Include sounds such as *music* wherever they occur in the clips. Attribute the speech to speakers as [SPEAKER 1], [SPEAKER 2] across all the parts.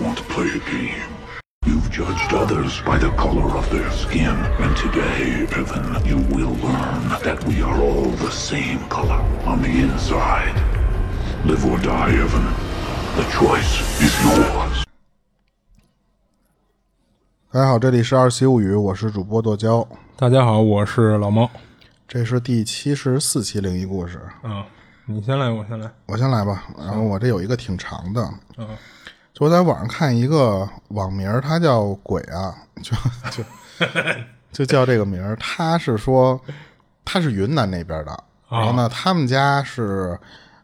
[SPEAKER 1] won't play a game. You've judged others by the color of their skin, and today, Evan, you will learn that we are all the same color on the inside. Live or die, Evan. The choice is yours.
[SPEAKER 2] 大家好，这里是二七物语，我是主播剁椒，
[SPEAKER 3] 大家好，我是老猫。
[SPEAKER 2] 这是第七十四期灵异故事，
[SPEAKER 3] 嗯，你先来，我先来。
[SPEAKER 2] 我先来吧。然后我这有一个挺长的，
[SPEAKER 3] 嗯，
[SPEAKER 2] 就我在网上看一个网名儿，他叫鬼啊， *laughs* 就就就叫这个名儿。他是说他是云南那边的，然后呢，他们家是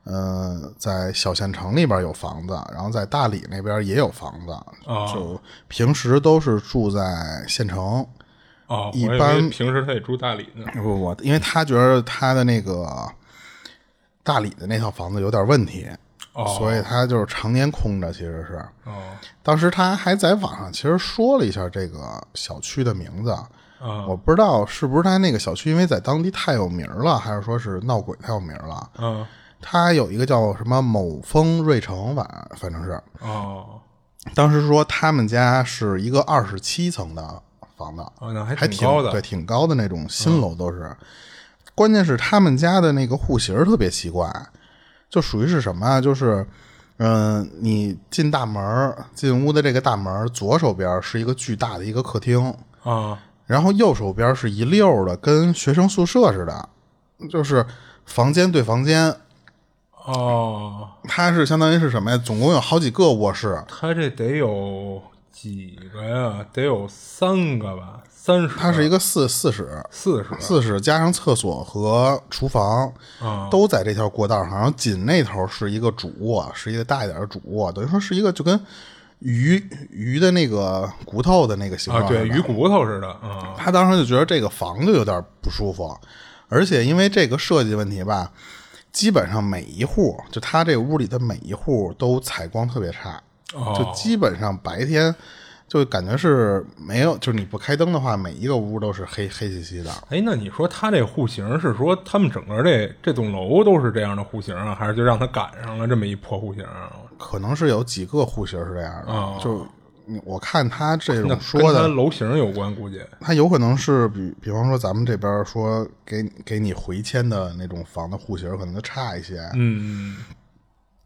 [SPEAKER 2] 呃在小县城里边有房子，然后在大理那边也有房子，就平时都是住在县城。
[SPEAKER 3] 哦，
[SPEAKER 2] 一
[SPEAKER 3] 我以为
[SPEAKER 2] 般
[SPEAKER 3] 平时他也住大理呢。
[SPEAKER 2] 不不，因为他觉得他的那个大理的那套房子有点问题，所以他就是常年空着，其实是。
[SPEAKER 3] 哦，
[SPEAKER 2] 当时他还在网上其实说了一下这个小区的名字，
[SPEAKER 3] 嗯
[SPEAKER 2] 我不知道是不是他那个小区因为在当地太有名了，还是说是闹鬼太有名了。
[SPEAKER 3] 嗯，
[SPEAKER 2] 他有一个叫什么某峰瑞城晚，反正是
[SPEAKER 3] 哦，
[SPEAKER 2] 当时说他们家是一个二十七层的房子，
[SPEAKER 3] 哦那还
[SPEAKER 2] 还
[SPEAKER 3] 挺高的
[SPEAKER 2] 对，挺高的那种新楼都是。关键是他们家的那个户型儿特别奇怪，就属于是什么啊？就是，嗯、你进大门儿，进屋的这个大门儿，左手边是一个巨大的一个客厅，
[SPEAKER 3] 啊，
[SPEAKER 2] 然后右手边是一溜儿的，跟学生宿舍似的，就是房间对房间，
[SPEAKER 3] 哦，
[SPEAKER 2] 它是相当于是什么呀？总共有好几个卧室，
[SPEAKER 3] 他这得有几个呀？得有三个吧，三十。
[SPEAKER 2] 它是一个四四室，
[SPEAKER 3] 四十。
[SPEAKER 2] 四室加上厕所和厨房，
[SPEAKER 3] 啊
[SPEAKER 2] 都在这条过道上。然后紧那头是一个主卧，是一个大一点的主卧，等于说是一个就跟鱼鱼的那个骨头的那个形状
[SPEAKER 3] 啊，对，
[SPEAKER 2] 似的
[SPEAKER 3] 鱼骨头似的。嗯，
[SPEAKER 2] 他当时就觉得这个房子有点不舒服，而且因为这个设计问题吧，基本上每一户就他这屋里的每一户都采光特别差，
[SPEAKER 3] 哦
[SPEAKER 2] 就基本上白天就感觉是没有，就是你不开灯的话，每一个屋都是黑黑漆漆的。
[SPEAKER 3] 哎，那你说他这户型是说他们整个这这栋楼都是这样的户型啊，还是就让他赶上了这么一破户型啊？
[SPEAKER 2] 可能是有几个户型是这样的，
[SPEAKER 3] 哦
[SPEAKER 2] 就你我看他这
[SPEAKER 3] 那
[SPEAKER 2] 种
[SPEAKER 3] 跟
[SPEAKER 2] 说
[SPEAKER 3] 他
[SPEAKER 2] 的，
[SPEAKER 3] 楼型有关，估计。
[SPEAKER 2] 他有可能是比比方说咱们这边说给给你回迁的那种房的户型可能就差一些。
[SPEAKER 3] 嗯，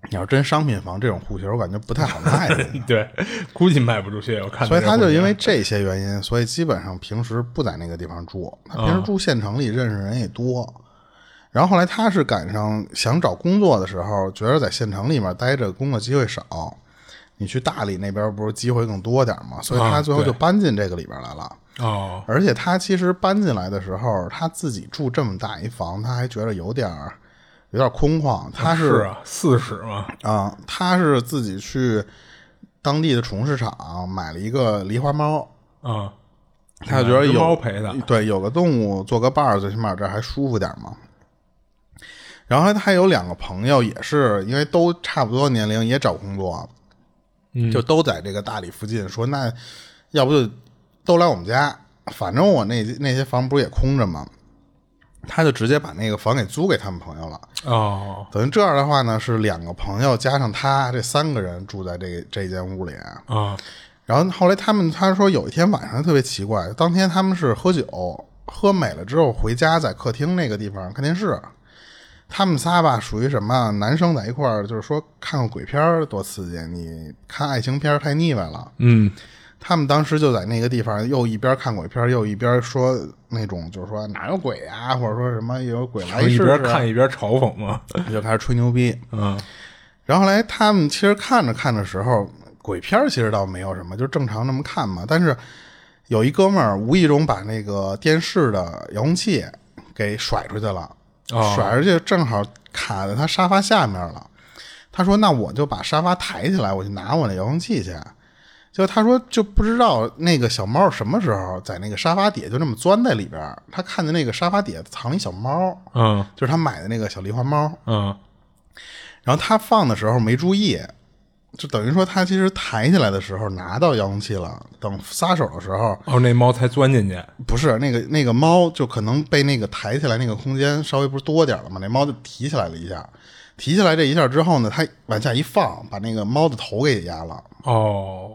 [SPEAKER 2] 你要真商品房这种户型，我感觉不太好卖
[SPEAKER 3] *laughs*
[SPEAKER 2] 的
[SPEAKER 3] 对，估计卖不出去。我看，
[SPEAKER 2] 所以他就因为这些原因，所以基本上平时不在那个地方住。他
[SPEAKER 3] 嗯
[SPEAKER 2] 平时住县城里，认识人也多。然后后来他是赶上想找工作的时候，觉得在县城里面待着工作机会少，你去大理那边不是机会更多点嘛？所以他
[SPEAKER 3] 啊
[SPEAKER 2] 最后就
[SPEAKER 3] 对
[SPEAKER 2] 搬进这个里边来了。
[SPEAKER 3] 哦，
[SPEAKER 2] 而且他其实搬进来的时候，他自己住这么大一房，他还觉得有点儿有点儿空旷。他
[SPEAKER 3] 是啊，四室嘛，
[SPEAKER 2] 啊、他是自己去当地的宠物市场买了一个狸花猫，
[SPEAKER 3] 啊，
[SPEAKER 2] 他觉得
[SPEAKER 3] 两
[SPEAKER 2] 有
[SPEAKER 3] 只嗯猫陪的，
[SPEAKER 2] 对，有个动物做个伴儿，最起码这还舒服点嘛。然后他还有两个朋友，也是因为都差不多年龄，也找工作，
[SPEAKER 3] 嗯
[SPEAKER 2] 就都在这个大理附近。说那要不就都来我们家，反正我那那些房不是也空着吗？他就直接把那个房给租给他们朋友了。
[SPEAKER 3] 哦
[SPEAKER 2] 等于这样的话呢，是两个朋友加上他这三个人住在这这间屋里。
[SPEAKER 3] 啊
[SPEAKER 2] 然后后来他们他说有一天晚上特别奇怪，当天他们是喝酒，喝美了之后回家，在客厅那个地方看电视。他们仨吧属于什么？男生在一块儿就是说看个鬼片儿多刺激，你看爱情片儿太腻歪了。
[SPEAKER 3] 嗯
[SPEAKER 2] 他们当时就在那个地方，又一边看鬼片儿，又一边说那种就是说哪有鬼啊，或者说什么有鬼来
[SPEAKER 3] 就一
[SPEAKER 2] 试
[SPEAKER 3] 边
[SPEAKER 2] 试啊，
[SPEAKER 3] 看一边嘲讽嘛，
[SPEAKER 2] 就开始吹牛逼。
[SPEAKER 3] 嗯
[SPEAKER 2] 然后后来他们其实看着看的时候，鬼片儿其实倒没有什么，就正常那么看嘛。但是有一哥们儿无意中把那个电视的遥控器给甩出去了，
[SPEAKER 3] 哦
[SPEAKER 2] 甩出去正好卡在他沙发下面了。他说：“那我就把沙发抬起来，我去拿我那遥控器去。”结果他说就不知道那个小猫什么时候在那个沙发底下就那么钻在里边儿，他看见那个沙发底下藏了一小猫，
[SPEAKER 3] 嗯
[SPEAKER 2] 就是他买的那个小狸花猫。
[SPEAKER 3] 嗯
[SPEAKER 2] 然后他放的时候没注意，就等于说他其实抬起来的时候拿到遥控器了，等撒手的时候，
[SPEAKER 3] 哦，那猫才钻进去，
[SPEAKER 2] 不是那个那个猫就可能被那个抬起来那个空间稍微不是多点儿了嘛，那猫就提起来了一下，提起来这一下之后呢，他往下一放，把那个猫的头给压了。
[SPEAKER 3] 哦，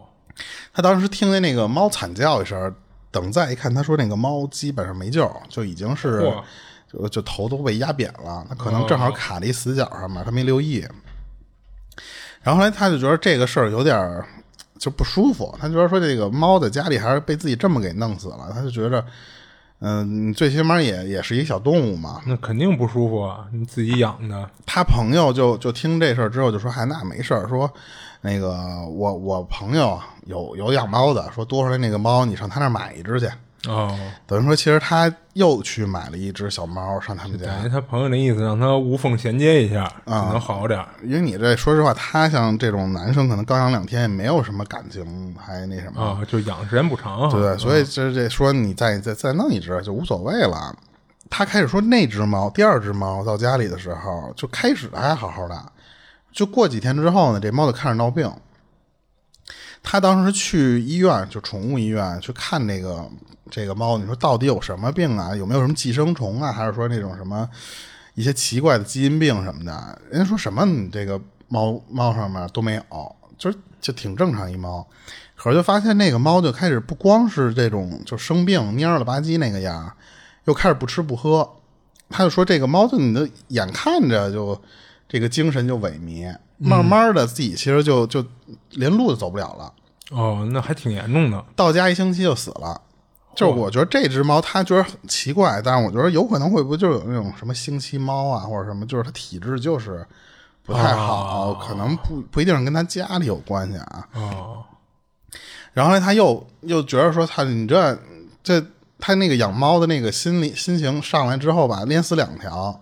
[SPEAKER 2] 他当时听见那个猫惨叫一声，等再一看，他说那个猫基本上没救，就已经是
[SPEAKER 3] 嚯
[SPEAKER 2] 就就头都被压扁了，他可能正好卡在一死角上面，他没留意。然后后来他就觉得这个事儿有点儿就不舒服，他觉得说这个猫在家里还是被自己这么给弄死了，他就觉着，嗯、你最起码也也是一小动物嘛，
[SPEAKER 3] 那肯定不舒服啊！你自己养的，
[SPEAKER 2] 他朋友就就听这事儿之后就说：“嗨，那没事儿，说那个我我朋友有有养猫的，说多出来那个猫，你上他那儿买一只去。
[SPEAKER 3] 哦，”
[SPEAKER 2] 等于说，其实他又去买了一只小猫上他们家，
[SPEAKER 3] 感觉他朋友那意思让他无缝衔接一下，可
[SPEAKER 2] 啊
[SPEAKER 3] 能好点儿。
[SPEAKER 2] 因为你这说实话，他像这种男生可能刚养两天，也没有什么感情，还那什么，
[SPEAKER 3] 啊、就养时间不长啊，
[SPEAKER 2] 对不对？所以这这说你再再再弄一只就无所谓了。他开始说那只猫，第二只猫到家里的时候，就开始还好好的，就过几天之后呢，这猫就开始闹病。他当时去医院，就宠物医院去看那个这个猫，你说到底有什么病啊？有没有什么寄生虫啊？还是说那种什么一些奇怪的基因病什么的？人家说什么你这个猫猫上面都没有，就是就挺正常一猫。可是就发现那个猫就开始不光是这种就生病蔫了吧唧那个样儿，又开始不吃不喝。他就说这个猫就你的眼看着就这个精神就萎靡，慢慢的自己其实就就连路都走不了了。
[SPEAKER 3] 哦，那还挺严重的。
[SPEAKER 2] 到家一星期就死了。就是我觉得这只猫，它觉得很奇怪，但是我觉得有可能会不会就是有那种什么星期猫啊，或者什么，就是它体质就是不太好，可能不不一定跟它家里有关系啊。
[SPEAKER 3] 哦，
[SPEAKER 2] 然后呢，他又又觉得说他你这这他那个养猫的那个心理心情上来之后吧，连死两条，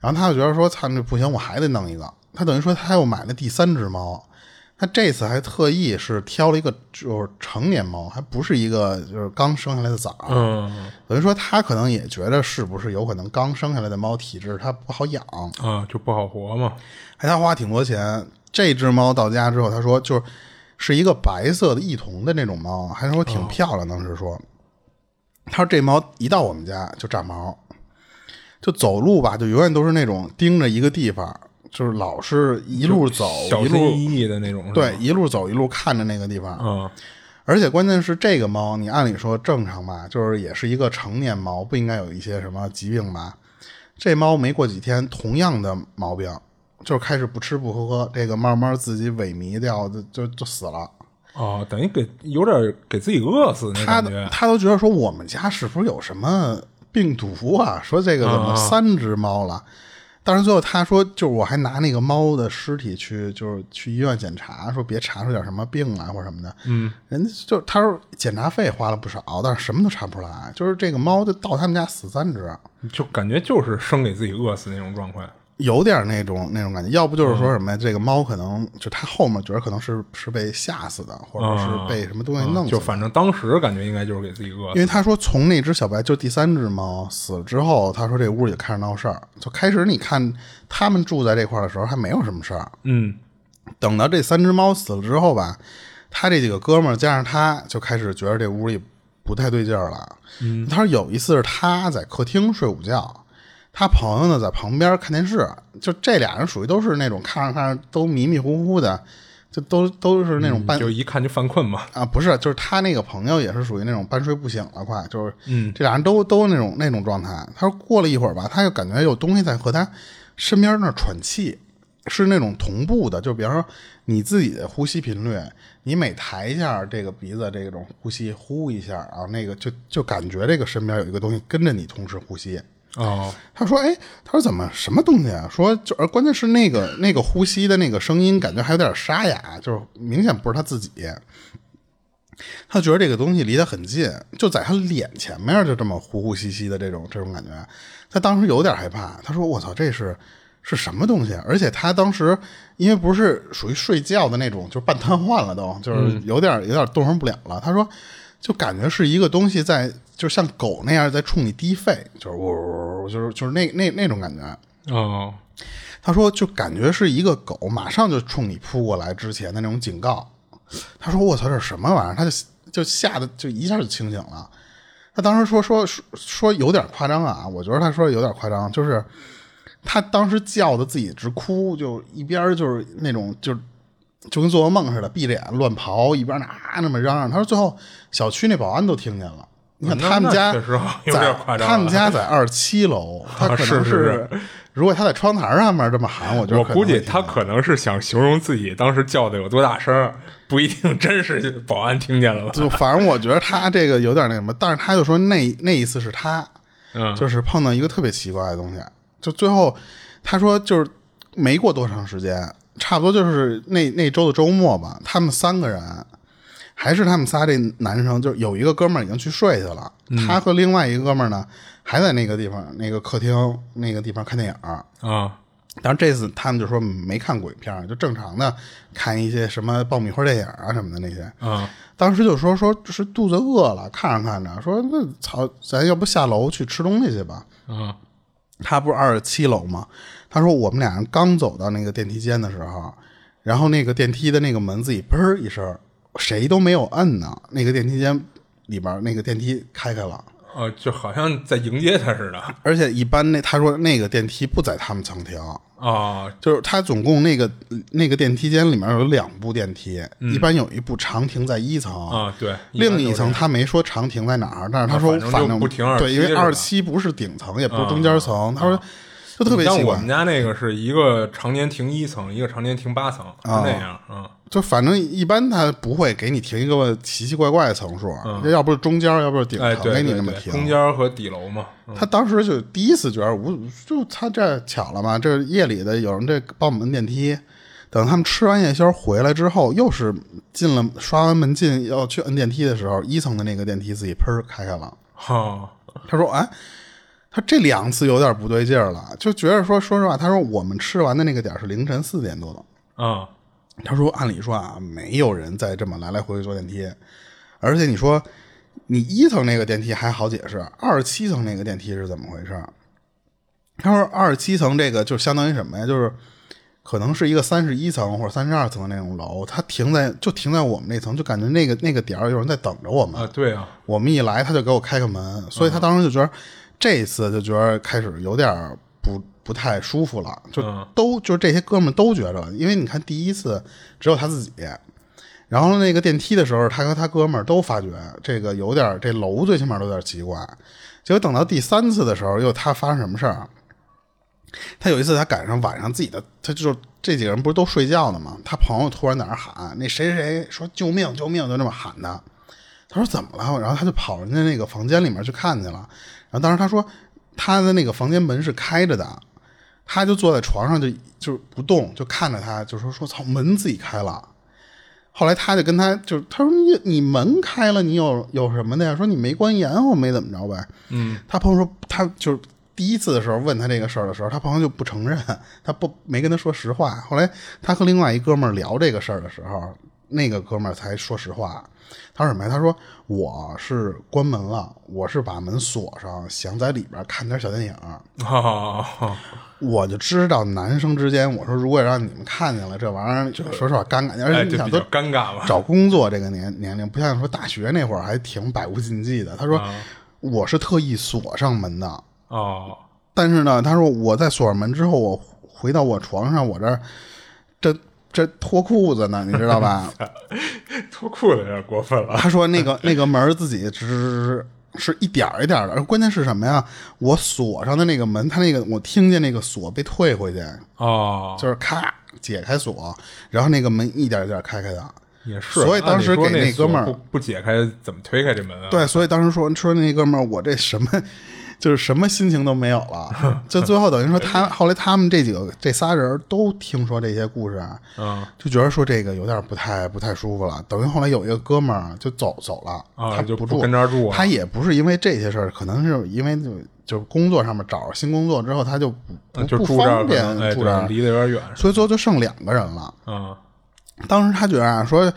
[SPEAKER 2] 然后他就觉得说操，这不行，我还得弄一个。他等于说他又买了第三只猫，他这次还特意是挑了一个就是成年猫，还不是一个就是刚生下来的崽儿。
[SPEAKER 3] 嗯
[SPEAKER 2] 等于说他可能也觉得是不是有可能刚生下来的猫体质它不好养，
[SPEAKER 3] 啊，就不好活嘛。
[SPEAKER 2] 还他花挺多钱。这只猫到家之后，他说就是是一个白色的异瞳的那种猫，还说挺漂亮，当时说。他说这猫一到我们家就炸毛，就走路吧，就永远都是那种盯着一个地方，就是老是一路走
[SPEAKER 3] 小
[SPEAKER 2] 一
[SPEAKER 3] 心翼
[SPEAKER 2] 路
[SPEAKER 3] 翼的那种。是吧
[SPEAKER 2] 对，一路走一路看着那个地方。
[SPEAKER 3] 嗯，
[SPEAKER 2] 而且关键是这个猫，你按理说正常吧，就是也是一个成年猫，不应该有一些什么疾病吧？这猫没过几天，同样的毛病，就是开始不吃不喝，这个慢慢自己萎靡掉，就就就死了。
[SPEAKER 3] 哦，等于给有点给自己饿死那
[SPEAKER 2] 他
[SPEAKER 3] 感觉。
[SPEAKER 2] 他都觉得说我们家是不是有什么病毒啊？说这个怎么三只猫了？但是最后他说，就是我还拿那个猫的尸体去，就是去医院检查，说别查出点什么病来或什么的。嗯，人家就他说检查费花了不少，但是什么都查不出来，就是这个猫就到他们家死三只，
[SPEAKER 3] 就感觉就是生给自己饿死那种状况。
[SPEAKER 2] 有点那种那种感觉。要不就是说什么
[SPEAKER 3] 嗯
[SPEAKER 2] 呀？这个猫可能就它后面觉得可能是是被吓死的，或者是
[SPEAKER 3] 嗯
[SPEAKER 2] 被什么东西弄死的。
[SPEAKER 3] 就反正当时感觉应该就是给自己饿
[SPEAKER 2] 因
[SPEAKER 3] 死。
[SPEAKER 2] 为他说从那只小白，就第三只猫死了之后，他说这屋里就开始闹事儿。就开始你看他们住在这块儿的时候还没有什么事儿，
[SPEAKER 3] 嗯，
[SPEAKER 2] 等到这三只猫死了之后吧，他这几个哥们儿加上他就开始觉得这屋里不太对劲儿了。嗯，他说有一次是他在客厅睡午觉，他朋友呢在旁边看电视，就这俩人属于都是那种看着看着都迷迷糊糊的，就都都嗯是那种半
[SPEAKER 3] 就一看就犯困嘛。
[SPEAKER 2] 啊，不是，就是他那个朋友也是属于那种半睡不醒了，快，就是，嗯，这俩人都都那种那种状态。他说过了一会儿吧，他就感觉有东西在和他身边那儿喘气，是那种同步的，就比方说你自己的呼吸频率，你每抬一下这个鼻子，这种呼吸呼一下，然后那个就就感觉这个身边有一个东西跟着你同时呼吸，
[SPEAKER 3] 哦，
[SPEAKER 2] 他说：“哎，他说怎么什么东西啊？说就而关键是那个那个呼吸的那个声音，感觉还有点沙哑，就是明显不是他自己。他觉得这个东西离他很近，就在他脸前面，就这么呼呼吸吸的这种这种感觉。他当时有点害怕，他说：‘我操，这是是什么东西啊？’而且他当时因为不是属于睡觉的那种，就是半瘫痪了都，就是有点有点动弹不了了。他说。”就感觉是一个东西在，就像狗那样在冲你低吠，就是呜呜呜，就是就是那那那种感觉。
[SPEAKER 3] 哦，
[SPEAKER 2] 他说，就感觉是一个狗马上就冲你扑过来之前的那种警告。他说：“我操，这是什么玩意儿？”他就就吓得就一下就清醒了。他当时说说说说有点夸张啊，我觉得他说有点夸张，就是他当时叫的自己直哭，就一边儿就是那种就是就跟做噩梦似的，闭着眼乱刨，一边儿啊那么嚷嚷。他说最后小区那保安都听见了。你看
[SPEAKER 3] 哦那
[SPEAKER 2] 他们家
[SPEAKER 3] 那确实有
[SPEAKER 2] 在
[SPEAKER 3] 点夸张了
[SPEAKER 2] 他们家在二七楼，他可能
[SPEAKER 3] 啊是是是
[SPEAKER 2] 如果他在窗台上面这么喊，我就
[SPEAKER 3] 我估计他可能是想形容自己当时叫的有多大声儿，不一定真是保安听见了吧？
[SPEAKER 2] 就反正我觉得他这个有点那什么，但是他就说那那一次是他，
[SPEAKER 3] 嗯
[SPEAKER 2] 就是碰到一个特别奇怪的东西，就最后他说就是没过多长时间，差不多就是那那周的周末吧，他们三个人还是他们仨这男生，就是有一个哥们儿已经去睡去了，
[SPEAKER 3] 嗯
[SPEAKER 2] 他和另外一个哥们儿呢还在那个地方那个客厅那个地方看电影儿，
[SPEAKER 3] 啊，
[SPEAKER 2] 然后这次他们就说没看鬼片儿，就正常的看一些什么爆米花电影啊什么的那些。
[SPEAKER 3] 嗯，
[SPEAKER 2] 当时就说说是肚子饿了，看着看着说那操，咱要不下楼去吃东西去吧？
[SPEAKER 3] 啊，
[SPEAKER 2] 他不是二十七楼吗？他说我们俩人刚走到那个电梯间的时候，然后那个电梯的那个门自己砰儿一声，谁都没有摁呢，那个电梯间里边儿那个电梯开开了。
[SPEAKER 3] 呃，就好像在迎接他似的
[SPEAKER 2] 而且一般那他说那个电梯不在他们层停，
[SPEAKER 3] 啊，
[SPEAKER 2] 就是它总共那个那个电梯间里面有两部电梯，一般有一部常停在一层
[SPEAKER 3] 嗯啊对
[SPEAKER 2] 另一层他没说常停在哪儿，但是他说
[SPEAKER 3] 啊反正就
[SPEAKER 2] 反正
[SPEAKER 3] 不停27
[SPEAKER 2] 对，因为
[SPEAKER 3] 是吧
[SPEAKER 2] 二七不是顶层，也不是中间层，他说就特别
[SPEAKER 3] 啊像
[SPEAKER 2] 奇
[SPEAKER 3] 我
[SPEAKER 2] 怪
[SPEAKER 3] 们，家那个是一个常年停一层，一个常年停八层，是
[SPEAKER 2] 啊
[SPEAKER 3] 那样，嗯，
[SPEAKER 2] 就反正一般他不会给你停一个奇奇怪怪的层数，要不是中间，要不是顶
[SPEAKER 3] 嗯哎，
[SPEAKER 2] 层
[SPEAKER 3] 对
[SPEAKER 2] 给你
[SPEAKER 3] 对
[SPEAKER 2] 那么
[SPEAKER 3] 对，
[SPEAKER 2] 停，
[SPEAKER 3] 中间和底楼嘛，嗯
[SPEAKER 2] 他当时就第一次觉得无，就他这巧了嘛，这夜里的有人这帮我们电梯，等他们吃完夜宵回来之后，又是进了刷完门禁要去摁电梯的时候，一层的那个电梯自己砰儿开开了。
[SPEAKER 3] 哈，
[SPEAKER 2] 他说：“哎，他这两次有点不对劲儿了，就觉得说，说实话，他说我们吃完的那个点儿是凌晨四点多的，
[SPEAKER 3] 啊，
[SPEAKER 2] 他说：“按理说啊，没有人再这么来来回回坐电梯，而且你说你一层那个电梯还好解释，二十七层那个电梯是怎么回事？”他说：“二十七层这个就相当于什么呀？就是可能是一个三十一层或者三十二层的那种楼，它停在就停在我们那层，就感觉那个那个点儿有人在等着我们。
[SPEAKER 3] 啊，对啊，
[SPEAKER 2] 我们一来，他就给我开个门，所以他当时就觉得、这次就觉得开始有点儿不不太舒服了，就
[SPEAKER 3] 嗯
[SPEAKER 2] 都、就这些哥们儿都觉着，因为你看第一次只有他自己，然后那个电梯的时候，他和他哥们儿都发觉这个有点儿这楼最起码都有点儿奇怪，结果等到第三次的时候，又他发生什么事儿啊？他有一次他赶上晚上自己的，他就这几个人不是都睡觉呢吗？他朋友突然在那儿喊那谁谁谁说救命救命，就这么喊他。他说怎么了？然后他就跑人家那个房间里面去看去了。然后当时他说他的那个房间门是开着的，他就坐在床上就就不动，就看着他，就说说操门自己开了。后来他就跟他就他说你你门开了，你有有什么的呀？说你没关严，啊我没怎么着呗。嗯，他朋友说他就是第一次的时候问他这个事儿的时候，他朋友就不承认，他不没跟他说实话。后来他和另外一哥们儿聊这个事儿的时候，那个哥们儿才说实话。他说什么呀？他说我是关门了，我是把门锁上，想在里边看点小电影。
[SPEAKER 3] 哈哈哈，
[SPEAKER 2] 我就知道男生之间，我说如果让你们看见了这玩意儿，说实话尴尬，而且
[SPEAKER 3] 哎，
[SPEAKER 2] 你
[SPEAKER 3] 就
[SPEAKER 2] 想
[SPEAKER 3] 比
[SPEAKER 2] 都
[SPEAKER 3] 较尴尬吧，
[SPEAKER 2] 找工作这个年年龄，不像说大学那会儿还挺百无禁忌的。他
[SPEAKER 3] 啊
[SPEAKER 2] 说我是特意锁上门的， *laughs*
[SPEAKER 3] 哦，
[SPEAKER 2] 但是呢，他说我在锁上门之后，我回到我床上，我这儿这这脱裤子呢，你知道
[SPEAKER 3] *laughs*
[SPEAKER 2] 吧？
[SPEAKER 3] 脱裤子有点过分了，
[SPEAKER 2] 他说那个那个门儿自己吱是一点儿一点儿的，而关键是什么呀？我锁上的那个门，他那个我听见那个锁被退回去，
[SPEAKER 3] 哦，
[SPEAKER 2] 就是咔解开锁，然后那个门一点一点开开的。
[SPEAKER 3] 也是，
[SPEAKER 2] 所以当时
[SPEAKER 3] 按理说
[SPEAKER 2] 给那
[SPEAKER 3] 那
[SPEAKER 2] 哥们儿
[SPEAKER 3] 锁不不解开，怎么推开这门啊？
[SPEAKER 2] 对，所以当时说说那哥们儿，我这什么就是什么心情都没有
[SPEAKER 3] *laughs*
[SPEAKER 2] 了。就最后等于说他后来他们这几个这仨人都听说这些故事，啊
[SPEAKER 3] 嗯，
[SPEAKER 2] 就觉得说这个有点不太不太舒服了。等于后来有一个哥们儿就走走了，
[SPEAKER 3] 啊
[SPEAKER 2] 他
[SPEAKER 3] 就
[SPEAKER 2] 不
[SPEAKER 3] 不跟这儿住了
[SPEAKER 2] 他也不是因为这些事儿，可能是因为就就是工作上面找着新工作之后，他就不不
[SPEAKER 3] 就
[SPEAKER 2] 不
[SPEAKER 3] 住这儿
[SPEAKER 2] 方
[SPEAKER 3] 可能，
[SPEAKER 2] 便
[SPEAKER 3] 哎，
[SPEAKER 2] 住
[SPEAKER 3] 对，
[SPEAKER 2] 这儿，
[SPEAKER 3] 离得有点远，
[SPEAKER 2] 所以最后就剩两个人了。
[SPEAKER 3] 嗯，
[SPEAKER 2] 当时他觉得啊，说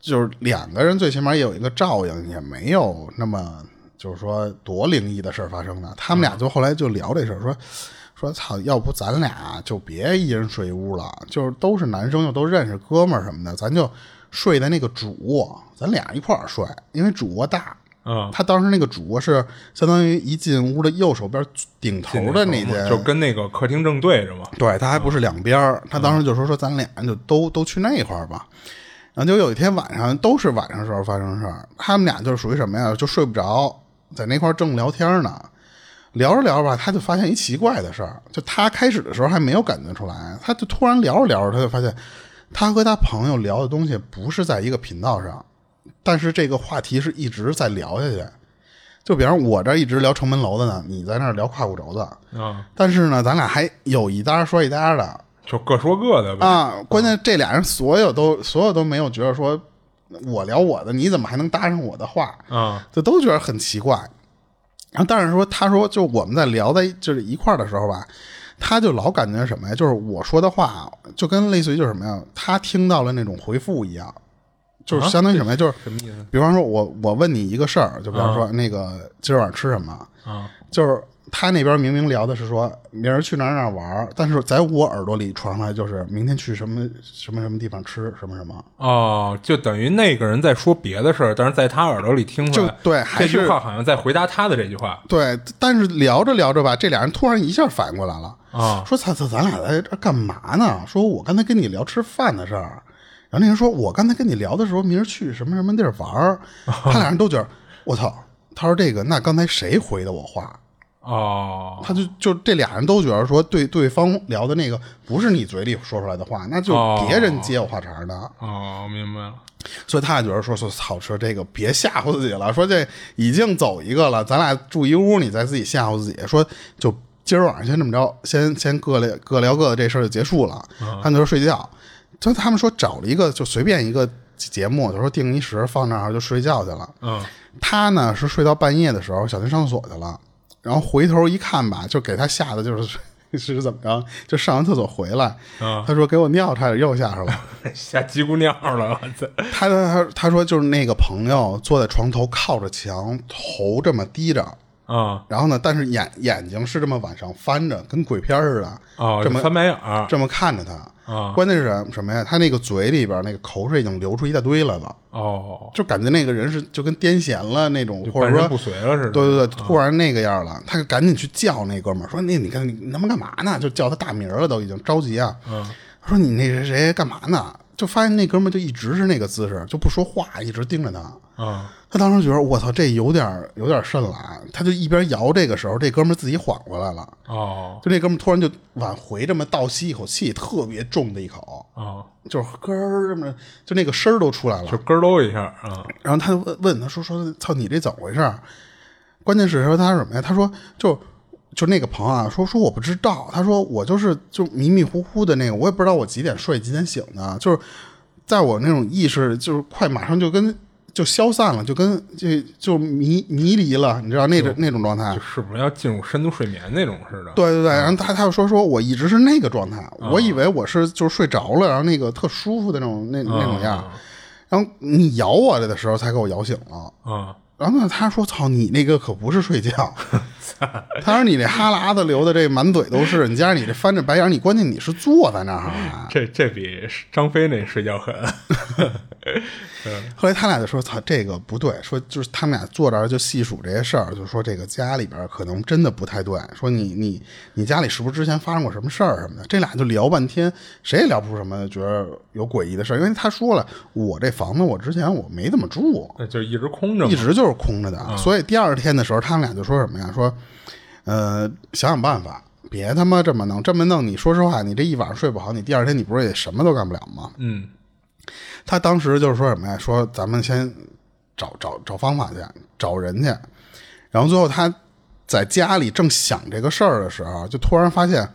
[SPEAKER 2] 就是两个人最起码也有一个照应，也没有那么就是说多灵异的事儿发生的。他们俩就后来就聊这事儿，说说操，要不咱俩就别一人睡一屋了，就是都是男生又都认识哥们儿什么的，咱就睡在那个主卧，咱俩一块儿睡，因为主卧大。
[SPEAKER 3] 啊，
[SPEAKER 2] 他当时那个主卧是相当于一进屋的右手边顶头的那间，
[SPEAKER 3] 就跟那个客厅正对着嘛。
[SPEAKER 2] 对他还不是两边儿，他当时就说说咱俩就都都去那块儿吧。然后就有一天晚上，都是晚上时候发生事儿，他们俩就是属于什么呀？就睡不着，在那块儿正聊天呢，聊着聊着吧，他就发现一奇怪的事儿，就他开始的时候还没有感觉出来，他就突然聊着聊着，他就发现他和他朋友聊的东西不是在一个频道上，但是这个话题是一直在聊下去。就比方说我这儿一直聊城门楼的呢，你在那儿聊胯骨轴子，
[SPEAKER 3] 啊，
[SPEAKER 2] 但是呢，咱俩还有一搭说一搭的，
[SPEAKER 3] 就各说各的呗。
[SPEAKER 2] 啊，关键这俩人所有都所有都没有觉得说，我聊我的，你怎么还能搭上我的话？
[SPEAKER 3] 啊，
[SPEAKER 2] 就都觉得很奇怪。然后，但是说，他说就我们在聊在就是一块儿的时候吧，他就老感觉什么呀？就是我说的话，就跟类似于就是什么呀？他听到了那种回复一样，就是相当于什么呀？就是
[SPEAKER 3] 什么意思？
[SPEAKER 2] 比方说我我问你一个事儿，就比方说那个今儿晚上吃什么，
[SPEAKER 3] 啊
[SPEAKER 2] 就是他那边明明聊的是说明儿去哪儿哪儿玩儿，但是在我耳朵里传出来就是明天去什么什么什么地方吃什么什么。
[SPEAKER 3] 哦，就等于那个人在说别的事儿，但是在他耳朵里听出来，
[SPEAKER 2] 就对还
[SPEAKER 3] 这
[SPEAKER 2] 是
[SPEAKER 3] 句话好像在回答他的这句话
[SPEAKER 2] 对，但是聊着聊着吧，这俩人突然一下反过来了，
[SPEAKER 3] 啊
[SPEAKER 2] 说：“操操，咱俩在这儿干嘛呢？”说：“我刚才跟你聊吃饭的事儿。”然后那人说：“我刚才跟你聊的时候，明儿去什么什么地儿玩儿。”他俩人都觉得我操。他说：“这个，那刚才谁回的我话？”
[SPEAKER 3] 哦
[SPEAKER 2] 他就就这俩人都觉得说对对方聊的那个不是你嘴里说出来的话，那就
[SPEAKER 3] 哦
[SPEAKER 2] 别人接我话茬儿的，
[SPEAKER 3] 哦，明白了。
[SPEAKER 2] 所以他也觉得说说操，说这个别吓唬自己了，说这已经走一个了，咱俩住一屋，你再自己吓唬自己，说就今儿晚上先这么着，先先各聊各聊各的，这事儿就结束了。他们就说睡觉，就他们说找了一个就随便一个节目，就说定一时放那儿就睡觉去了。
[SPEAKER 3] 嗯
[SPEAKER 2] 他呢是睡到半夜的时候，小心上厕所去了，然后回头一看吧，就给他吓得就是 *laughs* 是怎么着，就上完厕所回来，
[SPEAKER 3] 啊，
[SPEAKER 2] 他说给我尿差点又吓着了。
[SPEAKER 3] *laughs* 吓叽咕尿了，我操！
[SPEAKER 2] 他他他说就是那个朋友坐在床头靠着墙，头这么低着，
[SPEAKER 3] 啊
[SPEAKER 2] 然后呢，但是眼眼睛是这么往上翻着，跟鬼片儿似的，
[SPEAKER 3] 哦，
[SPEAKER 2] 这么
[SPEAKER 3] 翻白眼儿
[SPEAKER 2] 这么看着他。
[SPEAKER 3] 啊
[SPEAKER 2] 关键是什什么呀？他那个嘴里边那个口水已经流出一大堆来了，
[SPEAKER 3] 哦，
[SPEAKER 2] 就感觉那个人是就跟癫痫了那种，
[SPEAKER 3] 就
[SPEAKER 2] 或者
[SPEAKER 3] 半
[SPEAKER 2] 说
[SPEAKER 3] 身不遂了似的。嗯
[SPEAKER 2] 对对对，突然那个样了，他就赶紧去叫那哥们儿，说：“那你看你他妈干嘛呢？就叫他大名了，都已经着急啊。”
[SPEAKER 3] 嗯，
[SPEAKER 2] 他说：“你那谁谁干嘛呢？”就发现那哥们儿就一直是那个姿势，就不说话，一直盯着他。
[SPEAKER 3] 啊
[SPEAKER 2] 他当时觉得我操，这有点儿有点儿渗了啊！他就一边摇这个时候，这哥们儿自己缓过来了，
[SPEAKER 3] 哦
[SPEAKER 2] 就那哥们儿突然就往回这么倒吸一口气，特别重的一口，
[SPEAKER 3] 哦，
[SPEAKER 2] 就是咯儿这么，就那个声儿都出来了
[SPEAKER 3] 就。咯喽一下啊
[SPEAKER 2] 然后他就问问他说说操你这怎么回事儿？关键是说他什么呀？他说就就那个朋友啊，说说我不知道，他说我就是就迷迷糊糊的那个，我也不知道我几点睡几点醒的，就是在我那种意识就是快马上就跟就消散了，就跟就就迷迷离了，你知道那种那种状态，
[SPEAKER 3] 就是啊不是要进入深度睡眠那种似的？
[SPEAKER 2] 啊对对对，然后他他又说说我一直是那个状态，
[SPEAKER 3] 啊
[SPEAKER 2] 我以为我是就是睡着了，然后那个特舒服的那种那那种样
[SPEAKER 3] 啊
[SPEAKER 2] 儿，然后你咬我的时候才给我咬醒了。
[SPEAKER 3] 啊，
[SPEAKER 2] 然后呢，他说：“操，你那个可不是睡觉。”他说：“你这哈喇子流的这满嘴都是，你加上你这翻着白眼儿，你关键你是坐在那儿啊。
[SPEAKER 3] 这这比张飞那睡觉狠。 *laughs*
[SPEAKER 2] 后来他俩就说：“操，这个不对。”说就是他们俩坐这儿就细数这些事儿，就说这个家里边儿可能真的不太对。说你你你家里是不是之前发生过什么事儿什么的？这俩就聊半天，谁也聊不出什么觉得有诡异的事儿，因为他说了，我这房子我之前我没怎么住，
[SPEAKER 3] 那就一直空着嘛
[SPEAKER 2] 一直就是空着的。所以第二天的时候，他们俩就说什么呀？说，呃，想想办法，别他妈这么弄，这么弄，你说实话，你这一晚上睡不好，你第二天你不是也什么都干不了吗？
[SPEAKER 3] 嗯
[SPEAKER 2] 他当时就是说什么呀？说咱们先找找找方法去，找人去。然后最后他在家里正想这个事儿的时候，就突然发现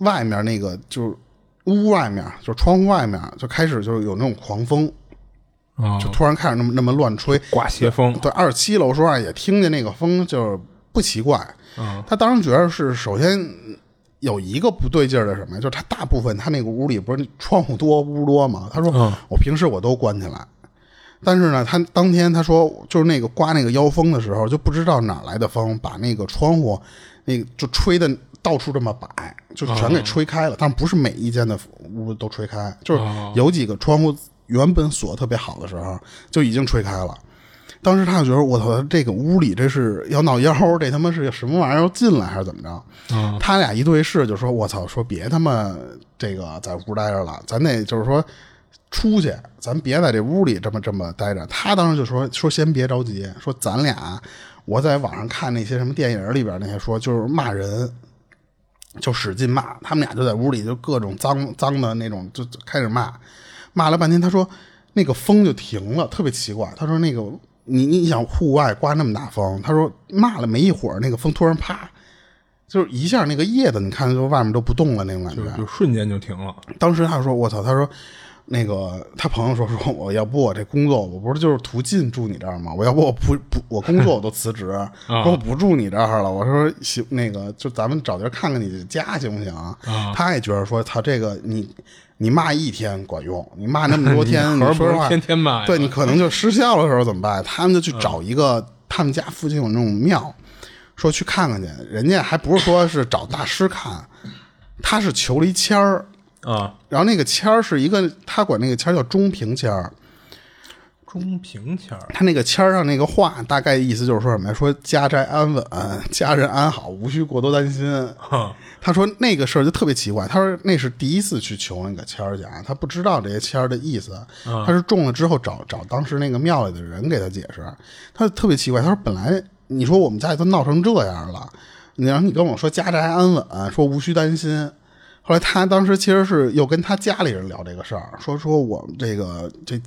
[SPEAKER 2] 外面那个就是屋外面，就是窗户外面，就开始就是有那种狂风，
[SPEAKER 3] 啊，
[SPEAKER 2] 就突然开始那么那么乱吹。
[SPEAKER 3] 刮邪风
[SPEAKER 2] 对，二十七楼说啊，也听见那个风，就是不奇怪。
[SPEAKER 3] 嗯
[SPEAKER 2] 他当时觉得是首先有一个不对劲儿的什么呀，就是他大部分他那个屋里不是窗户多屋多嘛，他说、
[SPEAKER 3] 嗯
[SPEAKER 2] 我平时我都关起来。但是呢，他当天他说，就是那个刮那个妖风的时候，就不知道哪来的风，把那个窗户，那个就吹的到处这么摆，就全
[SPEAKER 3] 哦
[SPEAKER 2] 给吹开了。但不是每一间的屋都
[SPEAKER 3] 哦
[SPEAKER 2] 吹开，就是有几个窗户原本锁特别好的时候，就已经吹开了。当时他就觉得我操，这个屋里这是要闹妖，这他妈是什么玩意儿要进来还是怎么着？他俩一对视就说：“我操，说别他妈这个在屋待着了，咱得就是说出去，咱别在这屋里这么这么待着。”他当时就说：“说先别着急，说咱俩，我在网上看那些什么电影里边那些说就是骂人，就使劲骂，他们俩就在屋里就各种脏脏的那种，就就开始骂，骂了半天，他说那个风就停了，特别奇怪。他说那个你你想户外刮那么大风，他说骂了没一会儿，那个风突然啪，就是一下那个叶子，你看就外面都不动了那种感觉
[SPEAKER 3] 就。就瞬间就停了。
[SPEAKER 2] 当时他说：“我操！”他说：“那个他朋友说说我要不我这工作我不是就是途径住你这儿吗？我要不我不不我工作我都辞
[SPEAKER 3] *laughs*
[SPEAKER 2] 职，
[SPEAKER 3] 啊
[SPEAKER 2] 说我不住你这儿了。我说行，那个就咱们找地儿看看你家行不行？
[SPEAKER 3] 啊
[SPEAKER 2] 他也觉得说他这个你你骂一天管用，你骂那么多天，
[SPEAKER 3] *laughs* 你
[SPEAKER 2] 你
[SPEAKER 3] 合着不
[SPEAKER 2] 说
[SPEAKER 3] 是
[SPEAKER 2] 实话
[SPEAKER 3] 天天骂呀啊
[SPEAKER 2] 对你可能就失效的时候怎么办？他们就去找一个他们家附近有那种庙，说去看看去。人家还不是说是找大师看，他是求了一签儿。”
[SPEAKER 3] 啊，
[SPEAKER 2] 然后那个签儿是一个，他管那个签儿叫中平签儿。
[SPEAKER 3] 中平签儿
[SPEAKER 2] 他那个签儿上那个话，大概意思就是说什么呀？说家宅安稳，家人安好，无需过多担心。
[SPEAKER 3] *laughs* 哈，
[SPEAKER 2] 他说那个事儿就特别奇怪，他说那是第一次去求那个签儿去啊，他不知道这些签儿的意思，他是中了之后找找当时那个庙里的人给他解释，他特别奇怪，他说本来你说我们家里都闹成这样了，你让你跟我说家宅安稳，说无需担心。后来他当时其实是又跟他家里人聊这个事儿，说说我们这个这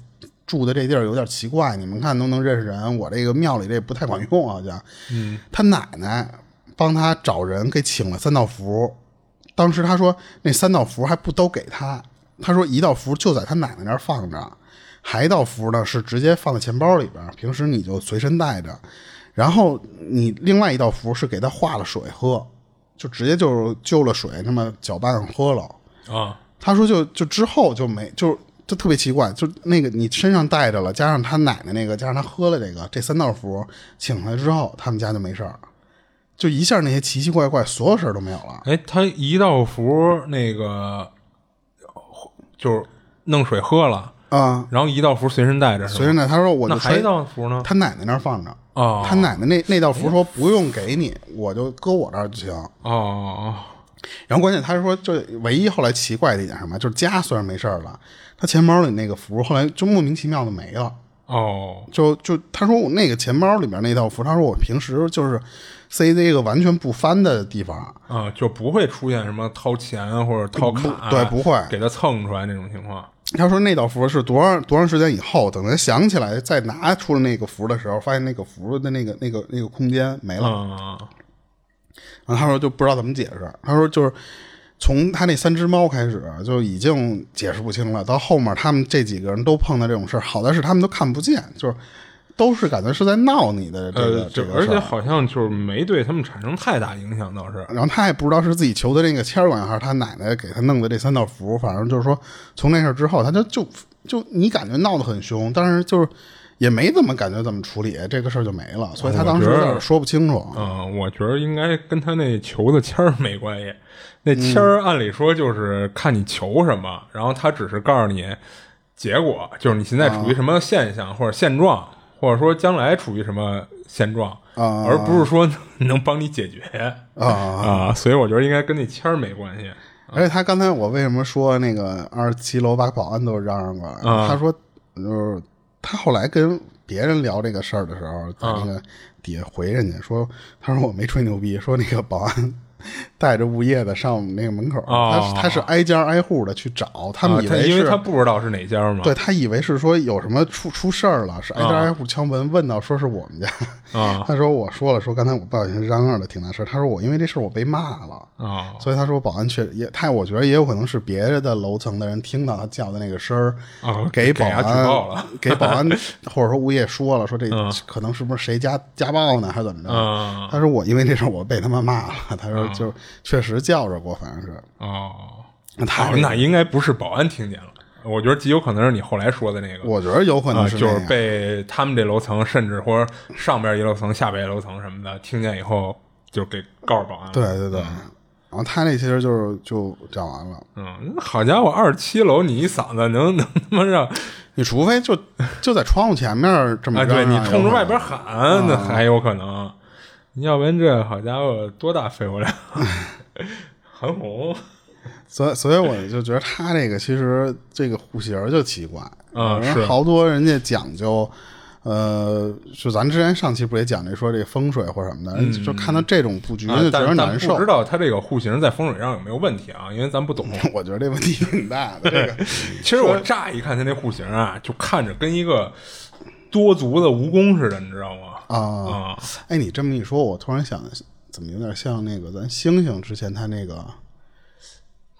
[SPEAKER 2] 住的这地儿有点奇怪，你们看能不能认识人？我这个庙里这不太管用啊好像。嗯，他奶奶帮他找人给请了三道符，当时他说那三道符还不都给他，他说一道符就在他奶奶那儿放着，还一道符呢是直接放在钱包里边，平时你就随身带着。然后你另外一道符是给他化了水喝，就直接就就了水，那么搅拌喝了。
[SPEAKER 3] 啊，
[SPEAKER 2] 他说就就之后就没就就特别奇怪，就那个你身上带着了，加上他奶奶那个，加上他喝了这个这三道符，请来之后，他们家就没事儿，就一下那些奇奇怪怪所有事儿都没有了。
[SPEAKER 3] 哎，他一道符那个就是弄水喝了，
[SPEAKER 2] 啊、
[SPEAKER 3] 然后一道符随身带着是吧，
[SPEAKER 2] 随着呢，他说我
[SPEAKER 3] 那
[SPEAKER 2] 就
[SPEAKER 3] 还
[SPEAKER 2] 揣
[SPEAKER 3] 一道符呢？
[SPEAKER 2] 他奶奶那儿放着。
[SPEAKER 3] 哦
[SPEAKER 2] 他奶奶那那道符说不用给你，我就搁我这儿就行。
[SPEAKER 3] 哦哦
[SPEAKER 2] 然后关键他说，就唯一后来奇怪的一点是什么，就是家虽然没事儿了，他钱包里那个符后来就莫名其妙的没了。
[SPEAKER 3] 哦哦，
[SPEAKER 2] 就就他说我那个钱包里边那道符，他说我平时就是塞这个完全不翻的地方，
[SPEAKER 3] 啊，就不会出现什么掏钱或者掏卡，
[SPEAKER 2] 不对不会
[SPEAKER 3] 给他蹭出来那种情况。
[SPEAKER 2] 他说那道符是多长多长时间以后，等他想起来再拿出了那个符的时候，发现那个符的那个那个那个空间没了。
[SPEAKER 3] 嗯，
[SPEAKER 2] 然后他说就不知道怎么解释，他说就是从他那三只猫开始啊就已经解释不清了，到后面他们这几个人都碰到这种事儿，好在是他们都看不见，就是都是感觉是在闹你的这个、
[SPEAKER 3] 呃，
[SPEAKER 2] 这
[SPEAKER 3] 就
[SPEAKER 2] 个
[SPEAKER 3] 而
[SPEAKER 2] 事儿
[SPEAKER 3] 且好像就是没对他们产生太大影响，倒是
[SPEAKER 2] 然后他也不知道是自己求的这个签儿管还是他奶奶给他弄的这三道符，反正就是说，从那事儿之后，他就就就你感觉闹得很凶，但是就是也没怎么感觉怎么处理这个事儿就没了，所以他当时有点说不清楚。啊
[SPEAKER 3] 嗯，我觉得应该跟他那求的签儿没关系。那签
[SPEAKER 2] 嗯
[SPEAKER 3] 儿按理说就是看你求什么，然后他只是告诉你结果，就是你现在
[SPEAKER 2] 啊
[SPEAKER 3] 处于什么现象或者现状，或者说将来处于什么现状，
[SPEAKER 2] 啊
[SPEAKER 3] 而不是说能帮你解决 *laughs*
[SPEAKER 2] 啊
[SPEAKER 3] 所以我觉得应该跟那签儿没关系。
[SPEAKER 2] 而且他刚才我为什么说那个二十七楼把保安都嚷嚷过来？
[SPEAKER 3] 啊
[SPEAKER 2] 他说，就是他后来跟别人聊这个事儿的时候，在
[SPEAKER 3] 啊
[SPEAKER 2] 那个底下回人家说，他说我没吹牛逼，说那个保安带着物业的上我们那个门口，
[SPEAKER 3] 哦
[SPEAKER 2] 他他是挨家挨户的去找，他
[SPEAKER 3] 啊
[SPEAKER 2] 们以
[SPEAKER 3] 他
[SPEAKER 2] 为
[SPEAKER 3] 因
[SPEAKER 2] 是。
[SPEAKER 3] 为他不知道是哪家嘛，
[SPEAKER 2] 对他以为是说有什么出出事儿了，是挨家挨户敲门问到说是我们家。
[SPEAKER 3] 啊
[SPEAKER 2] *laughs* 他说我说了，说刚才我不小心嚷嚷的挺大声。他说我因为这事儿我被骂了。
[SPEAKER 3] 啊，
[SPEAKER 2] 所以他说保安确也，他我觉得也有可能是别的楼层的人听到他叫的那个声儿，
[SPEAKER 3] 啊
[SPEAKER 2] 给
[SPEAKER 3] 给
[SPEAKER 2] 保
[SPEAKER 3] 他
[SPEAKER 2] 安
[SPEAKER 3] 举报了
[SPEAKER 2] 给保安或者说物业说了，说这可能是不是谁家家暴呢，还是怎么着？
[SPEAKER 3] 嗯
[SPEAKER 2] 他说我因为这事儿我被他们骂了，他说就确实叫着过，反正是
[SPEAKER 3] 哦，
[SPEAKER 2] 那他
[SPEAKER 3] 哦那应该不是保安听见了，我觉得极有可能是你后来说的那个。
[SPEAKER 2] 我觉得有可
[SPEAKER 3] 啊、
[SPEAKER 2] 能是
[SPEAKER 3] 就是
[SPEAKER 2] 那样
[SPEAKER 3] 被他们这楼层，甚至或者上边一楼层、下边一楼层什么的听见以后，就给告诉保安了。
[SPEAKER 2] 对对对。啊、后他那其实就是就讲完了。
[SPEAKER 3] 嗯，好家伙，二十七楼你一嗓子能能他妈让
[SPEAKER 2] 你除非就就在窗户前面这么
[SPEAKER 3] 啊，
[SPEAKER 2] 嚷
[SPEAKER 3] 对
[SPEAKER 2] 嚷
[SPEAKER 3] 你
[SPEAKER 2] 有
[SPEAKER 3] 冲着
[SPEAKER 2] 可能
[SPEAKER 3] 外
[SPEAKER 2] 啊
[SPEAKER 3] 边喊，那还有可能。你要不然这好家伙多大肺
[SPEAKER 2] *laughs*
[SPEAKER 3] 活量，韩红，
[SPEAKER 2] 所以，所以我就觉得他这个其实这个户型儿就奇怪
[SPEAKER 3] 啊是
[SPEAKER 2] 好多人家讲究，呃，就咱之前上期不也讲这说这风水或什么的，就看到这种布局
[SPEAKER 3] 嗯啊
[SPEAKER 2] 就觉
[SPEAKER 3] 但
[SPEAKER 2] 得
[SPEAKER 3] 是
[SPEAKER 2] 难
[SPEAKER 3] 但
[SPEAKER 2] 受
[SPEAKER 3] 不知。道他这个户型在风水上有没有问题啊？因为咱不懂。
[SPEAKER 2] *laughs* 我觉得这问题挺大的，这个
[SPEAKER 3] *laughs* 其实我乍一看他那户型啊，就看着跟一个多足的蜈蚣似的，你知道吗？
[SPEAKER 2] 啊，
[SPEAKER 3] 啊，
[SPEAKER 2] 哎，你这么一说，我突然想，怎么有点像那个咱星星之前他那个，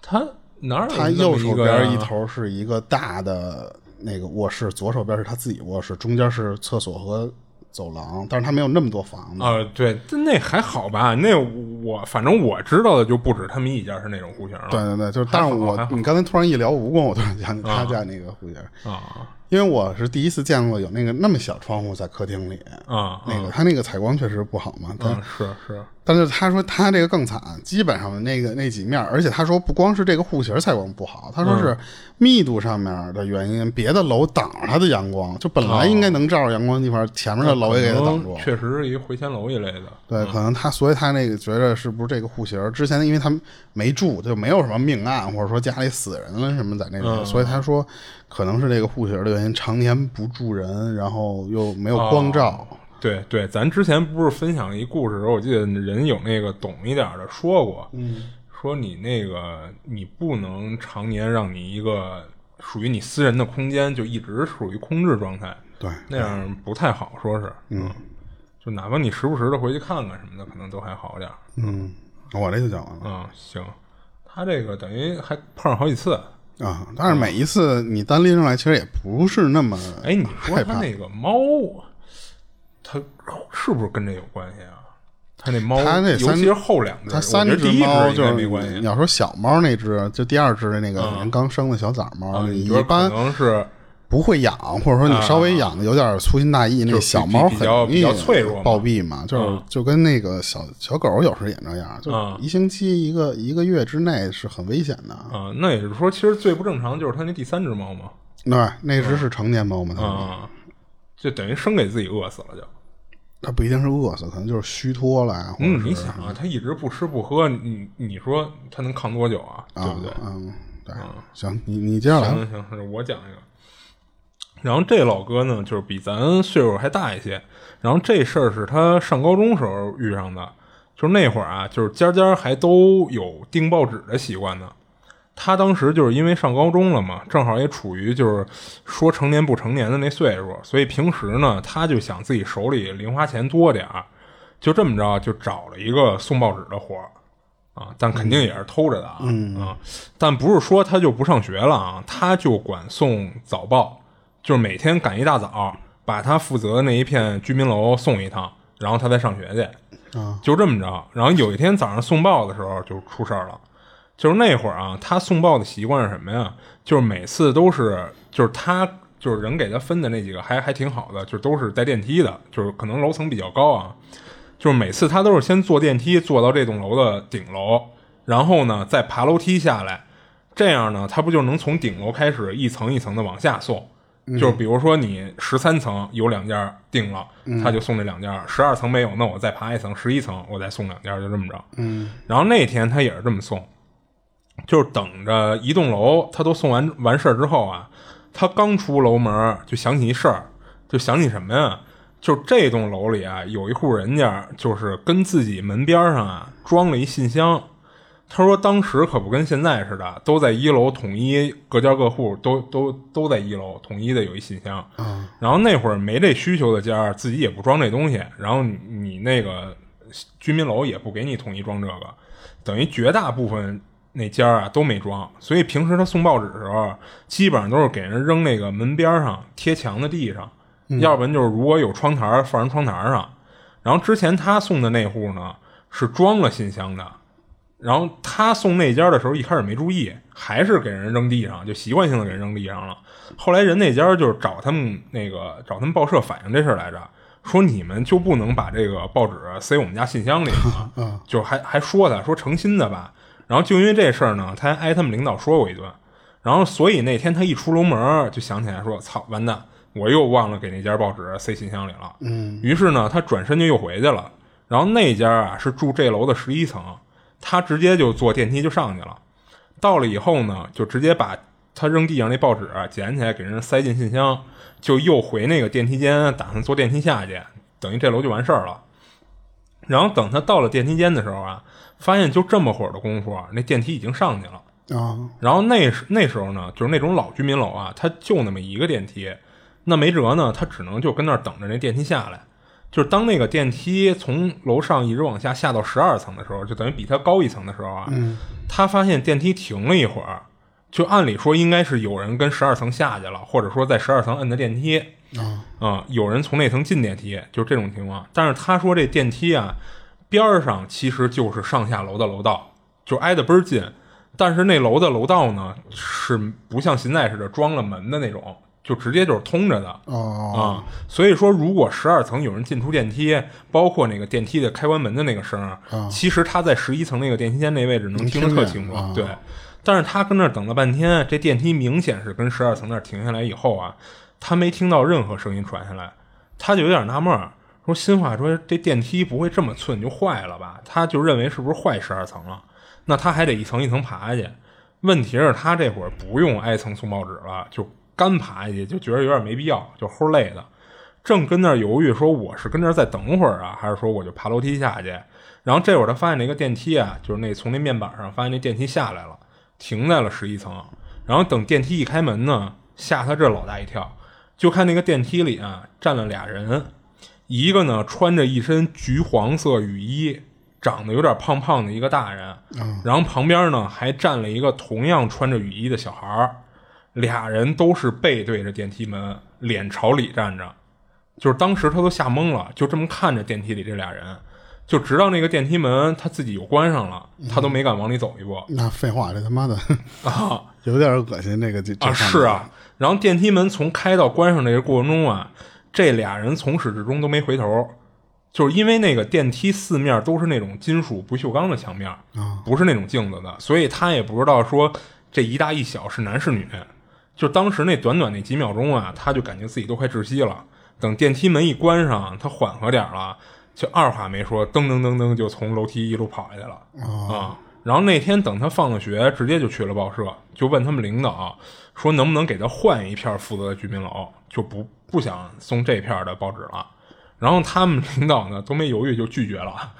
[SPEAKER 3] 他哪有
[SPEAKER 2] 他
[SPEAKER 3] 那么
[SPEAKER 2] 右手
[SPEAKER 3] 个啊
[SPEAKER 2] 边
[SPEAKER 3] 呀
[SPEAKER 2] 一头是一个大的那个卧室，左手边是他自己卧室，中间是厕所和走廊，但是他没有那么多房子。
[SPEAKER 3] 啊，对，但那还好吧？那我反正我知道的就不止他们一家是那种户型了。
[SPEAKER 2] 对对对，就是，但是
[SPEAKER 3] 还
[SPEAKER 2] 我
[SPEAKER 3] 好
[SPEAKER 2] 你刚才突然一聊蜈蚣，我突然想起他家那个户型，
[SPEAKER 3] 啊
[SPEAKER 2] 因为我是第一次见过有那个那么小窗户在客厅里，
[SPEAKER 3] 啊，
[SPEAKER 2] 那个他那个采光确实不好嘛，但、
[SPEAKER 3] 嗯，是是，
[SPEAKER 2] 但是他说他这个更惨，基本上那个那几面，而且他说不光是这个户型采光不好，他
[SPEAKER 3] 嗯
[SPEAKER 2] 说是密度上面的原因，别的楼挡着他的阳光，就本
[SPEAKER 3] 哦
[SPEAKER 2] 来应该能照着阳光的地方，前面的楼也给他挡住，
[SPEAKER 3] 确实是一回迁楼一类的。
[SPEAKER 2] 对，可能他，所以他那个觉得是不是这个户型儿之前，因为他没住，就没有什么命案，或者说家里死人了什么在那
[SPEAKER 3] 嗯
[SPEAKER 2] 里，所以他说可能是这个户型儿的原因，常年不住人，然后又没有光照，
[SPEAKER 3] 哦对对，咱之前不是分享一故事的时候，我记得人有那个懂一点儿的说过，嗯，说你那个你不能常年让你一个属于你私人的空间就一直属于空置状态，
[SPEAKER 2] 对
[SPEAKER 3] 那样不太好，说是，嗯，就哪怕你时不时的回去看看什么的，可能都还好点儿。
[SPEAKER 2] 嗯，我这就讲完了
[SPEAKER 3] 嗯，行，他这个等于还碰上好几次。
[SPEAKER 2] 啊。但是每一次你单拎上来，其实也不是那么
[SPEAKER 3] 哎，你说
[SPEAKER 2] 害
[SPEAKER 3] 他
[SPEAKER 2] 怕，
[SPEAKER 3] 那个猫，它是不是跟这有关系啊？它那猫，
[SPEAKER 2] 它那
[SPEAKER 3] 尤
[SPEAKER 2] 三
[SPEAKER 3] 其是后两只，
[SPEAKER 2] 它
[SPEAKER 3] 我
[SPEAKER 2] 三
[SPEAKER 3] 觉得
[SPEAKER 2] 只
[SPEAKER 3] 第一
[SPEAKER 2] 猫
[SPEAKER 3] 应
[SPEAKER 2] 就
[SPEAKER 3] 该
[SPEAKER 2] 是
[SPEAKER 3] 没关系
[SPEAKER 2] 你。要说小猫那只，就第二只的那个
[SPEAKER 3] 嗯
[SPEAKER 2] 刚生的小崽猫，
[SPEAKER 3] 啊
[SPEAKER 2] 你
[SPEAKER 3] 你觉
[SPEAKER 2] 一
[SPEAKER 3] 得可
[SPEAKER 2] 般
[SPEAKER 3] 能是
[SPEAKER 2] 不会养，或者说你稍微养的有点粗心大意，那
[SPEAKER 3] 啊就
[SPEAKER 2] 小猫
[SPEAKER 3] 比
[SPEAKER 2] 很
[SPEAKER 3] 比较
[SPEAKER 2] 容易
[SPEAKER 3] 比较脆弱嘛
[SPEAKER 2] 暴毙嘛，就是
[SPEAKER 3] 嗯
[SPEAKER 2] 就跟那个小小狗有时候也那样，就
[SPEAKER 3] 嗯
[SPEAKER 2] 一星期一个一个月之内是很危险的。
[SPEAKER 3] 啊，那也就是说，其实最不正常就是它那第三只猫嘛，
[SPEAKER 2] 对，那只是成年猫嘛，它是
[SPEAKER 3] 啊，就等于生给自己饿死了就。
[SPEAKER 2] 它不一定是饿死，可能就是虚脱了呀，或者
[SPEAKER 3] 嗯，
[SPEAKER 2] 哦是
[SPEAKER 3] 你想啊，它一直不吃不喝，你你说它能扛多久啊？对
[SPEAKER 2] 啊
[SPEAKER 3] 不对？，啊
[SPEAKER 2] 嗯，对，行，你你接着来吧，
[SPEAKER 3] 行行行，我讲一个。然后这老哥呢，就是比咱岁数还大一些。然后这事儿是他上高中时候遇上的，就是那会儿啊，就是家家还都有订报纸的习惯呢。他当时就是因为上高中了嘛，正好也处于就是说成年不成年的那岁数，所以平时呢，他就想自己手里零花钱多点儿，就这么着就找了一个送报纸的活儿啊，但肯定也是偷着的啊、啊，但不是说他就不上学了啊，他就管送早报，就是每天赶一大早，把他负责的那一片居民楼送一趟，然后他再上学去。就这么着。然后有一天早上送报的时候就出事儿了，就是那会儿啊，他送报的习惯是什么呀？就是每次都是，就是他就是人给他分的那几个还还挺好的，就是都是带电梯的，就是可能楼层比较高啊，就是每次他都是先坐电梯坐到这栋楼的顶楼，然后呢再爬楼梯下来。这样呢，他不就能从顶楼开始一层一层的往下送？就是比如说你十三层有两家定了，他就送这两家；十二层没有，那我再爬一层，十一层我再送两家，就这么着。嗯，然后那天他也是这么送，就是等着一栋楼他都送完完事儿之后啊，他刚出楼门儿就想起一事儿，就想起什么呀？就这栋楼里啊，有一户人家就是跟自己门边儿上啊装了一信箱。他说当时可不跟现在似的，都在一楼统一，各家各户都都都在一楼统一的有一信箱。然后那会儿没这需求的家儿，自己也不装这东西，然后你你那个居民楼也不给你统一装这个，等于绝大部分那家儿啊都没装，所以平时他送报纸的时候，基本上都是给人扔那个门边儿上贴墙的地上，要不然就是如果有窗台儿放人窗台儿上。然后之前他送的那户呢是装了信箱的，然后他送那家的时候，一开始没注意，还是给人扔地上，就习惯性的给人扔地上了。后来人那家就是找他们那个找他们报社反映这事儿来着，说你们就不能把这个报纸塞我们家信箱里吗？就还还说他说诚心的吧，然后就因为这事儿呢，他还挨他们领导说过一顿。然后所以那天他一出楼门儿就想起来说：“操，完蛋，我又忘了给那家报纸塞信箱里了。”嗯，于是呢，他转身就又回去了。然后那家啊是住这楼的十一层，他直接就坐电梯就上去了。到了以后呢，就直接把他扔地上那报纸啊捡起来，给人塞进信箱，就又回那个电梯间，打算坐电梯下去，等于这楼就完事儿了。然后等他到了电梯间的时候啊，发现就这么会儿的功夫啊，那电梯已经上去了。
[SPEAKER 2] 啊，
[SPEAKER 3] 然后那时那时候呢，就是那种老居民楼啊，它就那么一个电梯，那没辙呢，他只能就跟那儿等着那电梯下来。就是当那个电梯从楼上一直往下下到十二层的时候，就等于比他高一层的时候啊，他发现电梯停了一会儿，就按理说应该是有人跟十二层下去了，或者说在十二层摁的电梯，啊、有人从那层进电梯，就是这种情况。但是他说这电梯啊，边儿上其实就是上下楼的楼道，就挨得倍儿近。但是那楼的楼道呢，是不像现在似的装了门的那种，就直接就是通着的。
[SPEAKER 2] 哦，
[SPEAKER 3] 啊、所以说，如果十二层有人进出电梯，包括那个电梯的开关门的那个声儿，啊其实他在十一层那个电梯间那位置能听得特清楚。对，但是他跟那儿等了半天，这电梯明显是跟十二层那儿停下来以后啊，他没听到任何声音传下来，他就有点纳闷儿，说心话说这电梯不会这么寸就坏了吧？他就认为是不是坏十二层了？那他还得一层一层爬下去。问题是，他这会儿不用挨层送报纸了，就干爬下去，就觉得有点没必要，就齁累的。正跟那儿犹豫，说我是跟这儿再等会儿啊，还是说我就爬楼梯下去？然后这会儿他发现那个电梯啊，就是那从那面板上发现那电梯下来了，停在了十一层。然后等电梯一开门呢，吓他这老大一跳，就看那个电梯里啊站了俩人，一个呢穿着一身橘黄色雨衣，长得有点胖胖的一个大人，然后旁边呢还站了一个同样穿着雨衣的小孩儿，俩人都是背对着电梯门，脸朝里站着，就是当时他都吓懵了，就这么看着电梯里这俩人，就直到那个电梯门他自己又关上了，他都没敢往里走一步、
[SPEAKER 2] 那废话，这他妈的 *laughs*
[SPEAKER 3] 啊。
[SPEAKER 2] 有点恶心，这个这
[SPEAKER 3] 啊，是，啊。然后电梯门从开到关上这个过程中啊，这俩人从始至终都没回头，就是因为那个电梯四面都是那种金属不锈钢的墙面，不是那种镜子的，所以他也不知道说这一大一小是男是女。就当时那短短那几秒钟啊，他就感觉自己都快窒息了。等电梯门一关上，他缓和点儿了，就二话没说，噔噔噔噔就从楼梯一路跑下去了。
[SPEAKER 2] 哦
[SPEAKER 3] 啊。然后那天等他放了学，直接就去了报社，就问他们领导说能不能给他换一片负责的居民楼，就不不想送这片的报纸了。然后他们领导呢都没犹豫就拒绝了，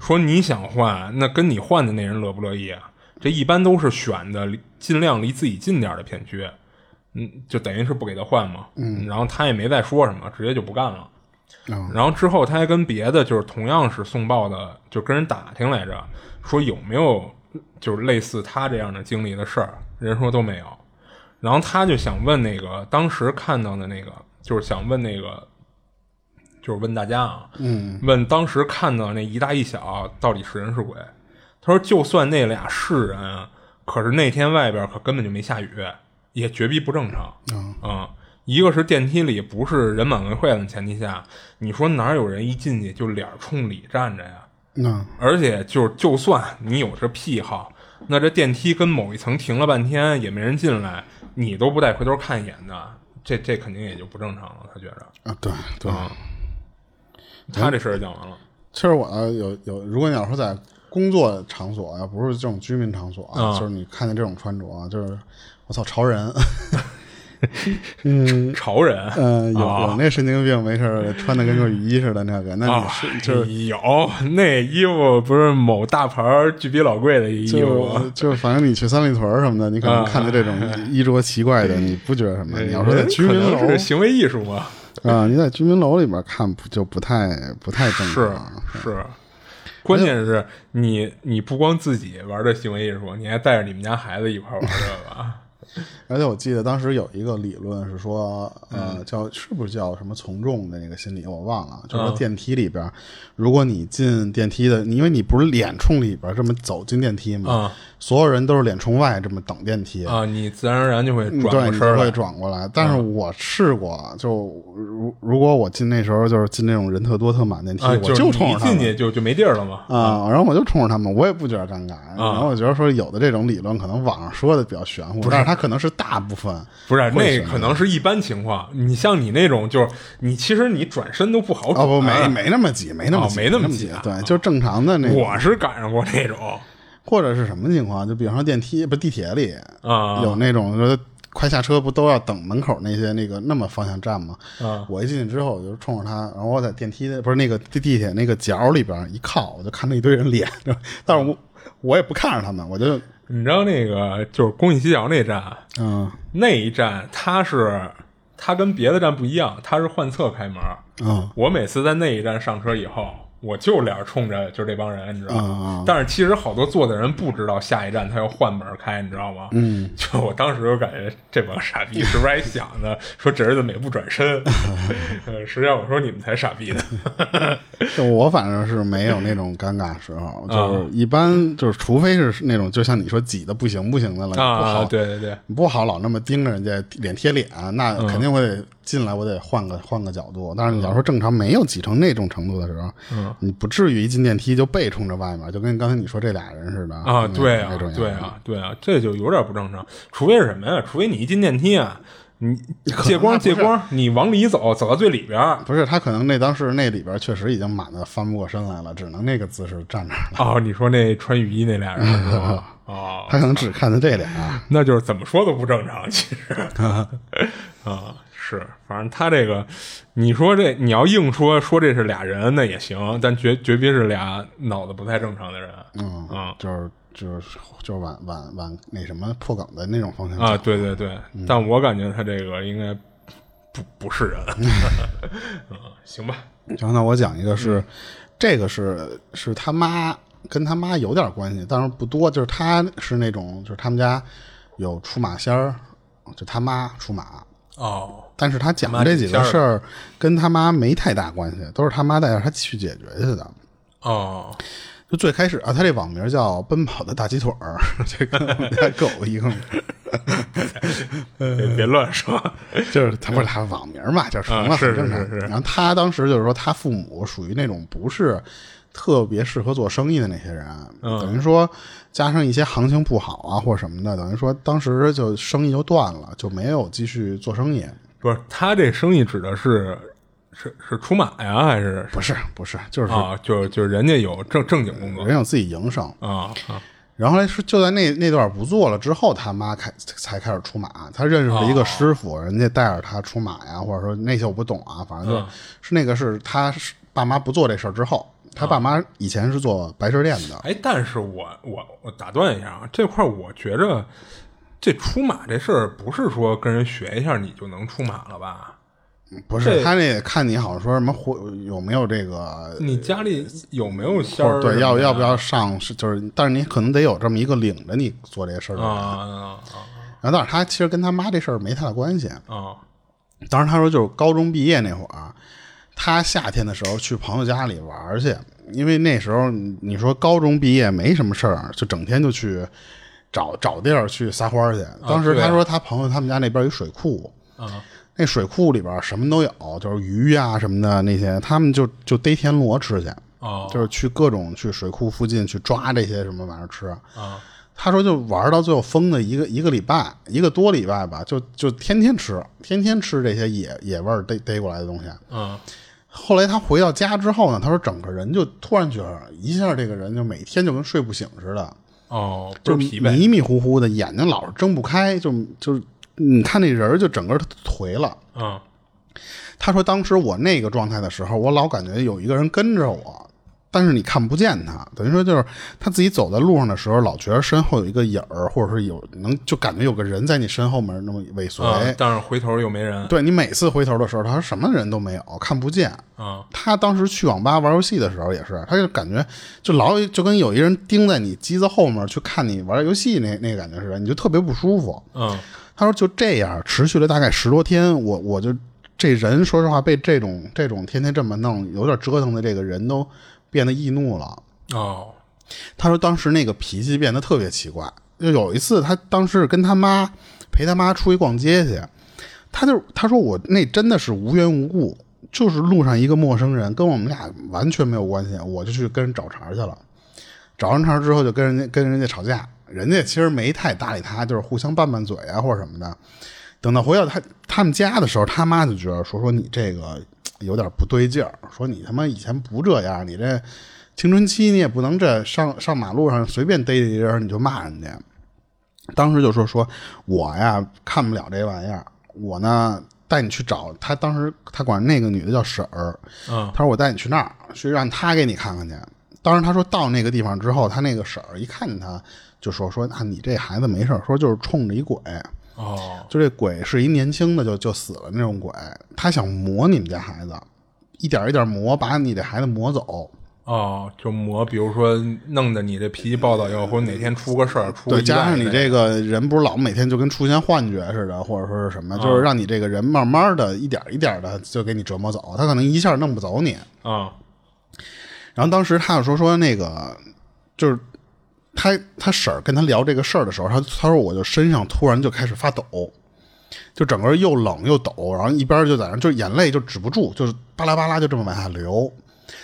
[SPEAKER 3] 说你想换，那跟你换的那人乐不乐意啊？这一般都是选的离尽量离自己近点儿的片区，嗯，就等于是不给他换嘛。嗯，然后他也没再说什么，直接就不干了。然后之后他还跟别的就是同样是送报的，就跟人打听来着，说有没有就是类似他这样的经历的事儿，人说都没有。然后他就想问那个当时看到的那个，就是想问那个，就是问大家啊，嗯，问当时看到那一大一小到底是人是鬼。他说，就算那俩是人啊，可是那天外边可根本就没下雨，也绝逼不正常。嗯，一个是电梯里不是人满为患的前提下，你说哪有人一进去就脸儿冲里站着呀？
[SPEAKER 2] 那
[SPEAKER 3] 而且就是就算你有这癖好，那这电梯跟某一层停了半天也没人进来，你都不带回头看一眼的，这这肯定也就不正常了。他觉着，
[SPEAKER 2] 啊，对对，
[SPEAKER 3] 他这事儿讲完了，
[SPEAKER 2] 其实我呢有有，如果你要说在工作场所啊，不是这种居民场所啊，
[SPEAKER 3] 啊
[SPEAKER 2] 就是你看见这种穿着啊，就是我操潮
[SPEAKER 3] *laughs*
[SPEAKER 2] 人，嗯
[SPEAKER 3] 潮人，
[SPEAKER 2] 呃，有
[SPEAKER 3] 啊
[SPEAKER 2] 有那神经病没事儿穿的跟个雨衣似的那个，那
[SPEAKER 3] 啊
[SPEAKER 2] 你嗯是就是
[SPEAKER 3] 有那衣服不是某大牌儿巨逼老贵的衣
[SPEAKER 2] 就
[SPEAKER 3] 服，
[SPEAKER 2] 就反正你去三里屯儿什么的，你可能
[SPEAKER 3] 啊哎
[SPEAKER 2] 看见这种衣着奇怪的，你不觉得什么？你要说在居民
[SPEAKER 3] 可能
[SPEAKER 2] 楼
[SPEAKER 3] 是行为艺术嘛，
[SPEAKER 2] 啊，你在居民楼里边看不就不太不太正
[SPEAKER 3] 是
[SPEAKER 2] 常。啊
[SPEAKER 3] 是，关键是
[SPEAKER 2] *laughs*
[SPEAKER 3] 你你不光自己玩这行为艺术，你还带着你们家孩子一块儿玩这个。啊
[SPEAKER 2] 而且我记得当时有一个理论是说，
[SPEAKER 3] 嗯
[SPEAKER 2] 呃，叫是不是叫什么从众的那个心理，我忘了。就说电梯里边，如果你进电梯的，你因为你不是脸冲里边这么走进电梯嘛，
[SPEAKER 3] 啊
[SPEAKER 2] 所有人都是脸冲外这么等电梯，
[SPEAKER 3] 啊，你自然而然就会转
[SPEAKER 2] 嗯对，
[SPEAKER 3] 过
[SPEAKER 2] 你
[SPEAKER 3] 身
[SPEAKER 2] 就
[SPEAKER 3] 儿
[SPEAKER 2] 会
[SPEAKER 3] 来。
[SPEAKER 2] 转过来。但是我试过，就如如果我进那时候就是进那种人特多特满电梯，
[SPEAKER 3] 啊，
[SPEAKER 2] 我
[SPEAKER 3] 是你
[SPEAKER 2] 冲
[SPEAKER 3] 一
[SPEAKER 2] 着他
[SPEAKER 3] 进
[SPEAKER 2] 们
[SPEAKER 3] 去嗯就就没地儿了嘛。
[SPEAKER 2] 啊、然后我就冲着他们，我也不觉得尴尬。
[SPEAKER 3] 啊
[SPEAKER 2] 然后我觉得说有的这种理论可能网上说的比较玄乎，但是它可能是大部分
[SPEAKER 3] 不是，
[SPEAKER 2] 会
[SPEAKER 3] 那
[SPEAKER 2] 选择
[SPEAKER 3] 可能是一般情况。你像你那种，就是你其实你转身都不好转。
[SPEAKER 2] 哦不没没那么挤，没那么
[SPEAKER 3] 啊哦
[SPEAKER 2] 挤，
[SPEAKER 3] 没那么
[SPEAKER 2] 么
[SPEAKER 3] 挤啊
[SPEAKER 2] 对，就正常的那种，
[SPEAKER 3] 我是赶上过那种
[SPEAKER 2] 或者是什么情况？就比方说电梯不地铁里
[SPEAKER 3] 啊
[SPEAKER 2] 有那种说快下车不都要等门口那些那个那么方向站吗？
[SPEAKER 3] 啊
[SPEAKER 2] 我一进去之后我就冲着他，然后我在电梯的不是那个地地铁那个角里边一靠，我就看那一堆人脸， *laughs* 但
[SPEAKER 3] 啊
[SPEAKER 2] 是我我也不看着他们，我就
[SPEAKER 3] 你知道那个就是公益西桥那站，
[SPEAKER 2] 嗯
[SPEAKER 3] 那一站它是它跟别的站不一样，它是换侧开门。
[SPEAKER 2] 嗯
[SPEAKER 3] 我每次在那一站上车以后，我就脸冲着就是这帮人，你知道吗？
[SPEAKER 2] 嗯
[SPEAKER 3] 但是其实好多坐的人不知道下一站他要换门开，你知道吗？嗯，就我当时就感觉这帮傻逼是不是还想呢？说这人怎么也不转
[SPEAKER 2] *laughs*
[SPEAKER 3] 身？呃，实际上我说你们才傻逼呢。
[SPEAKER 2] 就我反正是没有那种尴尬时
[SPEAKER 3] 啊
[SPEAKER 2] 候，就是一般就是除非是那种就像你说挤的不行 *laughs* 不行的了，不好
[SPEAKER 3] 啊，对对对，
[SPEAKER 2] 你不好老那么盯着人家脸贴脸，啊那
[SPEAKER 3] 嗯
[SPEAKER 2] 肯定会进来，我得换个换个角度。但是你要说正常没有挤成那种程度的时候，
[SPEAKER 3] 嗯
[SPEAKER 2] 你不至于一进电梯就背冲着外面，就跟刚才你说这俩人似的
[SPEAKER 3] 啊，对
[SPEAKER 2] 那
[SPEAKER 3] 啊
[SPEAKER 2] 种，
[SPEAKER 3] 对啊，对啊，这就有点不正常。除非是什么呀？除非你一进电梯啊，你借光
[SPEAKER 2] 那不是
[SPEAKER 3] 借光，你往里走，走到最里边儿。
[SPEAKER 2] 不是他可能那当时那里边确实已经满的翻不过身来了，只能那个姿势站那儿了。
[SPEAKER 3] 哦，你说那穿雨衣那俩人是
[SPEAKER 2] *laughs*
[SPEAKER 3] 吧？哦，
[SPEAKER 2] 他可能只看见这俩，啊
[SPEAKER 3] 那就是怎么说都不正常，其 *laughs* 实啊，是，反正他这个，你说这你要硬说说这是俩人那也行，但绝绝逼是俩脑子不太正常的人，嗯啊
[SPEAKER 2] 就是就是就是往往往那什么破梗的那种方向
[SPEAKER 3] 啊，
[SPEAKER 2] 走。
[SPEAKER 3] 对对对，但我感觉他这个应该不不是 *laughs* 人，啊，行吧，
[SPEAKER 2] 行，那我讲一个是，这个是是他妈跟他妈有点关系，但是不多。就是他是那种，就是他们家有出马仙儿，就他妈出马。
[SPEAKER 3] 哦，
[SPEAKER 2] 但是他讲的这几个事儿跟他妈没太大关系，都是他妈带着他去解决去的。
[SPEAKER 3] 哦，
[SPEAKER 2] 就最开始啊，他这网名叫“奔跑的大鸡腿儿”， *laughs* 这跟我们家狗一个名儿，
[SPEAKER 3] *laughs* 别别乱 *laughs* 说，
[SPEAKER 2] 就是他不是他网名嘛，叫成了，
[SPEAKER 3] 啊是
[SPEAKER 2] 很正常
[SPEAKER 3] 是是是
[SPEAKER 2] 然后他当时就是说，他父母属于那种不是特别适合做生意的那些人，等于说加上一些行情不好啊或者什么的，等于说当时就生意就断了，就没有继续做生意。
[SPEAKER 3] 不是他这生意指的是是是出马呀，还是
[SPEAKER 2] 不是不是，就是
[SPEAKER 3] 啊？就就人家有正正经工作
[SPEAKER 2] 人有自己营生。
[SPEAKER 3] 啊啊
[SPEAKER 2] 然后来是就在那那段不做了之后，他妈开才开始出马。他认识了一个师傅，人家带着他出马呀，或者说那些我不懂啊，反正就是、是那个是他是爸妈不做这事儿之后，他爸妈以前是做白事店的。
[SPEAKER 3] 哎，但是我我我打断一下啊，这块儿我觉着这出马这事儿不是说跟人学一下你就能出马了吧？
[SPEAKER 2] 不
[SPEAKER 3] 这
[SPEAKER 2] 是他那看你好像说什么活有没有这个。
[SPEAKER 3] 你家里有没有仙
[SPEAKER 2] 或
[SPEAKER 3] 儿
[SPEAKER 2] 者
[SPEAKER 3] 什么的？
[SPEAKER 2] 哦对，要要不要上是就是，但是你可能得有这么一个领着你做这事儿的人。
[SPEAKER 3] 啊
[SPEAKER 2] 然后，但是他其实跟他妈这事儿没太大关系。
[SPEAKER 3] 啊啊！
[SPEAKER 2] 当时他说，就是高中毕业那会儿，啊他夏天的时候去朋友家里玩儿去，因为那时候你你说高中毕业没什么事儿，就整天就去找找地儿去撒欢儿去。当时
[SPEAKER 3] 对啊
[SPEAKER 2] 他说，他朋友他们家那边有水库，
[SPEAKER 3] 啊
[SPEAKER 2] 那水库里边儿什么都有，就是鱼呀、什么的那些，他们就就逮天螺吃去，
[SPEAKER 3] 哦
[SPEAKER 2] 就是去各种去水库附近去抓这些什么玩意儿吃。
[SPEAKER 3] 啊
[SPEAKER 2] 他说就玩到最后疯的一个一个礼拜，一个多礼拜吧，就就天天吃，天天吃这些野野味儿逮逮过来的东西。
[SPEAKER 3] 啊
[SPEAKER 2] 后来他回到家之后呢，他说整个人就突然觉得一下这个人就每天就跟睡不醒似的，
[SPEAKER 3] 哦，
[SPEAKER 2] 就
[SPEAKER 3] 不是疲惫
[SPEAKER 2] 迷迷糊糊的，眼睛老是睁不开，就就你看那人儿就整个他颓了。
[SPEAKER 3] 啊
[SPEAKER 2] 他说当时我那个状态的时候，我老感觉有一个人跟着我，但是你看不见他，等于说就是他自己走在路上的时候，老觉得身后有一个影儿，或者是有能就感觉有个人在你身后面那么尾随。
[SPEAKER 3] 啊，但是回头又没人，
[SPEAKER 2] 对你每次回头的时候，他说什么人都没有，看不见。
[SPEAKER 3] 啊，
[SPEAKER 2] 他当时去网吧玩游戏的时候也是，他就感觉就老有就跟有一人盯在你机子后面去看你玩游戏那那个感觉似的，你就特别不舒服。
[SPEAKER 3] 嗯，
[SPEAKER 2] 他说就这样持续了大概十多天，我我就这人说实话被这种这种天天这么弄有点折腾的这个人都变得易怒了。
[SPEAKER 3] 哦，
[SPEAKER 2] 他说当时那个脾气变得特别奇怪，就有一次他当时跟他妈陪他妈出去逛街去，他就他说我那真的是无缘无故，就是路上一个陌生人跟我们俩完全没有关系，我就去跟人找茬去了。找完茬之后就跟人家跟人家吵架，人家其实没太搭理他，就是互相拌拌嘴啊或者什么的。等到回到他他们家的时候，他妈就觉得说说你这个有点不对劲儿，说你他妈以前不这样，你这青春期你也不能这上上马路上随便逮着一人你就骂人家。当时就说说我呀看不了这玩意儿，我呢带你去找他，当时他管那个女的叫婶儿，
[SPEAKER 3] 嗯，
[SPEAKER 2] 他说我带你去那儿去让他给你看看去。当时他说到那个地方之后，他那个婶儿一看见他就说说啊你这孩子没事儿，说就是冲着一鬼。
[SPEAKER 3] 哦，
[SPEAKER 2] 就这鬼是一年轻的就就死了那种鬼，他想磨你们家孩子，一点一点磨，把你的孩子磨走。
[SPEAKER 3] 哦，就磨，比如说弄得你这脾气暴躁以后，或者哪天出个事儿，出个
[SPEAKER 2] 对，
[SPEAKER 3] 意
[SPEAKER 2] 加
[SPEAKER 3] 外
[SPEAKER 2] 上你
[SPEAKER 3] 那
[SPEAKER 2] 这个人不是老每天就跟出现幻觉似的，或者说是什么，
[SPEAKER 3] 嗯
[SPEAKER 2] 就是让你这个人慢慢的一点一点的就给你折磨走，他可能一下弄不走你。
[SPEAKER 3] 啊，
[SPEAKER 2] 然后当时他就说说那个，就是他他婶儿跟他聊这个事儿的时候，他他说我就身上突然就开始发抖，就整个又冷又抖，然后一边就在那就眼泪就止不住，就是巴拉巴拉就这么往下流。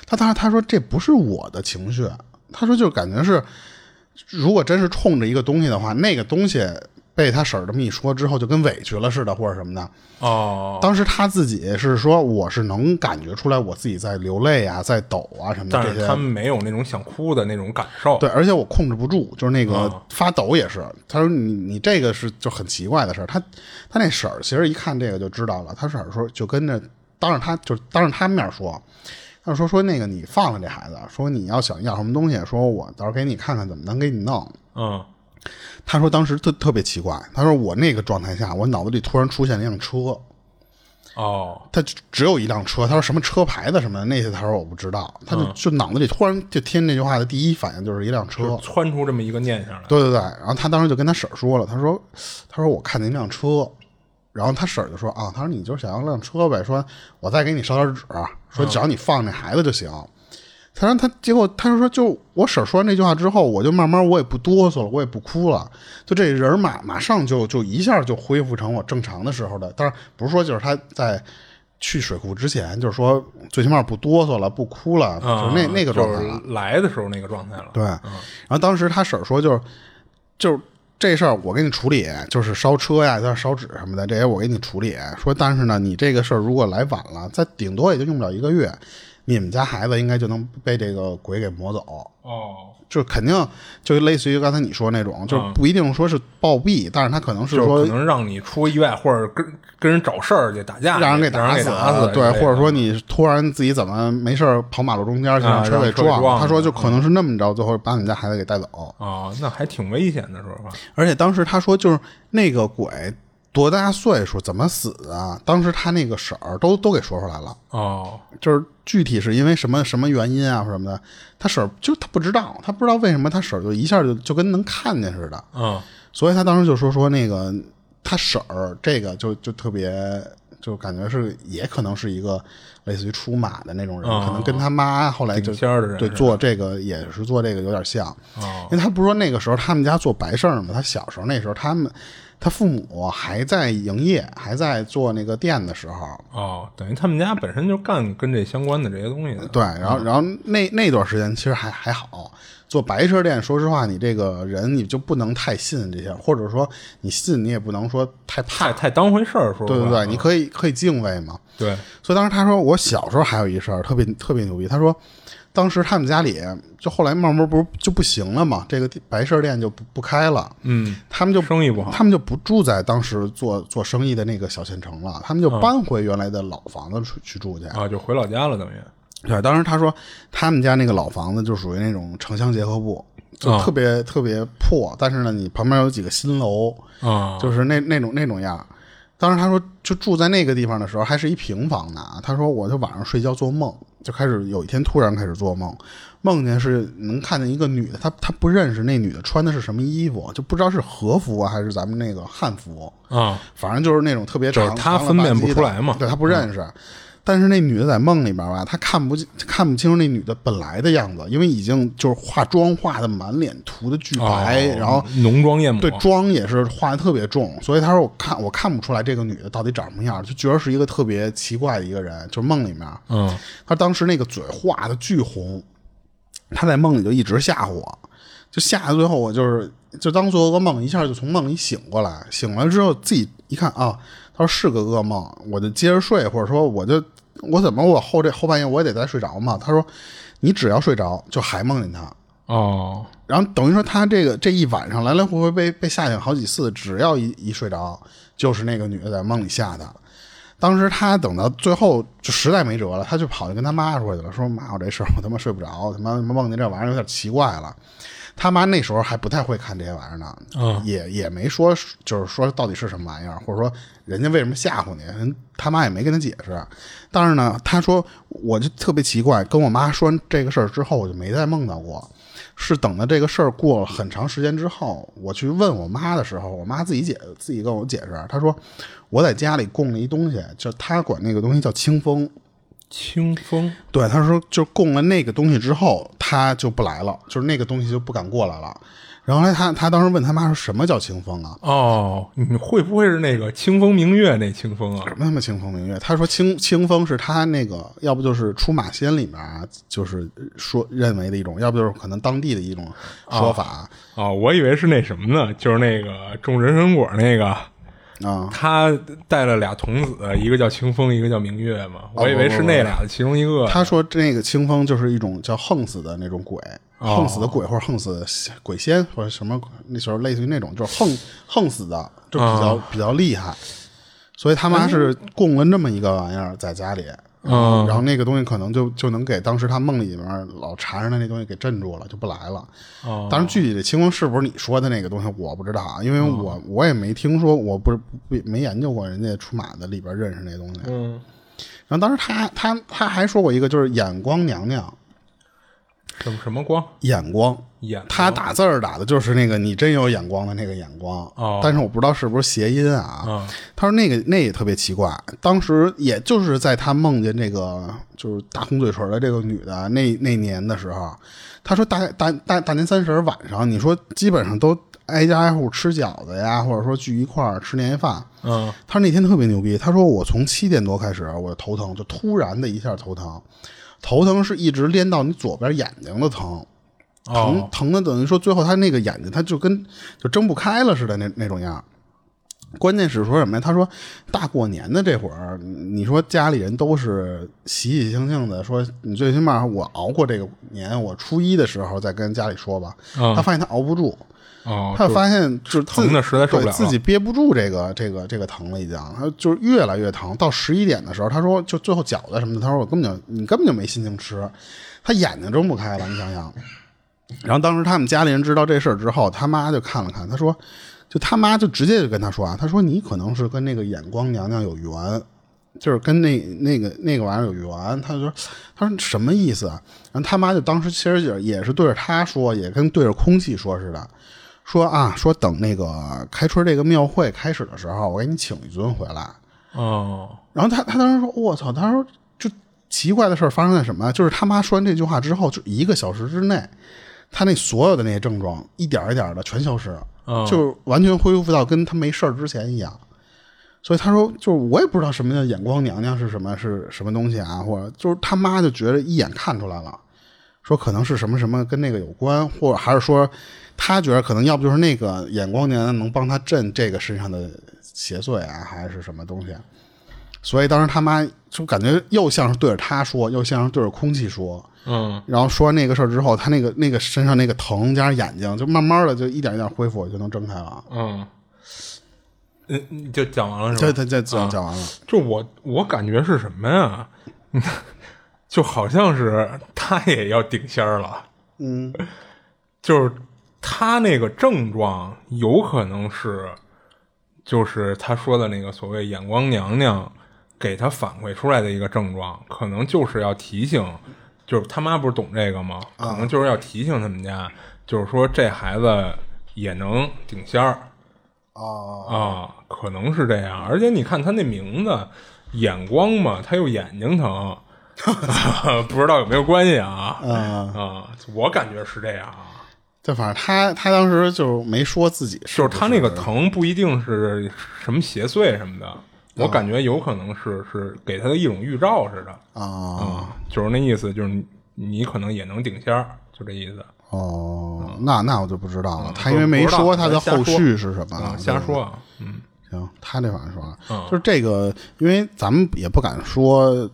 [SPEAKER 2] 他当时他说这不是我的情绪，他说就感觉是，如果真是冲着一个东西的话，那个东西被他婶儿这么一说之后，就跟委屈了似的，或者什么的。
[SPEAKER 3] 哦，
[SPEAKER 2] 当时他自己是说我是能感觉出来我自己在流泪啊，在抖啊什么的
[SPEAKER 3] 但
[SPEAKER 2] 这些。
[SPEAKER 3] 是他们没有那种想哭的那种感受，
[SPEAKER 2] 对，而且我控制不住，就是那个发抖也是。他说你你这个是就很奇怪的事儿。他他那婶儿其实一看这个就知道了，他婶儿说就跟着当着他就是当着他面说，他就说说那个你放了这孩子，说你要想要什么东西，说我到时候给你看看怎么能给你弄。
[SPEAKER 3] 嗯，
[SPEAKER 2] 他说当时特特别奇怪，他说我那个状态下，我脑子里突然出现了一辆车，
[SPEAKER 3] 哦，
[SPEAKER 2] 他只只有一辆车，他说什么车牌子什么的那些，他说我不知道，他就、就脑子里突然就听这句话的第一反应啊就是一辆车，
[SPEAKER 3] 窜出这么一个念想来，
[SPEAKER 2] 对对对，然后他当时就跟他婶儿说了，他说，他说我看见一辆车，然后他婶儿就说啊，他说你就是想要辆车呗，说我再给你烧点纸，说只要你放那孩子就行。他说他结果他就说就我婶儿说完这句话之后，我就慢慢我也不哆嗦了，我也不哭了，就这人儿马马上就就一下就恢复成我正常的时候的。当然不是说就是他在去水库之前，就是说最起码不哆嗦了，不哭了，
[SPEAKER 3] 啊
[SPEAKER 2] 就是那那个状态
[SPEAKER 3] 就
[SPEAKER 2] 了。
[SPEAKER 3] 是来的时候那个状态了，
[SPEAKER 2] 对，然后当时他婶儿说就是就是这事儿我给你处理，就是烧车呀、就是烧纸什么的这些我给你处理。说但是呢，你这个事儿如果来晚了，再顶多也就用不了一个月，你们家孩子应该就能被这个鬼给磨走。
[SPEAKER 3] 哦，
[SPEAKER 2] 就是肯定就类似于刚才你说那种，就是不一定说是暴毙，但是他可能是
[SPEAKER 3] 就是
[SPEAKER 2] 说
[SPEAKER 3] 可能让你出意外，或者跟跟人找事儿去打架去，
[SPEAKER 2] 让人给
[SPEAKER 3] 打
[SPEAKER 2] 打死，
[SPEAKER 3] 死之类
[SPEAKER 2] 对，
[SPEAKER 3] 的，
[SPEAKER 2] 或者说你突然自己怎么没事儿跑马路中间去
[SPEAKER 3] 啊
[SPEAKER 2] 让车给
[SPEAKER 3] 让车给
[SPEAKER 2] 撞
[SPEAKER 3] 撞
[SPEAKER 2] 了，他说
[SPEAKER 3] 了
[SPEAKER 2] 就可能是那么着，最后把你们家孩子给带走。
[SPEAKER 3] 哦，那还挺危险的，说实话，
[SPEAKER 2] 而且当时他说，就是那个鬼多大岁数，怎么死的啊？当时他那个婶儿都都给说出来了，
[SPEAKER 3] 哦，
[SPEAKER 2] 就是具体是因为什么什么原因啊什么的，他婶儿就他不知道，他不知道为什么他婶儿就一下就就跟能看见似的，
[SPEAKER 3] 嗯，
[SPEAKER 2] 所以他当时就说说那个他婶儿这个就就特别。就感觉是，也可能是一个类似于出马的那种人，可能跟他妈后来就
[SPEAKER 3] 哦顶尖儿的人
[SPEAKER 2] 对
[SPEAKER 3] 是吧
[SPEAKER 2] 做这个也是做这个有点像。
[SPEAKER 3] 哦，
[SPEAKER 2] 因为他不是说那个时候他们家做白事儿吗？他小时候那时候他们他父母还在营业，还在做那个店的时候，
[SPEAKER 3] 哦，等于他们家本身就干跟这相关的这些东西的，
[SPEAKER 2] 对，然
[SPEAKER 3] 嗯
[SPEAKER 2] 后然后那那段时间其实还还好。做白事儿店，说实话，你这个人你就不能太信这些，或者说你信你也不能说太怕
[SPEAKER 3] 太，太当回事儿，说
[SPEAKER 2] 对
[SPEAKER 3] 实
[SPEAKER 2] 对
[SPEAKER 3] 话
[SPEAKER 2] 对，你可以可以敬畏嘛。
[SPEAKER 3] 对，
[SPEAKER 2] 所以当时他说，我小时候还有一事儿特别特别牛逼。他说，当时他们家里就后来慢慢不是就不行了嘛，这个白事儿店就不不开了，
[SPEAKER 3] 嗯，
[SPEAKER 2] 他们就
[SPEAKER 3] 生意不好
[SPEAKER 2] 他们就不住在当时做做生
[SPEAKER 3] 嗯
[SPEAKER 2] 意的那个小县城了，他们就搬回原来的老房子去去住去。
[SPEAKER 3] 啊，就回老家了，等于，
[SPEAKER 2] 对，当时他说他们家那个老房子就属于那种城乡结合部，就
[SPEAKER 3] 啊
[SPEAKER 2] 特别、特别破，但是呢，你旁边有几个新楼，
[SPEAKER 3] 啊，
[SPEAKER 2] 就是那那种那种样儿。当时他说，就住在那个地方的时候，还是一平房呢啊。他说，我就晚上睡觉做梦，就开始有一天突然开始做梦，梦见是能看见一个女的，他他不认识那女的穿的是什么衣服，就不知道是和服啊还是咱们那个汉服，
[SPEAKER 3] 啊
[SPEAKER 2] 反正就是那种特别长，
[SPEAKER 3] 就是他
[SPEAKER 2] 长了
[SPEAKER 3] 分辨
[SPEAKER 2] 吧唧
[SPEAKER 3] 不出
[SPEAKER 2] 的
[SPEAKER 3] 来嘛嗯
[SPEAKER 2] 对他不认识。但是那女的在梦里边吧，他看不看不清楚那女的本来的样子，因为已经就是化妆化的满脸涂的巨白，
[SPEAKER 3] 哦
[SPEAKER 2] 然后
[SPEAKER 3] 浓妆艳抹，
[SPEAKER 2] 对妆也是画的特别重，所以他说我看我看不出来这个女的到底长什么样，就觉得是一个特别奇怪的一个人，就是梦里面，
[SPEAKER 3] 嗯
[SPEAKER 2] 他当时那个嘴画的巨红，他在梦里就一直吓唬我，就吓得最后我就是就当做噩梦，一下就从梦里醒过来，醒来之后自己一看啊，他说是个噩梦，我就接着睡，或者说我就我怎么我后这后半夜我也得再睡着嘛，他说你只要睡着就还梦见他，
[SPEAKER 3] 哦
[SPEAKER 2] 然后等于说他这个这一晚上来来回回被被吓醒好几次，只要一一睡着，就是那个女的在梦里吓他。当时他等到最后就实在没辙了，他就跑去跟他妈说去了，说妈，我这事儿我他妈睡不着，他妈梦见这玩意儿有点奇怪了。他妈那时候还不太会看这些玩意儿呢，也也没说就是说到底是什么玩意儿，或者说人家为什么吓唬你，人他妈也没跟他解释。但是呢，他说我就特别奇怪，跟我妈说完这个事儿之后，我就没再梦到过。是等到这个事儿过了很长时间之后，我去问我妈的时候，我妈自己解自己跟我解释，她说我在家里供了一东西，就她管那个东西叫清风。
[SPEAKER 3] 清风
[SPEAKER 2] 对，她说就供了那个东西之后，她就不来了，就是那个东西就不敢过来了。然后呢，她她当时问她妈说什么叫清风啊？
[SPEAKER 3] 哦，你会不会是那个清风明月那清风啊
[SPEAKER 2] 什？么他妈清风明月？他说清清风是他那个，要不就是出马仙里面啊，就是说认为的一种，要不就是可能当地的一种说法啊
[SPEAKER 3] 哦，我以为是那什么呢，就是那个种人参果那个，
[SPEAKER 2] 啊。
[SPEAKER 3] 他带了俩童子，一个叫清风，一个叫明月嘛，我以为是那俩的其中一个。
[SPEAKER 2] 哦他说这个清风就是一种叫横死的那种鬼，横死的鬼或者横死的鬼仙或者什么，那时候类似于那种就是横横死的，就比较、比较厉害。所以他妈是供了那么一个玩意儿在家里，
[SPEAKER 3] 嗯
[SPEAKER 2] 然后那个东西可能就就能给当时他梦里面老缠着的那东西给镇住了，就不来了。
[SPEAKER 3] 哦
[SPEAKER 2] 当然，具体的情况是不是你说的那个东西，我不知道啊，因为我、我也没听说，我不是不没研究过人家出马的里边认识那东西。
[SPEAKER 3] 嗯，
[SPEAKER 2] 然后当时他他他还说过一个，就是眼光娘娘，
[SPEAKER 3] 什么什么光
[SPEAKER 2] 眼光。
[SPEAKER 3] 眼光
[SPEAKER 2] 他打字儿打的就是那个你真有眼光的那个眼光，
[SPEAKER 3] 哦
[SPEAKER 2] 但是我不知道是不是谐音啊。
[SPEAKER 3] 啊
[SPEAKER 2] 他说那个那也特别奇怪，当时也就是在他梦见这个就是大红嘴唇的这个女的那那年的时候，他说大大大大年三十晚上，你说基本上都挨家挨户吃饺子呀，或者说聚一块儿吃年夜饭。
[SPEAKER 3] 嗯
[SPEAKER 2] 他说那天特别牛逼，他说我从七点多开始我就头疼，就突然的一下头疼，头疼是一直连到你左边眼睛的疼。疼
[SPEAKER 3] 哦
[SPEAKER 2] 疼的等于说最后他那个眼睛他就跟就睁不开了似的那那种样儿。关键是说什么呀？他说大过年的这会儿，你说家里人都是喜喜庆庆的，说你最起码我熬过这个年，我初一的时候再跟家里说吧。
[SPEAKER 3] 嗯
[SPEAKER 2] 他发现他熬不住，
[SPEAKER 3] 哦，
[SPEAKER 2] 他发现就是自
[SPEAKER 3] 疼得实在受不
[SPEAKER 2] 对
[SPEAKER 3] 了
[SPEAKER 2] 自己憋不住这个这个这个疼了，已经，他就是越来越疼。到十一点的时候，他说就最后饺子什么的，他说我根本就你根本就没心情吃，他眼睛睁不开了，你想想。然后当时他们家里人知道这事儿之后，他妈就看了看，他说，就他妈就直接就跟他说啊，他说你可能是跟那个眼光娘娘有缘，就是跟那那个那个玩意儿有缘。他就说，他说什么意思啊？然后他妈就当时其实也也是对着他说，也跟对着空气说似的，说啊，说等那个开春这个庙会开始的时候，我给你请一尊回来。
[SPEAKER 3] 哦
[SPEAKER 2] 然后他他当时说：“我操！”他说：“就奇怪的事儿发生在什么？就是他妈说完这句话之后，就一个小时之内，他那所有的那些症状一点儿一点儿的全消失，
[SPEAKER 3] 嗯
[SPEAKER 2] 就完全恢复到跟他没事儿之前一样。所以他说，就是我也不知道什么叫眼光娘娘是什么是什么东西啊，或者就是他妈就觉得一眼看出来了，说可能是什么什么跟那个有关，或者还是说他觉得可能要不就是那个眼光娘娘能帮他镇这个身上的邪祟啊，还是什么东西。所以当时他妈就感觉又像是对着他说，又像是对着空气说。
[SPEAKER 3] 嗯
[SPEAKER 2] 然后说完那个事儿之后，他那个那个身上那个疼加上眼睛，就慢慢的就一点一点恢复，就能睁开了。
[SPEAKER 3] 嗯，嗯，你就讲完了是吧？
[SPEAKER 2] 这这这讲讲完了，
[SPEAKER 3] 就我我感觉是什么呀？ *laughs* 就好像是他也要顶仙儿了，
[SPEAKER 4] 嗯，
[SPEAKER 3] 就是他那个症状有可能是，就是他说的那个所谓眼光娘娘给他反馈出来的一个症状，可能就是要提醒，就是他妈不是懂这个吗？可能就是要提醒他们家，就是说这孩子也能顶仙儿。
[SPEAKER 4] 哦，
[SPEAKER 3] 啊，可能是这样。而且你看他那名字，眼光嘛，他又眼
[SPEAKER 4] *laughs*
[SPEAKER 3] 睛疼，不知道有没有关系啊？
[SPEAKER 4] 嗯，
[SPEAKER 3] 啊，我感觉是这样啊，
[SPEAKER 4] 但反正他他当时就没说自己
[SPEAKER 3] 就是是他那个疼不一定是什么邪祟什么
[SPEAKER 4] 啊
[SPEAKER 3] 的，我感觉有可能是是给他的一种预兆似的
[SPEAKER 4] 啊，
[SPEAKER 3] 啊，就是那意思，就是你你可能也能顶仙儿，就这意思。
[SPEAKER 4] 哦，那那我就不知道了。他因为
[SPEAKER 3] 啊不
[SPEAKER 4] 没
[SPEAKER 3] 不知道
[SPEAKER 4] 说他的
[SPEAKER 3] 瞎说
[SPEAKER 4] 后续是什么啊，
[SPEAKER 3] 啊，瞎
[SPEAKER 4] 对
[SPEAKER 3] 说啊，嗯，
[SPEAKER 4] 行，他这反正说了，
[SPEAKER 3] 嗯
[SPEAKER 4] 就是这个，因为咱们也不敢说，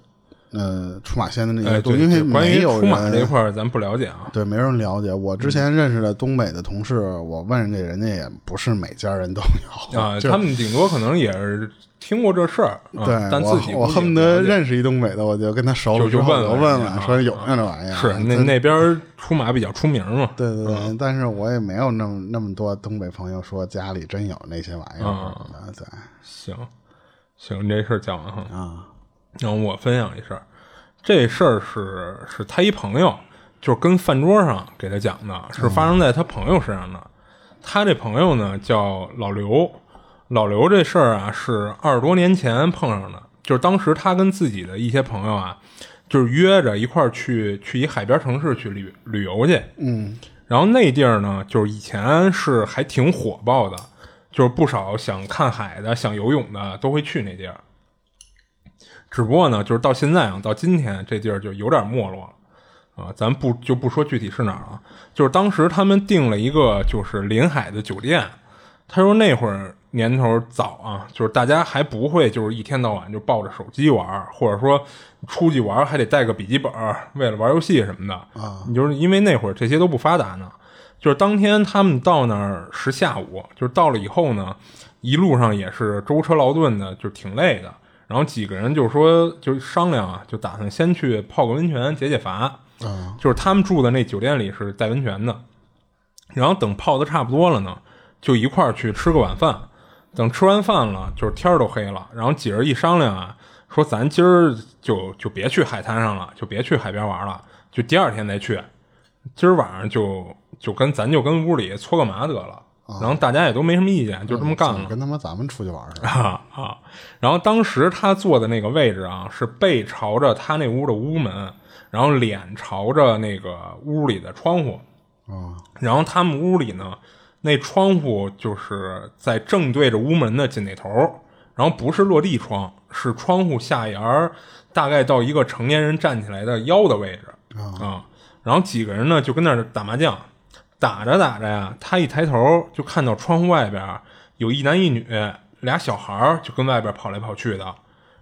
[SPEAKER 4] 呃，出马仙的那
[SPEAKER 3] 哎，
[SPEAKER 4] 些东西，
[SPEAKER 3] 对，
[SPEAKER 4] 因为
[SPEAKER 3] 对关于
[SPEAKER 4] 没有
[SPEAKER 3] 出马
[SPEAKER 4] 人
[SPEAKER 3] 这块儿咱不了解啊，
[SPEAKER 4] 对没人了解。我
[SPEAKER 3] 嗯
[SPEAKER 4] 之前认识的东北的同事，我问给人家也不是每家人都有
[SPEAKER 3] *laughs* 啊，
[SPEAKER 4] 就
[SPEAKER 3] 他们顶多可能也是听过这事儿，啊
[SPEAKER 4] 对
[SPEAKER 3] 但
[SPEAKER 4] 我
[SPEAKER 3] 自己
[SPEAKER 4] 我
[SPEAKER 3] 不
[SPEAKER 4] 恨不
[SPEAKER 3] 了
[SPEAKER 4] 得
[SPEAKER 3] 解
[SPEAKER 4] 认识一东北的，我就跟他熟了
[SPEAKER 3] 就
[SPEAKER 4] 之
[SPEAKER 3] 就
[SPEAKER 4] 后
[SPEAKER 3] 问
[SPEAKER 4] 我就
[SPEAKER 3] 问
[SPEAKER 4] 问
[SPEAKER 3] 人家
[SPEAKER 4] 说有没有这玩意儿，
[SPEAKER 3] *laughs* 是那啊
[SPEAKER 4] 他
[SPEAKER 3] 那边儿出马比较出名嘛，
[SPEAKER 4] 对对对，但是我也没有那么那么多东北朋友说家里真有那些玩意儿
[SPEAKER 3] 啊
[SPEAKER 4] 什么的，对
[SPEAKER 3] 行行，你这事儿讲完哈，
[SPEAKER 4] 啊，
[SPEAKER 3] 然后我分享一事儿，这事儿是是他一朋友，就是跟饭桌上给他讲的，是发生在他朋友身上的。他这朋友呢叫老刘，老刘这事儿啊是二十多年前碰上的，就是当时他跟自己的一些朋友啊，就是约着一块儿去去一海边城市去旅旅游去，
[SPEAKER 4] 嗯
[SPEAKER 3] 然后那地儿呢，就是以前是还挺火爆的，就是不少想看海的、想游泳的都会去那地儿。只不过呢，就是到现在啊，到今天这地儿就有点没落了啊。咱不就不说具体是哪儿了，就是当时他们订了一个就是临海的酒店。他说那会儿年头早啊，就是大家还不会就是一天到晚就抱着手机玩儿，或者说出去玩儿还得带个笔记本儿，为了玩儿游戏什么的
[SPEAKER 4] 啊。
[SPEAKER 3] 你就是因为那会儿这些都不发达呢。就是当天他们到那儿是下午，就是到了以后呢，一路上也是舟车劳顿的，就挺累的。然后几个人就说，就商量啊，就打算先去泡个温泉解解乏。
[SPEAKER 4] 啊
[SPEAKER 3] 就是他们住的那酒店里是带温泉的。然后等泡的差不多了呢，就一块儿去吃个晚饭。等吃完饭了，就是天儿都黑了，然后几人一商量啊，说咱今儿就就别去海滩上了，就别去海边玩了，就第二天再去。今儿晚上就就跟咱就跟屋里搓个麻得了。然后大家也都没什么意见，就这么干了。
[SPEAKER 4] 跟他妈咱们出去玩儿似的，
[SPEAKER 3] 啊 *laughs* 啊！然后当时他坐的那个位置啊，是背朝着他那屋的屋门，然后脸朝着那个屋里的窗户。
[SPEAKER 4] 啊
[SPEAKER 3] 然后他们屋里呢，那窗户就是在正对着屋门的紧那头儿，然后不是落地窗，是窗户下沿儿大概到一个成年人站起来的腰的位置啊、然后几个人呢就跟那儿打麻将，打着打着呀，他一抬头就看到窗户外边儿有一男一女俩小孩儿就跟外边跑来跑去的。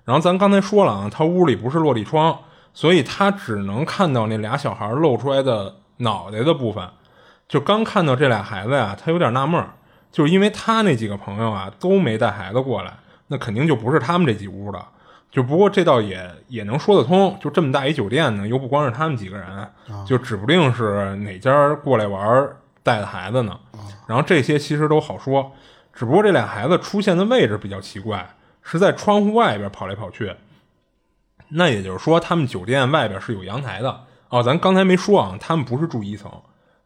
[SPEAKER 3] 然后咱刚才说了啊，他屋里不是落地窗，所以他只能看到那俩小孩露出来的脑袋的部分。就刚看到这俩孩子呀、他有点纳闷儿，就是因为他那几个朋友啊都没带孩子过来，那肯定就不是他们这几屋的。就不过这倒也也能说得通，就这么大一酒店呢，又不光是他们几个人，就指不定是哪家儿过来玩儿带的孩子呢。然后这些其实都好说，只不过这俩孩子出现的位置比较奇怪，是在窗户外边跑来跑去。那也就是说，他们酒店外边是有阳台的哦。咱刚才没说啊，他们不是住一层，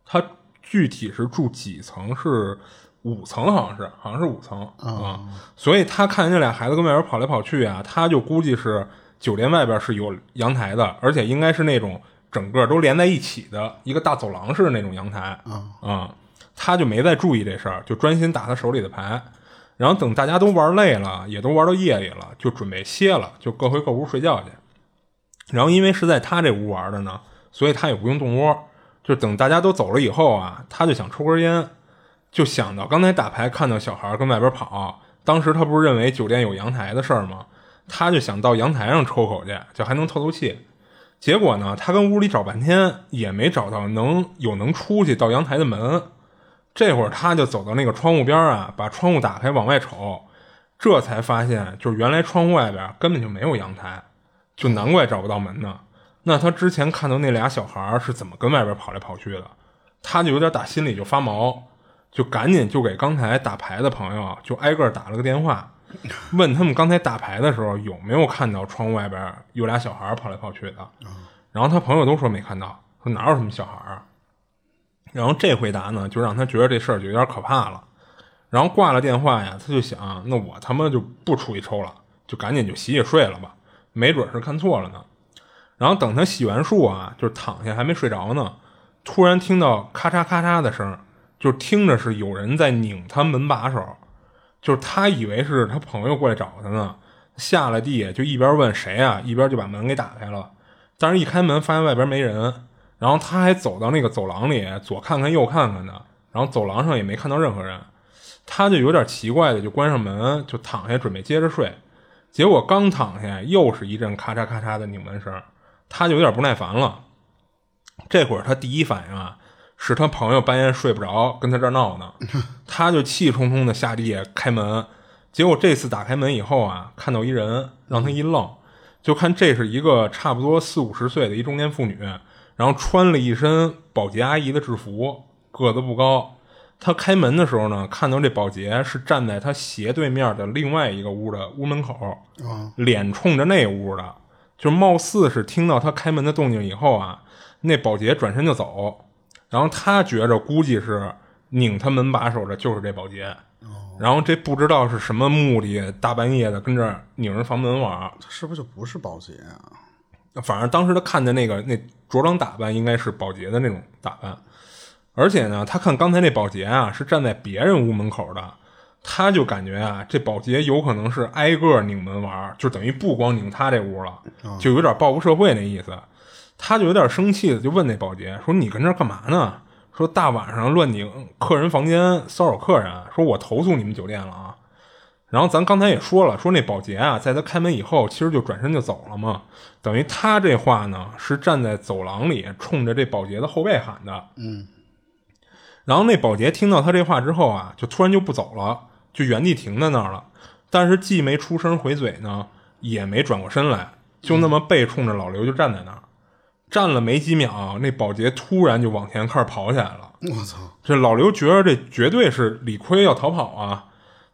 [SPEAKER 3] 他具体是住几层？是五层，好像是，好像是五层啊、所以他看见这俩孩子跟外边跑来跑去啊，他就估计是酒店外边是有阳台的，而且应该是那种整个都连在一起的一个大走廊式的那种阳台啊、他就没再注意这事儿，就专心打他手里的牌。然后等大家都玩累了，也都玩到夜里了，就准备歇了，就各回各屋睡觉去。然后因为是在他这屋玩的呢，所以他也不用动窝。就等大家都走了以后啊，他就想抽根烟，就想到刚才打牌看到小孩跟外边跑，当时他不是认为酒店有阳台的事儿吗？他就想到阳台上抽口去，就还能透透气。结果呢，他跟屋里找半天也没找到能有能出去到阳台的门。这会儿他就走到那个窗户边儿啊，把窗户打开往外瞅，这才发现就是原来窗户外边根本就没有阳台，就难怪找不到门呢。那他之前看到那俩小孩儿是怎么跟外边跑来跑去的，他就有点打心里就发毛，就赶紧就给刚才打牌的朋友啊就挨个打了个电话，问他们刚才打牌的时候有没有看到窗户外边有俩小孩儿跑来跑去的。然后他朋友都说没看到，说哪有什么小孩儿啊。然后这回答呢，就让他觉得这事儿就有点可怕了。然后挂了电话呀，他就想，那我他妈就不出去抽了，就赶紧就洗洗睡了吧，没准是看错了呢。然后等他洗完漱啊，就是躺下还没睡着呢，突然听到咔嚓咔嚓的声儿，就听着是有人在拧他门把手，就是他以为是他朋友过来找他呢，下了地就一边问谁啊，一边就把门给打开了。但是，一开门发现外边没人，然后他还走到那个走廊里，左看看右看看的，然后走廊上也没看到任何人，他就有点奇怪的就关上门，就躺下准备接着睡。结果刚躺下，又是一阵咔嚓咔嚓的拧门声，他就有点不耐烦了。这会儿他第一反应啊，是他朋友半夜睡不着，跟他这儿闹呢，他就气冲冲的下地开门。结果这次打开门以后啊，看到一人，让他一愣，就看这是一个差不多四五十岁的一中年妇女，然后穿了一身保洁阿姨的制服，个子不高。他开门的时候呢，看到这保洁是站在他斜对面的另外一个屋的屋门口，
[SPEAKER 4] 嗯
[SPEAKER 3] 脸冲着那屋的，就貌似是听到他开门的动静以后啊，那保洁转身就走，然后他觉着估计是拧他门把手的就是这保洁，然后这不知道是什么目的，大半夜的跟这儿拧人房门玩儿，
[SPEAKER 4] 是不是就不是保洁啊？
[SPEAKER 3] 反正当时他看的那个那着装打扮应该是保洁的那种打扮，而且呢，他看刚才那保洁啊是站在别人屋门口的，他就感觉啊这保洁有可能是挨个拧门玩儿，就等于不光拧他这屋了，就有点报复社会那意思。他就有点生气的就问那保洁说：“你跟这儿干嘛呢？”说大晚上乱拧客人房间骚扰客人，啊说我投诉你们酒店了啊。然后咱刚才也说了，说那保洁啊，在他开门以后，其实就转身就走了嘛。等于他这话呢，是站在走廊里，冲着这保洁的后背喊的。嗯。然后那保洁听到他这话之后啊，就突然就不走了，就原地停在那儿了。但是既没出声回嘴呢，也没转过身来，就那么背冲着老刘就站在那儿。站了没几秒，那保洁突然就往前开始跑起来了。
[SPEAKER 4] 我操！
[SPEAKER 3] 这老刘觉得这绝对是理亏要逃跑啊，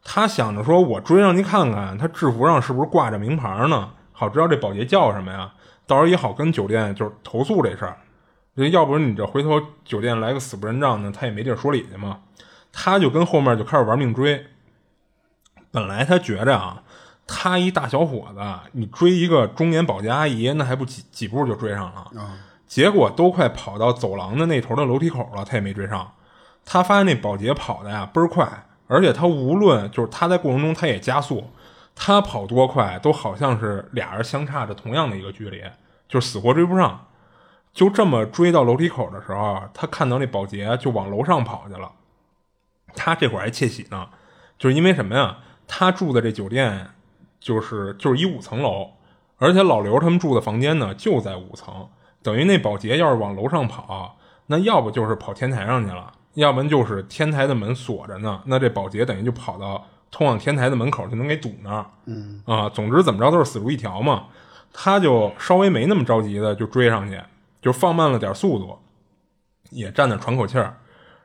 [SPEAKER 3] 他想着说我追上去看看，他制服上是不是挂着名牌呢？好知道这保洁叫什么呀，到时候也好跟酒店就是投诉这事儿。要不然你这回头酒店来个死不认账呢，他也没地儿说理去嘛。他就跟后面就开始玩命追。本来他觉着啊，他一大小伙子，你追一个中年保洁阿姨，那还不几几步就追上了。结果都快跑到走廊的那头的楼梯口了，他也没追上。他发现那保洁跑的呀倍儿快，而且他无论就是他在过程中他也加速，他跑多快都好像是俩人相差着同样的一个距离，就是死活追不上。就这么追到楼梯口的时候，他看到那保洁就往楼上跑去了。他这会儿还窃喜呢，就是因为什么呀？他住的这酒店就是就是一五层楼，而且老刘他们住的房间呢就在五层，等于那保洁要是往楼上跑，那要不就是跑天台上去了，要不然就是天台的门锁着呢，那这保洁等于就跑到通往天台的门口就能给堵那儿。嗯啊，总之怎么着都是死路一条嘛。他就稍微没那么着急的就追上去，就放慢了点速度，也站那喘口气儿。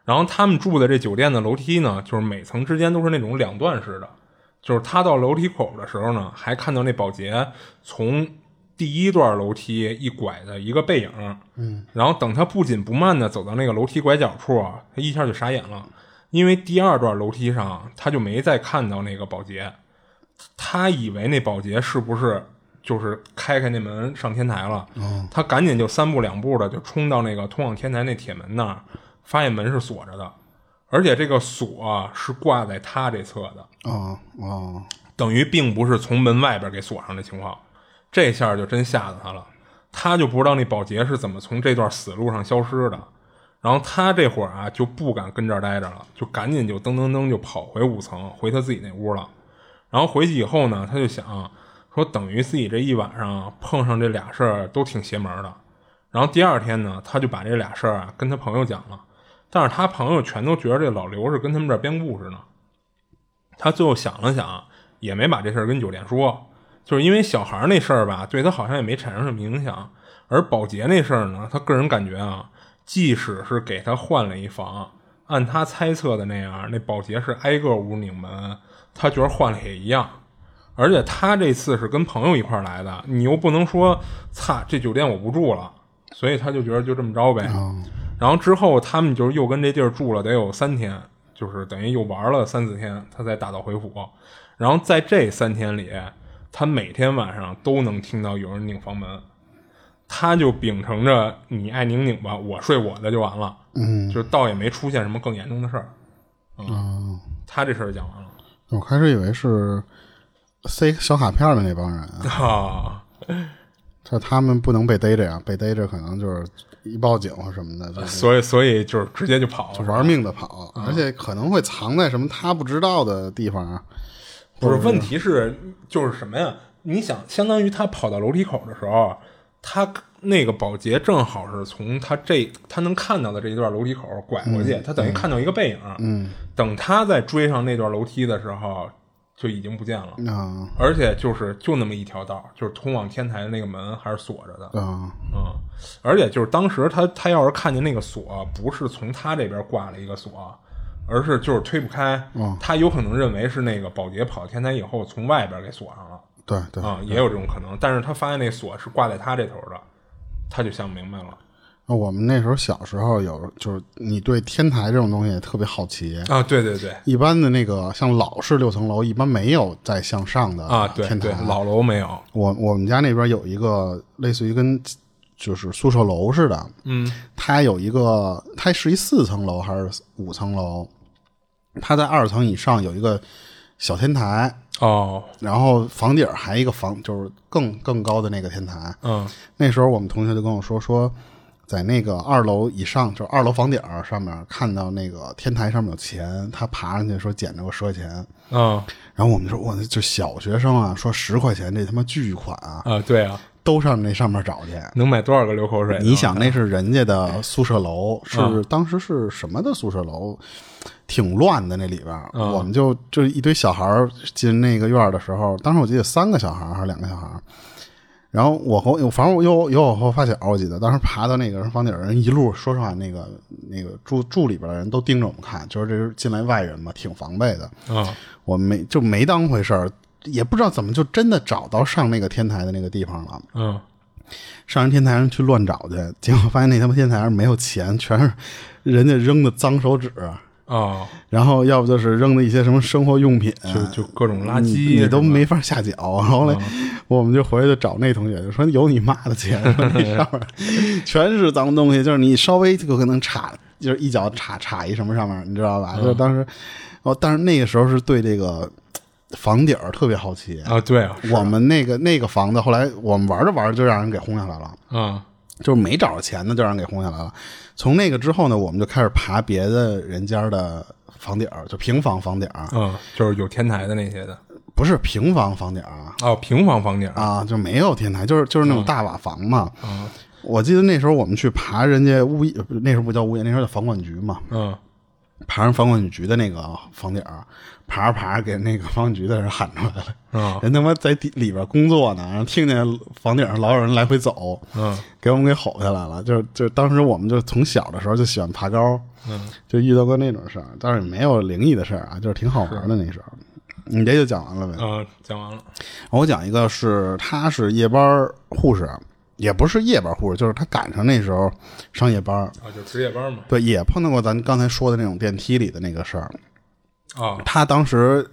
[SPEAKER 3] 然后他们住的这酒店的楼梯呢，就是每层之间都是那种两段式的。就是他到楼梯口的时候呢，还看到那保洁从第一段楼梯一拐的一个背影，嗯，然后等他不紧不慢的走到那个楼梯拐角处啊，他一下就傻眼了，因为第二段楼梯上他就没再看到那个保洁，他以为那保洁是不是就是开开那门上天台了？他赶紧就三步两步的就冲到那个通往天台那铁门那儿，发现门是锁着的，而且这个锁啊、是挂在他这侧的，
[SPEAKER 4] 哦哦，
[SPEAKER 3] 等于并不是从门外边给锁上的情况，这下就真吓死他了。他就不知道那保洁是怎么从这段死路上消失的。然后他这会儿啊就不敢跟这儿待着了，就赶紧就噔噔噔就跑回五层，回他自己那屋了。然后回去以后呢，他就想啊说，等于自己这一晚上碰上这俩事儿都挺邪门儿的。然后第二天呢，他就把这俩事儿啊跟他朋友讲了，但是他朋友全都觉得这老刘是跟他们这儿编故事呢。他最后想了想，也没把这事儿跟酒店说，就是因为小孩儿那事儿吧，对他好像也没产生什么影响。而保洁那事儿呢，他个人感觉啊，即使是给他换了一房，按他猜测的那样，那保洁是挨个屋拧门，他觉得换了也一样。而且他这次是跟朋友一块儿来的，你又不能说，擦，这酒店我不住了，所以他就觉得就这么着呗。然后之后他们就是又跟这地儿住了得有三天，就是等于又玩了三四天，他才打道回府。然后在这三天里，他每天晚上都能听到有人拧房门，他就秉承着你爱拧拧吧，我睡我的就完了，嗯，就倒也没出现什么更严重的事儿。嗯，他这事儿讲完了
[SPEAKER 2] 我开始以为是塞小卡片的那帮人啊，
[SPEAKER 3] 啊。
[SPEAKER 2] 他他们不能被逮着呀，被逮着可能就是一报警或什么的，就是
[SPEAKER 3] 所以，所以就是直接就跑了，
[SPEAKER 2] 玩命的跑，
[SPEAKER 3] 嗯
[SPEAKER 2] 而且可能会藏在什么他不知道的地方。啊
[SPEAKER 3] 不是，问题是就是什么呀？你想，相当于他跑到楼梯口的时候，他那个保洁正好是从他这他能看到的这一段楼梯口拐过去，他等于看到一个背影。嗯，等他再追上那段楼梯的时候，就已经不见了。
[SPEAKER 2] 啊
[SPEAKER 3] 而且就是就那么一条道，就是通往天台的那个门还是锁着的。
[SPEAKER 2] 啊
[SPEAKER 3] 嗯，而且就是当时他他要是看见那个锁不是从他这边挂了一个锁，而是就是推不开，
[SPEAKER 2] 嗯
[SPEAKER 3] 他有可能认为是那个保洁跑到天台以后从外边给锁上了
[SPEAKER 2] 对对，
[SPEAKER 3] 啊、也有这种可能。但是他发现那锁是挂在他这头的，他就想明白了
[SPEAKER 2] 那我们那时候小时候有，就是你对天台这种东西特别好奇。
[SPEAKER 3] 啊，对对对
[SPEAKER 2] 一般的那个像老式六层楼，一般没有再向上的
[SPEAKER 3] 啊，对
[SPEAKER 2] 天台。
[SPEAKER 3] 对，老楼没有，
[SPEAKER 2] 我我们家那边有一个类似于跟就是宿舍楼似的，
[SPEAKER 3] 嗯，
[SPEAKER 2] 它有一个，它是一四层楼还是五层楼？它在二层以上有一个小天台，
[SPEAKER 3] 哦，
[SPEAKER 2] 然后房顶儿还一个房，就是更更高的那个天台。
[SPEAKER 3] 嗯
[SPEAKER 2] 那时候我们同学就跟我说说，在那个二楼以上，就是二楼房顶儿上面看到那个天台上面有钱，他爬上去说捡着个十块钱，
[SPEAKER 3] 嗯
[SPEAKER 2] 然后我们就说哇，就小学生啊，说十块钱这他妈巨款啊，
[SPEAKER 3] 啊，对啊，
[SPEAKER 2] 都上那上面找去。
[SPEAKER 3] 能买多少个流口水呢？
[SPEAKER 2] 你想，那是人家的宿舍楼，是当时是什么的宿舍楼？挺乱的那里边儿，我们就就一堆小孩儿进那个院儿的时候，当时我记得三个小孩儿还是两个小孩儿，然后我和我反正我有有我和发小，我记得当时爬到那个人房顶儿，人一路说实话，那个那个住住里边的人都盯着我们看，就是这是进来外人嘛，挺防备的。
[SPEAKER 3] 嗯
[SPEAKER 2] 我没就没当回事儿，也不知道怎么就真的找到上那个天台的那个地方了。
[SPEAKER 3] 嗯
[SPEAKER 2] 上人天台上去乱找去，结果发现那他妈天台上没有钱，全是人家扔的脏手纸，
[SPEAKER 3] 哦，
[SPEAKER 2] 然后要不就是扔的一些什么生活用品，
[SPEAKER 3] 就就各种垃
[SPEAKER 2] 你
[SPEAKER 3] 圾，
[SPEAKER 2] 你都没法下脚。然后嘞，
[SPEAKER 3] 嗯
[SPEAKER 2] 我们就回去就找那同学，就说有你妈的钱，说那上
[SPEAKER 3] *laughs*
[SPEAKER 2] 面全是脏东西，就是你稍微就可能插，就是一脚插插一什么上面，你知道吧？
[SPEAKER 3] 嗯
[SPEAKER 2] 就是当时，哦，但是那个时候是对这个房顶儿特别好奇。
[SPEAKER 3] 啊，对啊，
[SPEAKER 2] 我们那个那个房子，后来我们玩着玩着就让人给轰下来了。
[SPEAKER 3] 嗯
[SPEAKER 2] 就是没找着钱呢，就让人给轰下来了。从那个之后呢，我们就开始爬别的人家的房顶儿，就平房房顶儿，
[SPEAKER 3] 嗯，就是有天台的那些的。
[SPEAKER 2] 不是平房房顶儿啊
[SPEAKER 3] 哦，平房房顶啊，
[SPEAKER 2] 啊，就没有天台，就是就是那种大瓦房嘛。我记得那时候我们去爬人家物业，呃不是那时候不叫物业，那时候叫房管局嘛，
[SPEAKER 3] 嗯，
[SPEAKER 2] 爬人房管局的那个房顶儿，爬着爬着给那个房管局的人喊出来了，
[SPEAKER 3] 嗯
[SPEAKER 2] 人他妈在底里边工作呢，然后听见房顶上老有人来回走，
[SPEAKER 3] 嗯，
[SPEAKER 2] 给我们给吼下来了。就是就是当时我们就从小的时候就喜欢爬高，嗯，就遇到过那种事儿，但是没有灵异的事儿啊，就是挺好玩的那时候。你这就讲完了呗？
[SPEAKER 3] 嗯，讲完了。
[SPEAKER 2] 我讲一个是，他是夜班护士，也不是夜班护士，就是他赶上那时候上夜班，
[SPEAKER 3] 啊，就值夜班嘛。
[SPEAKER 2] 对，也碰到过咱刚才说的那种电梯里的那个事儿。
[SPEAKER 3] 啊，
[SPEAKER 2] 他当时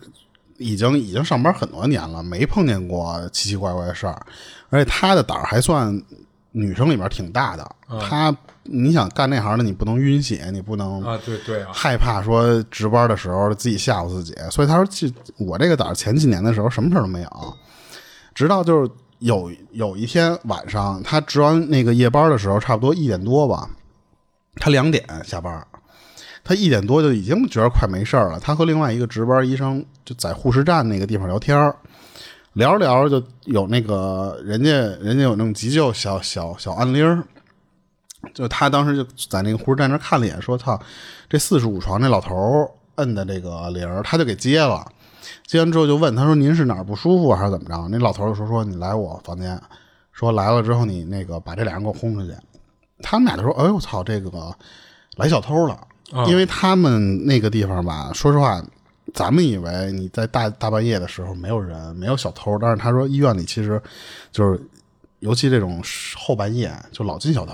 [SPEAKER 2] 已经已经上班很多年了，没碰见过奇奇怪怪的事儿，而且他的胆儿还算女生里边挺大的。他你想干那行的，你不能晕血，你不能
[SPEAKER 3] 啊，对对啊，
[SPEAKER 2] 害怕说值班的时候自己吓唬自己，所以他说这我这个胆儿前几年的时候什么事儿都没有，直到就是有有一天晚上他值完那个夜班的时候，差不多一点多吧，他两点下班儿，他一点多就已经觉得快没事儿了，他和另外一个值班医生就在护士站那个地方聊天儿。聊着聊着就有那个人家人家有那种急救小小小按铃儿，就他当时就在那个护士站那儿看了一眼，说：“操，这四十五床这老头儿摁的这个铃儿，他就给接了。接完之后就问他说：“您是哪儿不舒服啊还是怎么着？”那老头儿就说：“说你来我房间，说来了之后你那个把这俩人给我轰出去。”他们俩就说：“哎呦我操，这个来小偷了！”因为他们那个地方吧，说实话，咱们以为你在大大半夜的时候没有人，没有小偷，但是他说医院里其实就是，尤其这种后半夜就老进小偷。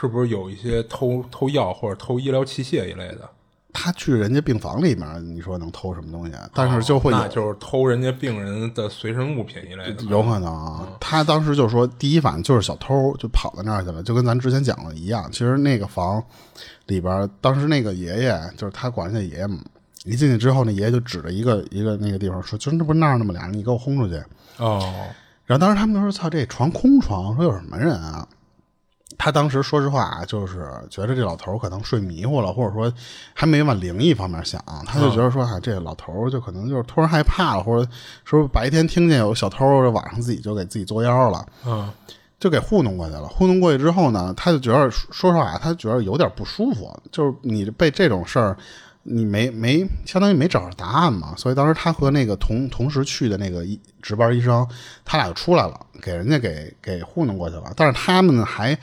[SPEAKER 3] 是不是有一些偷偷药或者偷医疗器械一类的？
[SPEAKER 2] 他去人家病房里面，你说能偷什么东西？但是就会有
[SPEAKER 3] 那就是偷人家病人的随身物品一类的。
[SPEAKER 2] 有可能啊，他当时就说，第一反应就是小偷就跑到那儿去了，就跟咱之前讲的一样。其实那个房里边儿，当时那个爷爷就是他管人家爷爷嘛，一进去之后，那爷爷就指着一个一个那个地方说：“就那不是那儿那么俩人，你给我轰出去。”
[SPEAKER 3] 哦，
[SPEAKER 2] 然后当时他们就说：“操，这床空床，说有什么人啊？”他当时说实话啊，就是觉得这老头儿可能睡迷糊了，或者说还没往灵异方面想，他就觉得说啊，这老头儿就可能就是突然害怕了，或者说白天听见有小偷儿，晚上自己就给自己作妖了，
[SPEAKER 3] 嗯，
[SPEAKER 2] 就给糊弄过去了。糊弄过去之后呢，他就觉得说实话啊，他觉得有点不舒服，就是你被这种事儿。你没没相当于没找着答案嘛，所以当时他和那个同同时去的那个医值班医生，他俩就出来了，给人家给给糊弄过去了。但是他们呢还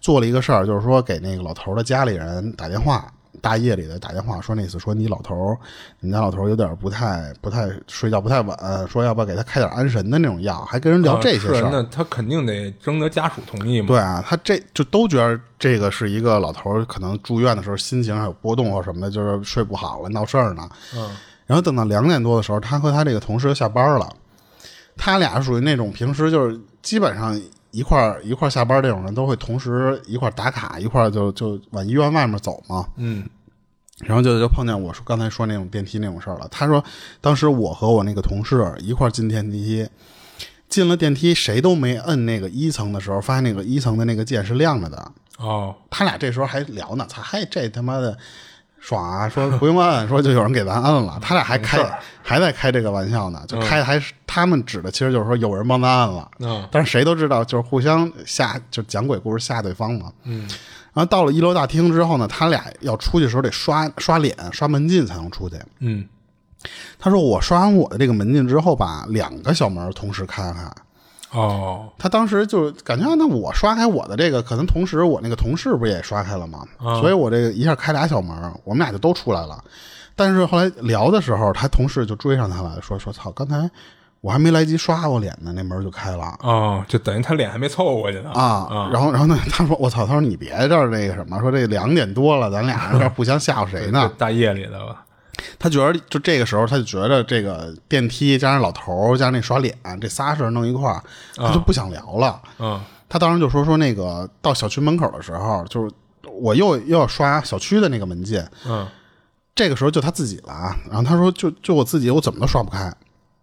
[SPEAKER 2] 做了一个事儿，就是说给那个老头儿的家里人打电话，大夜里的打电话说那次说你老头儿，你家老头儿有点不太不太睡觉不太稳，说要不要给他开点安神的那种药，还跟人聊这些
[SPEAKER 3] 啊是
[SPEAKER 2] 事儿。
[SPEAKER 3] 那他肯定得征得家属同意嘛。
[SPEAKER 2] 对啊，他这就都觉得这个是一个老头儿，可能住院的时候心情还有波动或什么的，就是睡不好了，闹事儿呢。
[SPEAKER 3] 嗯，
[SPEAKER 2] 然后等到两点多的时候，他和他这个同事就下班了。他俩属于那种平时就是基本上一块儿一块儿下班这种人，都会同时一块儿打卡，一块儿就就往医院外面走嘛。
[SPEAKER 3] 嗯，
[SPEAKER 2] 然后就就碰见我说刚才说那种电梯那种事儿了。他说，当时我和我那个同事一块儿进电梯，进了电梯谁都没摁那个一层的时候，发现那个一层的那个键是亮着的。
[SPEAKER 3] 哦，
[SPEAKER 2] 他俩这时候还聊呢，操，嘿，这他妈的爽啊！说不用摁，说就有人给咱摁了。他俩还开还在开这个玩笑呢，就开还是他们指的其实就是说有人帮咱按了。
[SPEAKER 3] 嗯
[SPEAKER 2] 但是谁都知道，就是互相吓，就讲鬼故事吓对方嘛。嗯。然后到了一楼大厅之后呢，他俩要出去的时候得刷刷脸、刷门禁才能出去。
[SPEAKER 3] 嗯，
[SPEAKER 2] 他说我刷完我的这个门禁之后吧，两个小门同时开开。
[SPEAKER 3] 哦，
[SPEAKER 2] 他当时就感觉、啊那我刷开我的这个，可能同时我那个同事不是也刷开了吗？所以我这个一下开俩小门，我们俩就都出来了。但是后来聊的时候，他同事就追上他了，说说操，刚才我还没来及刷我脸呢，那门就开了。
[SPEAKER 3] 哦，就等于他脸还没凑过去呢。
[SPEAKER 2] 啊，然后，然后呢？他说：“我操！”他说：“你别这儿那个什么，说这两点多了，咱俩这儿互相吓唬谁呢？”
[SPEAKER 3] 这大夜里的吧？
[SPEAKER 2] 他觉得就这个时候，他就觉得这个电梯加上老头儿加上那刷脸这仨事儿弄一块儿，他就不想聊了。
[SPEAKER 3] 嗯，
[SPEAKER 2] 他当时就说说那个到小区门口的时候，就是我又又要刷小区的那个门禁，
[SPEAKER 3] 嗯，
[SPEAKER 2] 这个时候就他自己了啊。然后他说就就我自己，我怎么都刷不开。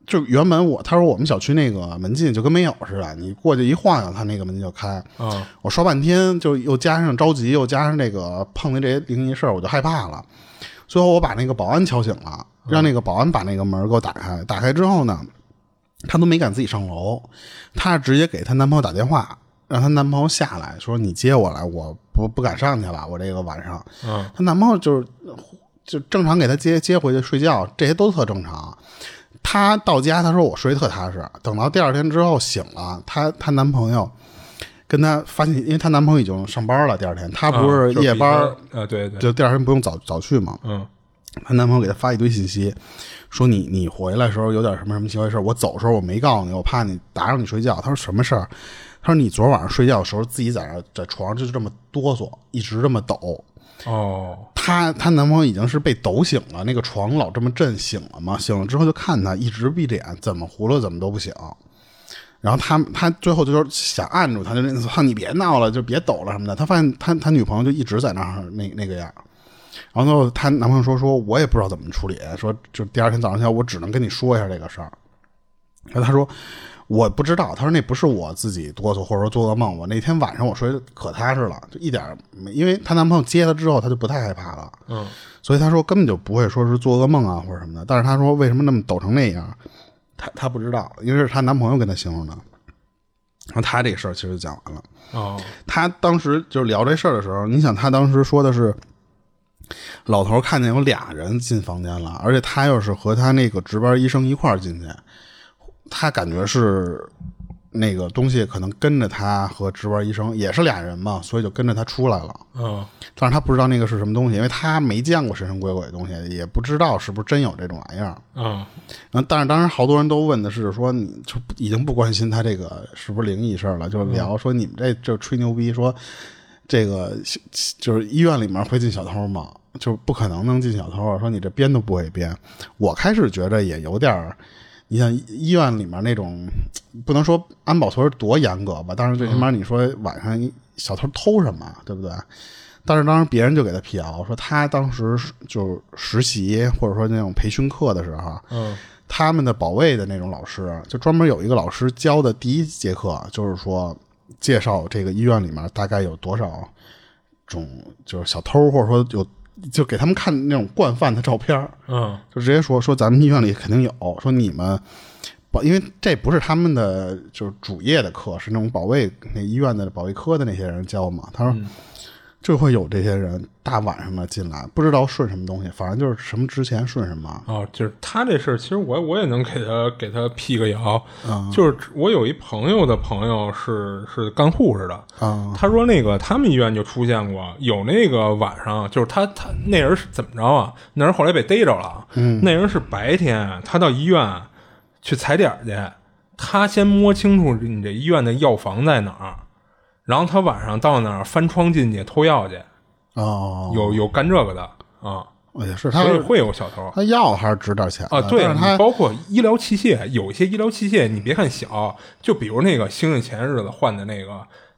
[SPEAKER 2] 就原本我他说我们小区那个门禁就跟没有似的，你过去一晃悠，他那个门禁就开。
[SPEAKER 3] 嗯，
[SPEAKER 2] 我刷半天，就又加上着急，又加上这个碰见这些灵异事儿，我就害怕了。最后我把那个保安敲醒了，
[SPEAKER 3] 嗯
[SPEAKER 2] 让那个保安把那个门给我打开。打开之后呢，她都没敢自己上楼，她是直接给她男朋友打电话，让她男朋友下来，说你接我来，我不不敢上去了，我这个晚上。
[SPEAKER 3] 嗯，
[SPEAKER 2] 她男朋友就是就正常给她接接回去睡觉，这些都特正常。她到家，她说我睡得特踏实。等到第二天之后醒了，她她男朋友跟她发现，因为她男朋友已经上班了，第二天她不是
[SPEAKER 3] 嗯就
[SPEAKER 2] 夜
[SPEAKER 3] 比
[SPEAKER 2] 班
[SPEAKER 3] 他
[SPEAKER 2] 儿，
[SPEAKER 3] 啊？对对，
[SPEAKER 2] 就第二天不用早早去嘛。
[SPEAKER 3] 嗯，
[SPEAKER 2] 她男朋友给她发一堆信息，说你你回来的时候有点什么什么奇怪事儿，我走的时候我没告诉你，我怕你打扰你睡觉。她说什么事儿？她说你昨晚上睡觉的时候自己在那儿在床上就这么哆嗦，一直这么抖。
[SPEAKER 3] 哦，
[SPEAKER 2] 她她男朋友已经是被抖醒了，那个床老这么震醒了嘛，醒了之后就看她一直闭着眼，怎么葫芦怎么都不醒。然后她她最后就是想按住她，就那操你别闹了，就别抖了什么的。她发现她她女朋友就一直在那儿那那个样儿。然后她男朋友说说我也不知道怎么处理，说就第二天早上起来我只能跟你说一下这个事儿。然后她说我不知道，她说那不是我自己哆嗦或者说做噩梦，我那天晚上我睡得可踏实了，就一点儿没，因为她男朋友接她之后她就不太害怕了，
[SPEAKER 3] 嗯，
[SPEAKER 2] 所以她说根本就不会说是做噩梦啊或者什么的。但是她说为什么那么抖成那样，她她不知道，因为是她男朋友跟她形容的。然后她这个事儿其实就讲完了。
[SPEAKER 3] 哦，
[SPEAKER 2] 她当时就是聊这事儿的时候，你想她当时说的是，老头看见有俩人进房间了，而且他又是和他那个值班医生一块儿进去，他感觉是那个东西可能跟着他和值班医生也是俩人嘛，所以就跟着他出来了。
[SPEAKER 3] 嗯，
[SPEAKER 2] 但是他不知道那个是什么东西，因为他没见过神神鬼鬼的东西，也不知道是不是真有这种玩意儿。
[SPEAKER 3] 嗯，
[SPEAKER 2] 然后，但是当时好多人都问的是说，你就已经不关心他这个是不是灵异事儿了，就聊说你们这就吹牛逼说这个就是医院里面会进小偷吗？就不可能能进小偷啊！说你这编都不会编。我开始觉着也有点儿，你像医院里面那种，不能说安保措施多严格吧，但是最起码你说晚上小偷偷什么，对不对？但是当时别人就给他辟谣，说他当时是就是实习或者说那种培训课的时候，
[SPEAKER 3] 嗯，
[SPEAKER 2] 他们的保卫的那种老师，就专门有一个老师教的第一节课，就是说介绍这个医院里面大概有多少种就是小偷，或者说有就给他们看那种惯犯的照片儿，
[SPEAKER 3] 嗯，
[SPEAKER 2] 就直接说说咱们医院里肯定有，说你们保，因为这不是他们的就是主业的课，是那种保卫那医院的保卫科的那些人教嘛。他说、就会有这些人大晚上的进来，不知道顺什么东西，反正就是什么值钱顺什么。
[SPEAKER 3] 哦，就是他这事儿，其实我我也能给他给他辟个谣，
[SPEAKER 2] 嗯
[SPEAKER 3] 就是我有一朋友的朋友是是干护士的，
[SPEAKER 2] 啊
[SPEAKER 3] 他说那个他们医院就出现过有那个晚上，就是他他那人是怎么着啊？那人后来被逮着了，
[SPEAKER 2] 嗯
[SPEAKER 3] 那人是白天他到医院去踩点儿去，他先摸清楚你这医院的药房在哪儿，然后他晚上到那儿翻窗进去偷药去，
[SPEAKER 2] 哦，
[SPEAKER 3] 有有干这个的啊，
[SPEAKER 2] 也是他
[SPEAKER 3] 所以会有小偷。
[SPEAKER 2] 他药还是值点钱的
[SPEAKER 3] 啊，对，
[SPEAKER 2] 呃但是
[SPEAKER 3] 你
[SPEAKER 2] 他
[SPEAKER 3] 包括医疗器械，有一些医疗器械，你别看小，就比如那个星星前日子换的那个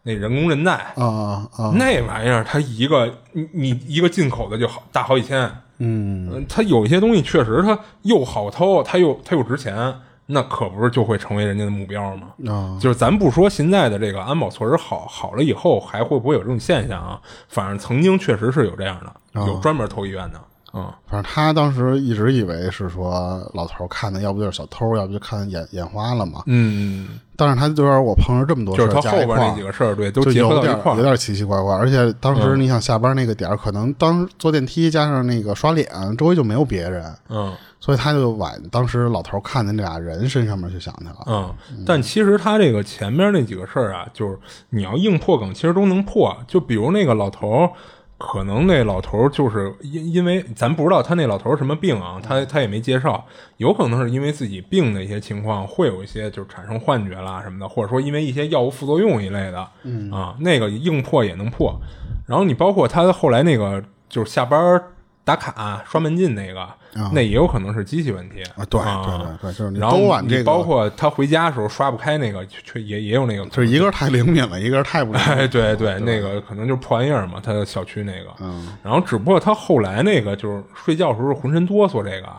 [SPEAKER 3] 那人工韧带，
[SPEAKER 2] 啊啊，
[SPEAKER 3] 那玩意儿它一个你你一个进口的就好大好几千，
[SPEAKER 2] 嗯，
[SPEAKER 3] 嗯，它有一些东西确实它又好偷，它又它又值钱，那可不是就会成为人家的目标吗？
[SPEAKER 2] 啊
[SPEAKER 3] 就是咱不说现在的这个安保措施好好了以后还会不会有这种现象啊，反正曾经确实是有这样的，有专门偷医院的，啊、
[SPEAKER 2] 反正他当时一直以为是说老头儿看的，要不就是小偷，要不就看眼眼花了嘛。
[SPEAKER 3] 嗯，
[SPEAKER 2] 但是他就是我碰上这么多事
[SPEAKER 3] 就
[SPEAKER 2] 儿
[SPEAKER 3] 是他
[SPEAKER 2] 加
[SPEAKER 3] 后
[SPEAKER 2] 一
[SPEAKER 3] 边
[SPEAKER 2] 块
[SPEAKER 3] 那
[SPEAKER 2] 儿
[SPEAKER 3] 几个事儿，对，都
[SPEAKER 2] 就
[SPEAKER 3] 结合
[SPEAKER 2] 有
[SPEAKER 3] 到
[SPEAKER 2] 点
[SPEAKER 3] 一块
[SPEAKER 2] 有
[SPEAKER 3] 儿，嗯
[SPEAKER 2] 点奇奇怪怪，而且当时你想下班那个点儿，可能当坐电梯加上那个刷脸，周围就没有别人，
[SPEAKER 3] 嗯。
[SPEAKER 2] 所以他就往当时老头看见这俩人身上面去想去了。
[SPEAKER 3] 嗯，但其实他这个前面那几个事儿啊，就是你要硬破梗，其实都能破。就比如那个老头儿，可能那老头儿就是因因为咱不知道他那老头儿什么病啊，
[SPEAKER 2] 嗯
[SPEAKER 3] 他他也没介绍，有可能是因为自己病的一些情况，会有一些就是产生幻觉啦什么的，或者说因为一些药物副作用一类的，嗯啊，那个硬破也能破。然后你包括他后来那个就是下班儿打卡、刷门禁那个，那也有可能是机器问题
[SPEAKER 2] 啊对
[SPEAKER 3] 啊
[SPEAKER 2] 对对对就是你
[SPEAKER 3] 然后
[SPEAKER 2] 都往这个
[SPEAKER 3] 你包括他回家的时候刷不开那个，确确也也有那个，
[SPEAKER 2] 就是一个是太灵敏了，一个是太不灵敏
[SPEAKER 3] 嗯哎，
[SPEAKER 2] 了。
[SPEAKER 3] *laughs* 对对，那个可能就是破玩意儿嘛，他的小区那个。嗯，然后只不过他后来那个就是睡觉时候浑身哆嗦，这个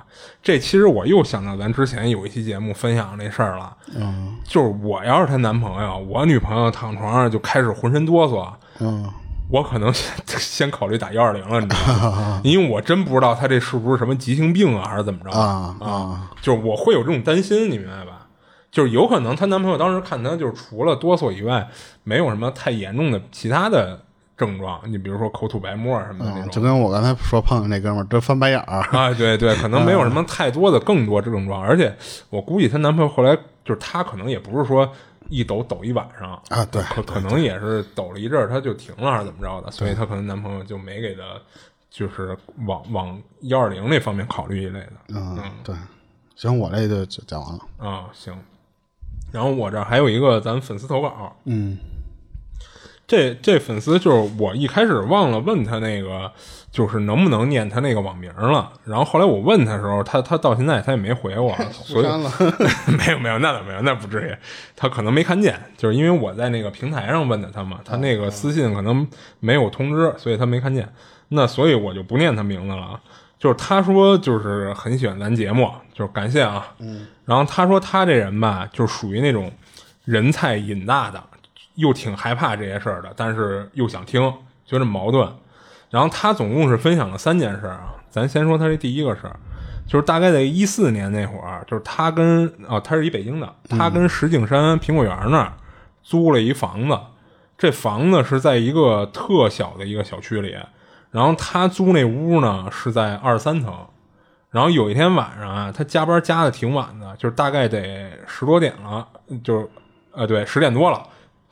[SPEAKER 3] 这其实我又想到咱之前有一期节目分享那事儿了。嗯，就是我要是她男朋友，我女朋友躺床上就开始浑身哆嗦。
[SPEAKER 2] 嗯，
[SPEAKER 3] 我可能先 *laughs* 先考虑打幺二零了，你知
[SPEAKER 2] *laughs*
[SPEAKER 3] 道吗？因为我真不知道他这是不是什么急性病啊，还是怎么着
[SPEAKER 2] 啊
[SPEAKER 3] 啊？就是我会有这种担心，你明白吧？就是有可能她男朋友当时看她就是除了哆嗦以外，没有什么太严重的其他的症状，你比如说口吐白沫啊什么的
[SPEAKER 2] 嗯
[SPEAKER 3] 那
[SPEAKER 2] 就
[SPEAKER 3] 种。
[SPEAKER 2] 跟我刚才说碰见那哥们儿，这翻白眼儿，
[SPEAKER 3] 啊，对对，可能没有什么太多的更多症状，而且我估计她男朋友后来就是她可能也不是说一抖抖一晚上
[SPEAKER 2] 啊对
[SPEAKER 3] 可可能也是抖了一阵儿，她就停了还是怎么着的，所以她可能男朋友就没给她就是往往幺二零那方面考虑一类的。
[SPEAKER 2] 嗯，对，行，我这就讲完了。
[SPEAKER 3] 啊，行。然后我这儿还有一个咱粉丝投稿，
[SPEAKER 2] 嗯，
[SPEAKER 3] 这这粉丝就是我一开始忘了问他那个，就是能不能念他那个网名了。然后后来我问他的时候，他他到现在他也没回我，所以
[SPEAKER 2] 删了
[SPEAKER 3] *laughs* 没有没有，那倒没有，那不至于。他可能没看见，就是因为我在那个平台上问的他嘛，他那个私信可能没有通知，所以他没看见。那所以我就不念他名字了啊。就是他说就是很喜欢咱节目，就是感谢啊。嗯。然后他说他这人吧，就是属于那种人菜瘾大的，又挺害怕这些事儿的，但是又想听，觉得矛盾。然后他总共是分享了三件事儿啊，咱先说他这第一个事儿，就是大概在一四年那会儿，就是他跟啊，他是一北京的，他跟石景山苹果园那儿租了一房子，这房子是在一个特小的一个小区里，然后他租那屋呢是在二十三层，然后有一天晚上啊，他加班加的挺晚的，就是大概得十多点了，就是呃对，十点多了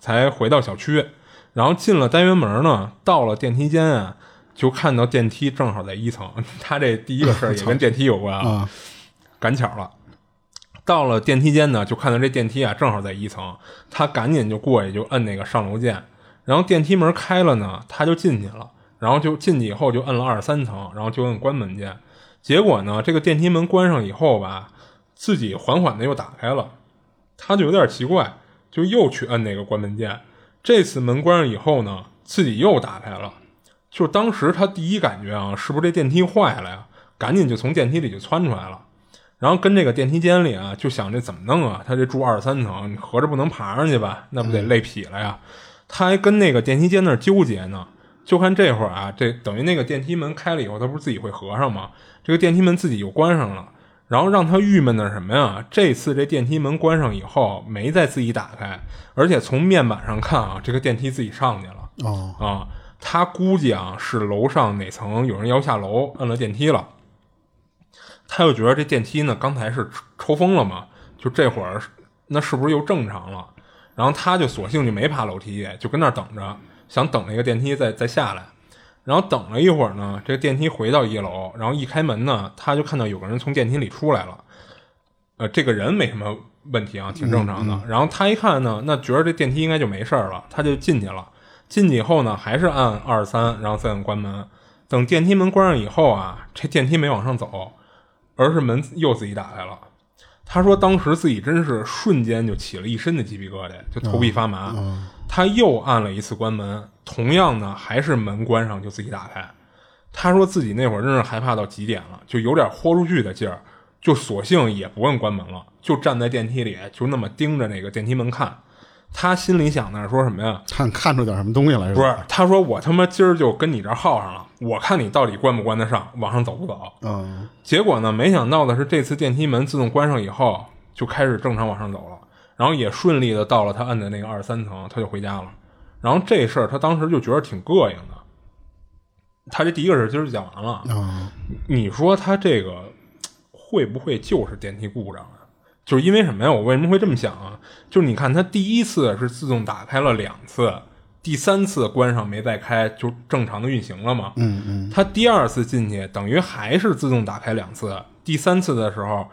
[SPEAKER 3] 才回到小区，然后进了单元门呢，到了电梯间啊，就看到电梯正好在一层， *laughs* 他这第一个事儿也跟电梯有关啊，赶巧了。到了电梯间呢，就看到这电梯啊，正好在一层，他赶紧就过去就摁那个上楼键，然后电梯门开了呢，他就进去了，然后就进去以后就摁了二十三层，然后就摁关门键，结果呢，这个电梯门关上以后吧，自己缓缓的又打开了，他就有点奇怪，就又去摁那个关门键，这次门关上以后呢，自己又打开了，就当时他第一感觉啊，是不是这电梯坏了呀？赶紧就从电梯里就窜出来了。然后跟这个电梯间里啊，就想这怎么弄啊？他这住二十三层，你合着不能爬上去吧？那不得累劈了呀？他还跟那个电梯间那儿纠结呢。就看这会儿啊，这等于那个电梯门开了以后，他不是自己会合上吗？这个电梯门自己又关上了。然后让他郁闷的是什么呀？这次这电梯门关上以后，没再自己打开，而且从面板上看啊，这个电梯自己上去了。
[SPEAKER 2] 哦，
[SPEAKER 3] 啊，他估计啊是楼上哪层有人要下楼，摁了电梯了。他又觉得这电梯呢，刚才是抽抽风了嘛，就这会儿那是不是又正常了？然后他就索性就没爬楼梯，就跟那儿等着，想等那个电梯再再下来。然后等了一会儿呢，这个电梯回到一楼，然后一开门呢，他就看到有个人从电梯里出来了。呃，这个人没什么问题啊，挺正常的。然后他一看呢，那觉得这电梯应该就没事儿了，他就进去了。进去以后呢，还是按二三，然后再按关门。等电梯门关上以后啊，这电梯没往上走，而是门又自己打开了。他说当时自己真是瞬间就起了一身的鸡皮疙瘩，就头皮发麻。他又按了一次关门，同样呢还是门关上就自己打开。他说自己那会儿真是害怕到极点了，就有点豁出去的劲儿，就索性也不摁关门了，就站在电梯里，就那么盯着那个电梯门看。他心里想的是说什么呀？
[SPEAKER 2] 看看出点什么东西来是
[SPEAKER 3] 不是
[SPEAKER 2] 吧？，
[SPEAKER 3] 他说我他妈今儿就跟你这儿耗上了，我看你到底关不关得上，往上走不走。
[SPEAKER 2] 嗯，
[SPEAKER 3] 结果呢，没想到的是，这次电梯门自动关上以后，就开始正常往上走了，然后也顺利的到了他按的那个二十三层，他就回家了。然后这事儿他当时就觉得挺膈应的。他这第一个事儿今儿就讲完了，
[SPEAKER 2] 嗯
[SPEAKER 3] 你说他这个会不会就是电梯故障啊？就是因为什么呀？我为什么会这么想啊？就是你看，他第一次是自动打开了两次，第三次关上没再开，就正常的运行了嘛。嗯嗯。他第二次进去，等于还是自动打开两次，第三次的时候，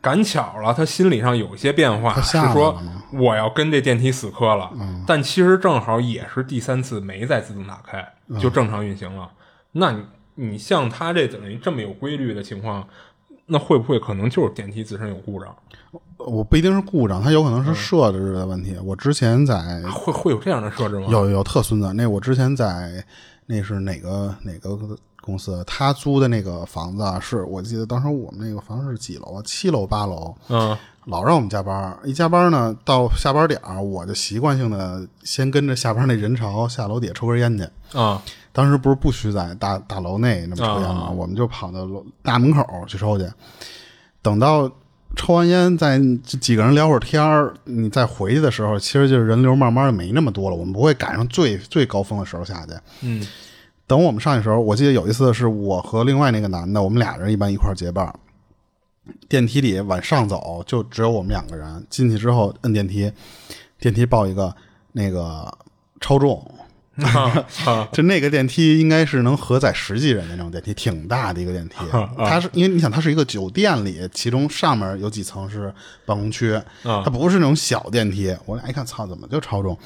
[SPEAKER 3] 赶巧了，他心理上有一些变化，是
[SPEAKER 2] 下来了
[SPEAKER 3] 说
[SPEAKER 2] 吗嗯
[SPEAKER 3] 我要跟这电梯死磕了。但其实正好也是第三次没再自动打开，
[SPEAKER 2] 嗯
[SPEAKER 3] 就正常运行了。那你你像他这等于这么有规律的情况，那会不会可能就是电梯自身有故障？
[SPEAKER 2] 我不一定是故障，它有可能是设置的问题。我之前在
[SPEAKER 3] 会会有这样的设置吗？
[SPEAKER 2] 有有特孙子，那我之前在那是哪个哪个公司？他租的那个房子啊，是我记得当时我们那个房子是几楼啊？七楼八楼，
[SPEAKER 3] 嗯，
[SPEAKER 2] 老让我们加班儿。一加班儿呢，到下班点儿，我就习惯性的先跟着下班那人潮下楼底下抽根烟去。
[SPEAKER 3] 啊
[SPEAKER 2] 当时不是不许在大大楼内那么抽烟吗？
[SPEAKER 3] 啊
[SPEAKER 2] 我们就跑到楼大门口去抽去。等到抽完烟，再这几个人聊会儿天儿，你再回去的时候，其实就是人流慢慢的没那么多了。我们不会赶上最最高峰的时候下去。
[SPEAKER 3] 嗯，
[SPEAKER 2] 等我们上去的时候，我记得有一次是我和另外那个男的，我们俩人一般一块儿结伴儿。电梯里往上走，就只有我们两个人。进去之后摁电梯，电梯报一个那个超重，
[SPEAKER 3] 啊
[SPEAKER 2] *laughs*
[SPEAKER 3] 啊
[SPEAKER 2] 就那个电梯应该是能核载十几人的那种电梯，挺大的一个电梯。
[SPEAKER 3] 啊
[SPEAKER 2] 它是因为你想，它是一个酒店里，其中上面有几层是办公区，它
[SPEAKER 3] 啊
[SPEAKER 2] 不是那种小电梯。我俩一看，操，怎么就超重？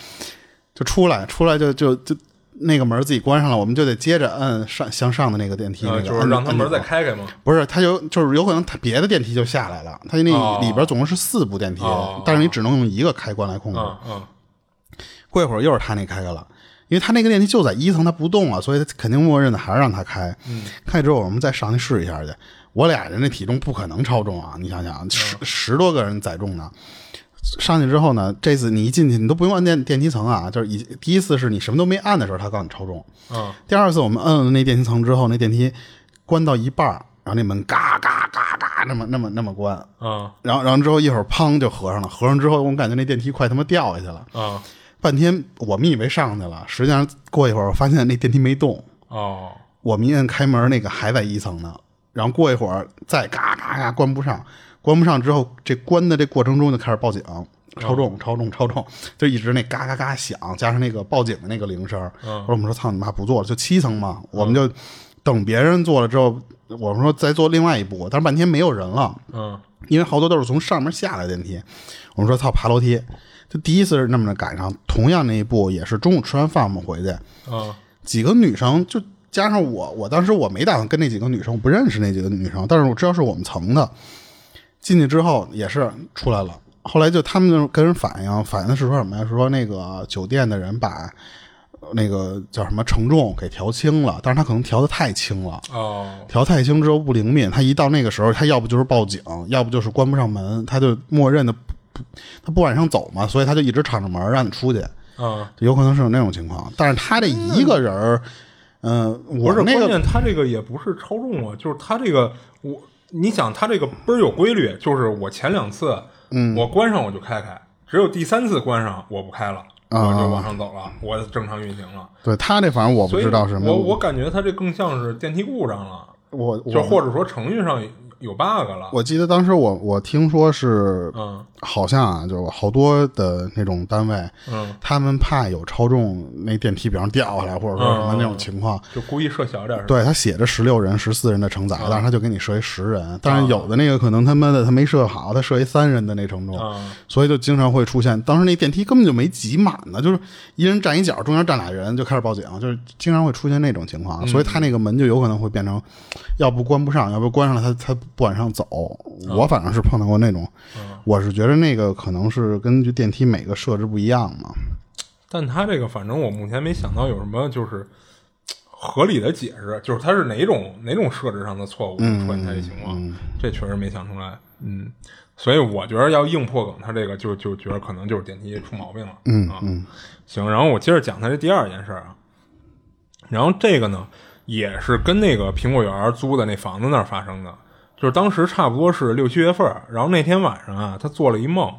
[SPEAKER 2] 就出来，出来就就就那个门自己关上了，我们就得接着摁上向上的那个电梯，那
[SPEAKER 3] 啊
[SPEAKER 2] 个
[SPEAKER 3] 就是让他
[SPEAKER 2] 按
[SPEAKER 3] 门再
[SPEAKER 2] 钮
[SPEAKER 3] 开开嘛。
[SPEAKER 2] 不是，它有就是有可能它别的电梯就下来了，它
[SPEAKER 3] 哦
[SPEAKER 2] 那里边总共是四部电梯，
[SPEAKER 3] 哦
[SPEAKER 2] 但是你只能用一个开关来控制。
[SPEAKER 3] 啊啊
[SPEAKER 2] 过一会儿又是他那开开了，因为他那个电梯就在一层，他不动啊，所以他肯定默认的还是让他开。开之后我们再上去试一下去。我俩人的体重不可能超重啊，你想想，十十多个人载重呢。上去之后呢，这次你一进去，你都不用按电电梯层啊，就是一第一次是你什么都没按的时候，他告诉你超重。
[SPEAKER 3] 啊
[SPEAKER 2] 第二次我们摁了那电梯层之后，那电梯关到一半儿，然后那门嘎嘎嘎嘎那么那么那么关，
[SPEAKER 3] 啊
[SPEAKER 2] 然后然后之后一会儿砰就合上了，合上之后我感觉那电梯快他妈掉下去了。
[SPEAKER 3] 啊
[SPEAKER 2] 半天我们以为上去了，实际上过一会儿我发现那电梯没动，
[SPEAKER 3] 哦
[SPEAKER 2] 我们医院开门那个还在一层呢，然后过一会儿再嘎嘎嘎关不上，关不上之后，这关的这过程中就开始报警，超重超重超重，就一直那嘎嘎嘎响，加上那个报警的那个铃声，我说我们说操你妈不做了，就七层嘛，我们就等别人做了之后，我们说再做另外一步，但是半天没有人了，
[SPEAKER 3] 嗯
[SPEAKER 2] 因为好多都是从上面下来电梯。我们说操，爬楼梯，就第一次是那么着赶上，同样那一步也是中午吃完饭我们回去，
[SPEAKER 3] 嗯
[SPEAKER 2] 几个女生就加上我，我当时我没打算跟那几个女生，我不认识那几个女生，但是我知道是我们层的。进去之后也是出来了，后来就他们就跟人反映，反映的是说什么呀？是说那个酒店的人把呃那个叫什么承重给调轻了，但是他可能调的太轻了。
[SPEAKER 3] 哦
[SPEAKER 2] 调太轻之后不灵敏，他一到那个时候，他要不就是报警，要不就是关不上门，他就默认的不，他不往上走嘛，所以他就一直敞着门让你出去，
[SPEAKER 3] 嗯，
[SPEAKER 2] 有可能是有那种情况。但是他这一个人儿，嗯、
[SPEAKER 3] 不
[SPEAKER 2] 我
[SPEAKER 3] 是，
[SPEAKER 2] 那
[SPEAKER 3] 关
[SPEAKER 2] 个
[SPEAKER 3] 键他这个也不是超重啊，就是他这个我，你想他这个倍儿有规律，就是我前两次，嗯，我关上我就开开，只有第三次关上我不开了，
[SPEAKER 2] 啊
[SPEAKER 3] 我就往上走了，我正常运行了。
[SPEAKER 2] 对他这反正我不
[SPEAKER 3] 所以
[SPEAKER 2] 知道是什么，
[SPEAKER 3] 我我感觉他这更像是电梯故障了，
[SPEAKER 2] 我
[SPEAKER 3] 就
[SPEAKER 2] 我
[SPEAKER 3] 或者说程序上有 bug 了。
[SPEAKER 2] 我记得当时我我听说是，
[SPEAKER 3] 嗯
[SPEAKER 2] 好像啊，就是好多的那种单位，
[SPEAKER 3] 嗯，
[SPEAKER 2] 他们怕有超重，那电梯比方掉下来或者说什么
[SPEAKER 3] 嗯
[SPEAKER 2] 那种情况，
[SPEAKER 3] 就故意设小点儿。，啊
[SPEAKER 2] 对他写着十六人、十四人的承载，但是他就给你设一十人。但是有的那个可能他妈的他没设好，他设一三人的那承重，
[SPEAKER 3] 啊
[SPEAKER 2] 所以就经常会出现。当时那电梯根本就没挤满呢，就是一人站一角，中间站俩人就开始报警，就是经常会出现那种情
[SPEAKER 3] 嗯
[SPEAKER 2] 况。所以他那个门就有可能会变成，要不关不上，要不关上了他他不往上走。
[SPEAKER 3] 啊
[SPEAKER 2] 我反正是碰到过那种，我是觉得那个可能是根据电梯每个设置不一样嘛。
[SPEAKER 3] 但他这个反正我目前没想到有什么就是合理的解释，就是他是哪种哪种设置上的错误出现他这情况，这确实没想出来。嗯，所以我觉得要硬破梗，他这个就就觉得可能就是电梯出毛病了。嗯啊，行，然后我接着讲他这第二件事儿啊，然后这个呢，也是跟那个苹果园租的那房子那儿发生的，就是当时差不多是六七月份儿，然后那天晚上啊，他做了一梦，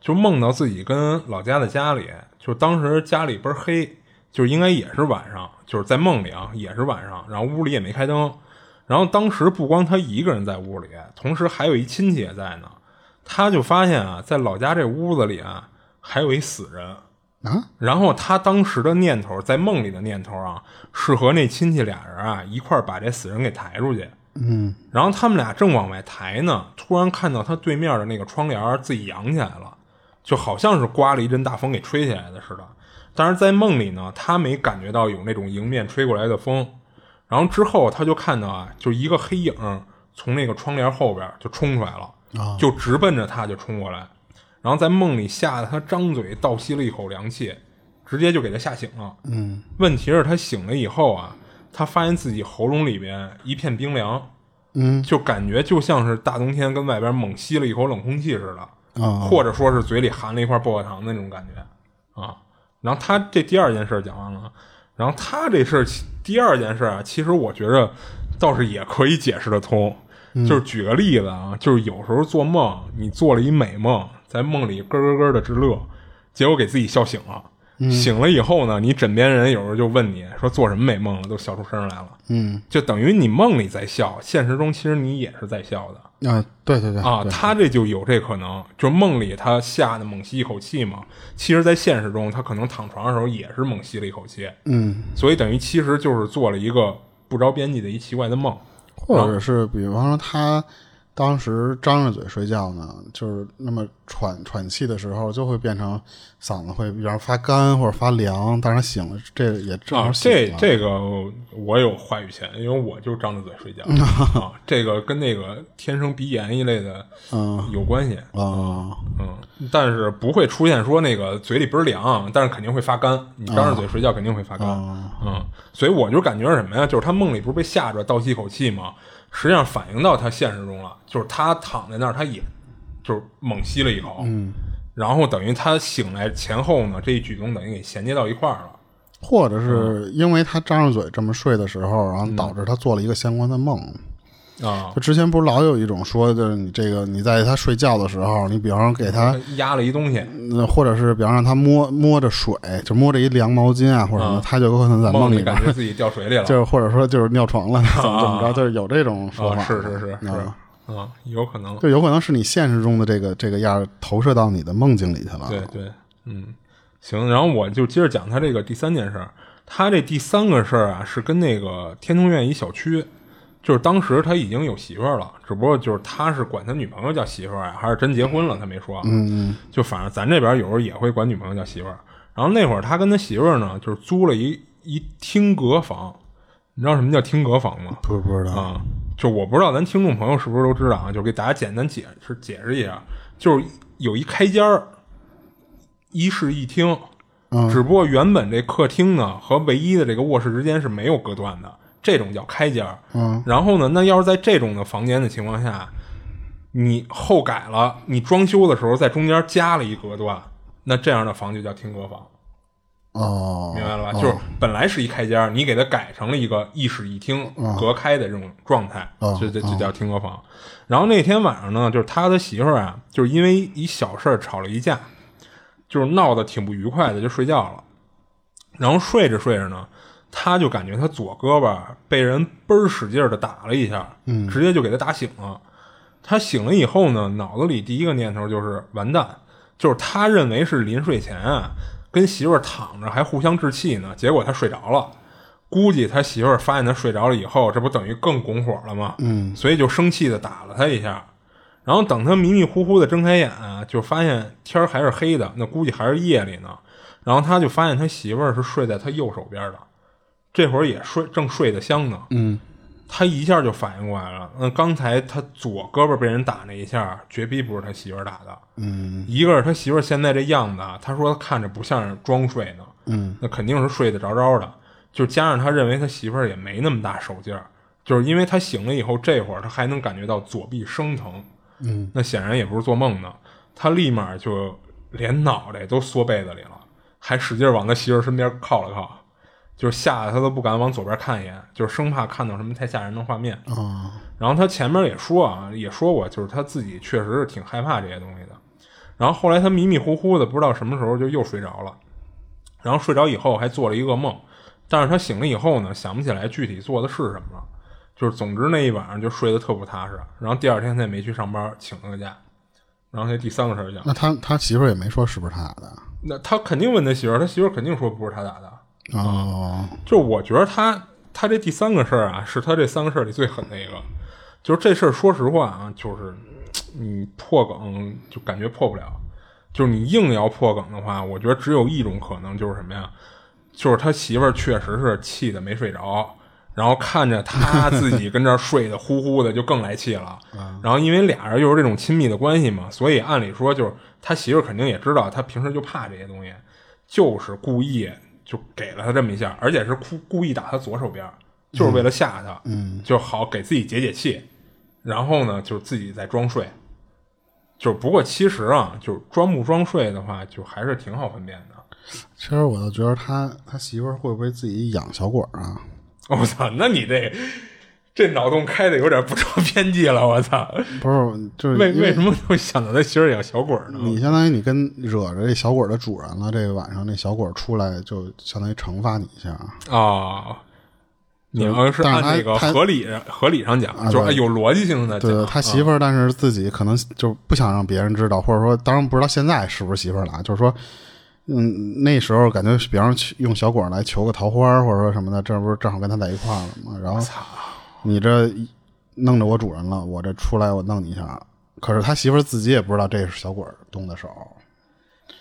[SPEAKER 3] 就梦到自己跟老家的家里，就当时家里倍儿黑，就是应该也是晚上，就是在梦里啊，也是晚上，然后屋里也没开灯，然后当时不光他一个人在屋里，同时还有一亲戚也在呢，他就发现啊，在老家这屋子里啊，还有一死人。
[SPEAKER 2] 啊，
[SPEAKER 3] 然后他当时的念头，在梦里的念头啊，是和那亲戚俩人啊一块儿把这死人给抬出去。嗯，然后他们俩正往外抬呢，突然看到他对面的那个窗帘儿自己扬起来了，就好像是刮了一阵大风给吹起来的似的。但是在梦里呢，他没感觉到有那种迎面吹过来的风。然后之后他就看到啊，就一个黑影儿从那个窗帘后边儿就冲出来了，就直奔着他就冲过来。然后在梦里吓得他张嘴倒吸了一口凉气，直接就给他吓醒了。嗯，问题是他醒了以后啊，他发现自己喉咙里边一片冰凉，嗯，就感觉就像是大冬天跟外边猛吸了一口冷空气似的，
[SPEAKER 2] 哦
[SPEAKER 3] 或者说是嘴里含了一块薄荷糖的那种感觉啊。然后他这第二件事儿讲完了，然后他这事儿其第二件事儿啊，其实我觉着倒是也可以解释得通。就是举个例子啊，就是有时候做梦，你做了一美梦，在梦里咯咯咯的直乐，结果给自己笑醒了。醒了以后呢，你枕边人有时候就问你说做什么美梦了，都笑出声来了。嗯，就等于你梦里在笑，现实中其实你也是在笑的。
[SPEAKER 2] 啊，对对对
[SPEAKER 3] 啊，
[SPEAKER 2] 对
[SPEAKER 3] 他这就有这可能，就是梦里他吓得猛吸一口气嘛。其实，在现实中，他可能躺床的时候也是猛吸了一口气。嗯，所以等于其实就是做了一个不着边际的一奇怪的梦。
[SPEAKER 2] 或
[SPEAKER 3] 嗯
[SPEAKER 2] 者是比方说他当时张着嘴睡觉呢，就是那么喘喘气的时候，就会变成嗓子会比方发干或者发凉，但是他醒了，这也正
[SPEAKER 3] 啊
[SPEAKER 2] 好，醒
[SPEAKER 3] 这
[SPEAKER 2] 了。
[SPEAKER 3] 这个我有话语权，因为我就张着嘴
[SPEAKER 2] *laughs*
[SPEAKER 3] 睡觉啊。这个跟那个天生鼻炎一类的
[SPEAKER 2] 嗯
[SPEAKER 3] 有关系，
[SPEAKER 2] 啊，
[SPEAKER 3] 嗯，但是不会出现说那个嘴里倍儿凉，但是肯定会发干。你张着嘴睡觉肯定会发干，
[SPEAKER 2] 哦
[SPEAKER 3] 嗯，所以我就感觉是什么呀？就是他梦里不是被吓着倒吸一口气吗？实际上反映到他现实中了，就是他躺在那儿，他也就是猛吸了一口，嗯，然后等于他醒来前后呢，这一举动等于给衔接到一块儿了。嗯
[SPEAKER 2] 或者是因为他张着嘴这么睡的时候，然后导致他做了一个相关的梦。
[SPEAKER 3] 啊
[SPEAKER 2] 就之前不是老有一种说，就是你这个你在他睡觉的时候，你比方说给他
[SPEAKER 3] 压了一东西，
[SPEAKER 2] 嗯，或者是比方让他摸摸着水，就摸着一凉毛巾啊，或者什么，
[SPEAKER 3] 嗯
[SPEAKER 2] 他就有可能在
[SPEAKER 3] 梦
[SPEAKER 2] 里边
[SPEAKER 3] 感
[SPEAKER 2] 儿，
[SPEAKER 3] 觉自己掉水里
[SPEAKER 2] *laughs*
[SPEAKER 3] 了，
[SPEAKER 2] 就是或者说就是尿床
[SPEAKER 3] *laughs*
[SPEAKER 2] 了，怎么怎么着，就是有这种说
[SPEAKER 3] 啊，
[SPEAKER 2] 法，
[SPEAKER 3] 是是是是
[SPEAKER 2] 嗯
[SPEAKER 3] 啊，有可能，
[SPEAKER 2] 就有可能是你现实中的这个这个样儿投射到你的梦境里去了，
[SPEAKER 3] 对对，嗯，行，然后我就接着讲他这个第三件事儿。他这第三个事儿啊，是跟那个天通苑一小区，就是当时他已经有媳妇儿了，只不过就是他是管他女朋友叫媳妇儿啊，还是真结婚了，他没说。嗯嗯，就反正咱这边有时候也会管女朋友叫媳妇儿。然后那会儿他跟他媳妇儿呢，就是租了一一厅格房，你知道什么叫厅格房吗？
[SPEAKER 2] 不不知道，
[SPEAKER 3] 啊，就我不知道咱听众朋友是不是都知道啊，就给大家简单解释解释一下，就是有一开间儿，一室一厅，只不过原本这客厅呢和唯一的这个卧室之间是没有隔断的，这种叫开间儿。嗯，然后呢，那要是在这种的房间的情况下，你后改了，你装修的时候在中间加了一隔断，那这样的房就叫厅隔房。
[SPEAKER 2] 哦，
[SPEAKER 3] 明白了吧？就是本来是一开间儿，你给它改成了一个一室一厅隔开的这种状态，这这这叫厅隔房。然后那天晚上呢，就是他的媳妇儿啊，就是因为一小事儿吵了一架，就是闹得挺不愉快的，就睡觉了。然后睡着睡着呢，他就感觉他左胳膊被人倍儿使劲的打了一下，直接就给他打醒了。他醒了以后呢，脑子里第一个念头就是完蛋，就是他认为是临睡前啊，跟媳妇儿躺着还互相置气呢，结果他睡着了。估计他媳妇儿发现他睡着了以后，这不等于更拱火了吗？嗯，所以就生气的打了他一下。然后等他迷迷糊糊的睁开眼啊、就发现天儿还是黑的，那估计还是夜里呢。然后他就发现他媳妇儿是睡在他右手边的，这会儿也睡正睡得香呢。嗯，他一下就反应过来了，那刚才他左胳膊被人打那一下，绝逼不是他媳妇儿打的。嗯，一个是他媳妇儿现在这样子啊，他说他看着不像是装睡呢。嗯，那肯定是睡得着着的，就加上他认为他媳妇儿也没那么大手劲儿，就是因为他醒了以后，这会儿他还能感觉到左臂生疼。嗯，那显然也不是做梦呢，他立马就连脑袋都缩被子里了，还使劲儿往他媳妇儿身边靠了靠。就是吓得他都不敢往左边看一眼，就是生怕看到什么太吓人的画面。然后他前面也说啊，也说过，就是他自己确实是挺害怕这些东西的。然后后来他迷迷糊糊的，不知道什么时候就又睡着了。然后睡着以后还做了一噩梦，但是他醒了以后呢，想不起来具体做的是什么了。就是总之那一晚上就睡得特不踏实。然后第二天他也没去上班，请了个假。然后这第三个事儿讲，
[SPEAKER 2] 那他他媳妇儿也没说是不是他打的，
[SPEAKER 3] 那他肯定问他媳妇儿，他媳妇儿肯定说不是他打的。
[SPEAKER 2] 哦，
[SPEAKER 3] 就是我觉得他他这第三个事儿啊，是他这三个事儿里最狠的一个。就是这事儿，说实话啊，就是嗯你破梗就感觉破不了。就是你硬要破梗的话，我觉得只有一种可能，就是什么呀？就是他媳妇儿确实是气的没睡着，然后看着他自己跟这儿睡的呼呼的，就更来气了。然后因为俩人又是这种亲密的关系嘛，所以按理说就是他媳妇儿肯定也知道，他平时就怕这些东西，就是故意就给了他这么一下，而且是故故意打他左手边儿，就是为了吓他，嗯，就好给自己解解气。然后呢，就是自己在装睡。就是不过其实啊，就是装不装睡的话，就还是挺好分辨的。
[SPEAKER 2] 其实我就觉得他他媳妇儿会不会自己养小鬼儿啊？
[SPEAKER 3] *laughs* 我操，那你这这脑洞开的有点不着边际了，我操！
[SPEAKER 2] 不是，就是
[SPEAKER 3] 为
[SPEAKER 2] 因
[SPEAKER 3] 为什么会想到他媳妇儿养小鬼儿呢？
[SPEAKER 2] 你相当于你跟惹着这小鬼儿的主人了，这个晚上那小鬼儿出来就相当于惩罚你一下啊。
[SPEAKER 3] 啊、你要是
[SPEAKER 2] 但是
[SPEAKER 3] 按
[SPEAKER 2] 他
[SPEAKER 3] 这个
[SPEAKER 2] 他啊
[SPEAKER 3] 合理合理上讲，就是有逻辑性的
[SPEAKER 2] 对
[SPEAKER 3] 讲，
[SPEAKER 2] 他媳妇儿，但是自己可能就不想让别人知道，或者说，当然不知道现在是不是媳妇儿了啊，就是说，嗯，那时候感觉，比方说去用小果儿来求个桃花儿或者说什么的，这不是正好跟他在一块儿了吗？然后你这弄着我主人了，我这出来我弄你一下，可是他媳妇儿自己也不知道这是小鬼儿动的手。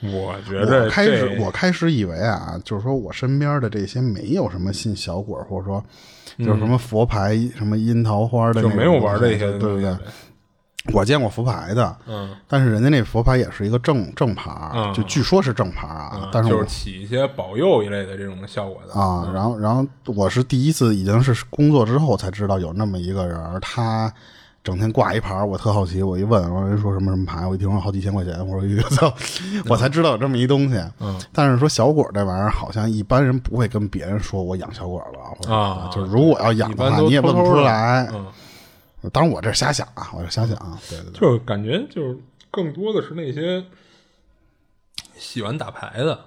[SPEAKER 3] 我觉
[SPEAKER 2] 我
[SPEAKER 3] 得
[SPEAKER 2] 开始
[SPEAKER 3] 这
[SPEAKER 2] 我开始以为啊，就是说我身边的这些没有什么信小鬼儿，或者说就是什么佛牌、什么阴桃花的那
[SPEAKER 3] 嗯就
[SPEAKER 2] 种东西，
[SPEAKER 3] 没有玩这些东西，
[SPEAKER 2] 对不对？我见过佛牌的，
[SPEAKER 3] 嗯，
[SPEAKER 2] 但是人家那佛牌也是一个正正牌儿，
[SPEAKER 3] 嗯
[SPEAKER 2] 就据说是正牌儿啊，
[SPEAKER 3] 啊
[SPEAKER 2] 但是
[SPEAKER 3] 就
[SPEAKER 2] 我
[SPEAKER 3] 是嗯起一些保佑一类的这种效果的
[SPEAKER 2] 啊，然后然后我是第一次，已经是工作之后才知道有那么一个人儿，他整天挂一牌儿，我特好奇，我一问，我说人说什么什么牌，我一听说好几千块钱，我说我操，
[SPEAKER 3] 嗯
[SPEAKER 2] *laughs* 我才知道有这么一东西。嗯，但是说小果这玩意儿，好像一般人不会跟别人说我养小果了，或者
[SPEAKER 3] 啊
[SPEAKER 2] 就是如果要养
[SPEAKER 3] 一
[SPEAKER 2] 的
[SPEAKER 3] 般
[SPEAKER 2] 话，
[SPEAKER 3] 都
[SPEAKER 2] 你也
[SPEAKER 3] 偷
[SPEAKER 2] 问不
[SPEAKER 3] 偷
[SPEAKER 2] 出
[SPEAKER 3] 的
[SPEAKER 2] 来。
[SPEAKER 3] 嗯
[SPEAKER 2] 当然我这是瞎想啊，我这瞎想啊，对对对，
[SPEAKER 3] 就感觉就是更多的是那些喜欢打牌的，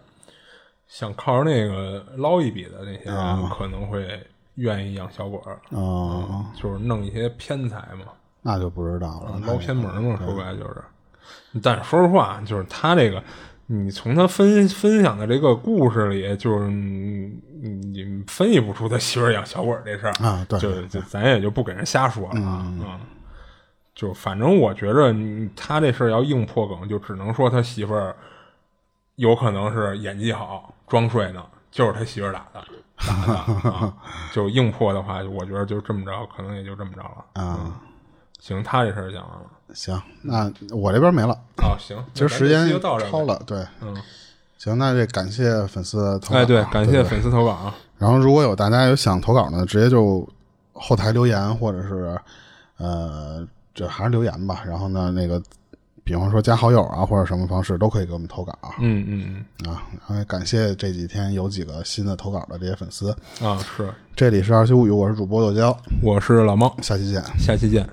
[SPEAKER 3] 想靠着那个捞一笔的那些人，可能会愿意养小本儿，
[SPEAKER 2] 哦，
[SPEAKER 3] 就是弄一些偏财嘛，
[SPEAKER 2] 那就不知道了，
[SPEAKER 3] 捞啊偏门嘛，说白了就是。但是说实话，就是他这个，你从他分分享的这个故事里，就是你你分析不出他媳妇儿养小鬼儿这事儿
[SPEAKER 2] 啊对
[SPEAKER 3] 就
[SPEAKER 2] 对
[SPEAKER 3] 就咱也就不给人瞎说了啊。嗯就反正我觉着你他这事儿要硬破梗，就只能说他媳妇儿有可能是演技好，装睡呢，就是他媳妇儿打
[SPEAKER 2] *laughs*
[SPEAKER 3] 的。打的啊就硬破的话，我觉得就这么着，可能也就这么着了。
[SPEAKER 2] 啊，
[SPEAKER 3] 行，他这事儿讲完了。
[SPEAKER 2] 行，那我这边没了，
[SPEAKER 3] 啊，行，
[SPEAKER 2] 其实
[SPEAKER 3] 嗯那
[SPEAKER 2] 时
[SPEAKER 3] 咱这期
[SPEAKER 2] 间
[SPEAKER 3] 就到这儿
[SPEAKER 2] 超
[SPEAKER 3] 呗
[SPEAKER 2] 了，对，
[SPEAKER 3] 嗯，
[SPEAKER 2] 行，那这感谢粉丝的投稿啊，
[SPEAKER 3] 哎，对，感谢
[SPEAKER 2] 对
[SPEAKER 3] 粉丝投稿啊，
[SPEAKER 2] 然后如果有大家有想投稿呢，直接就后台留言，或者是呃，这还是留言吧。然后呢，那个比方说加好友啊，或者什么方式都可以给我们投稿啊。
[SPEAKER 3] 嗯嗯
[SPEAKER 2] 然后也感谢这几天有几个新的投稿的这些粉丝。
[SPEAKER 3] 嗯，啊，是，
[SPEAKER 2] 这里是二七物语，我是主播豆椒，
[SPEAKER 3] 我是老猫，
[SPEAKER 2] 下期见。
[SPEAKER 3] 下期见。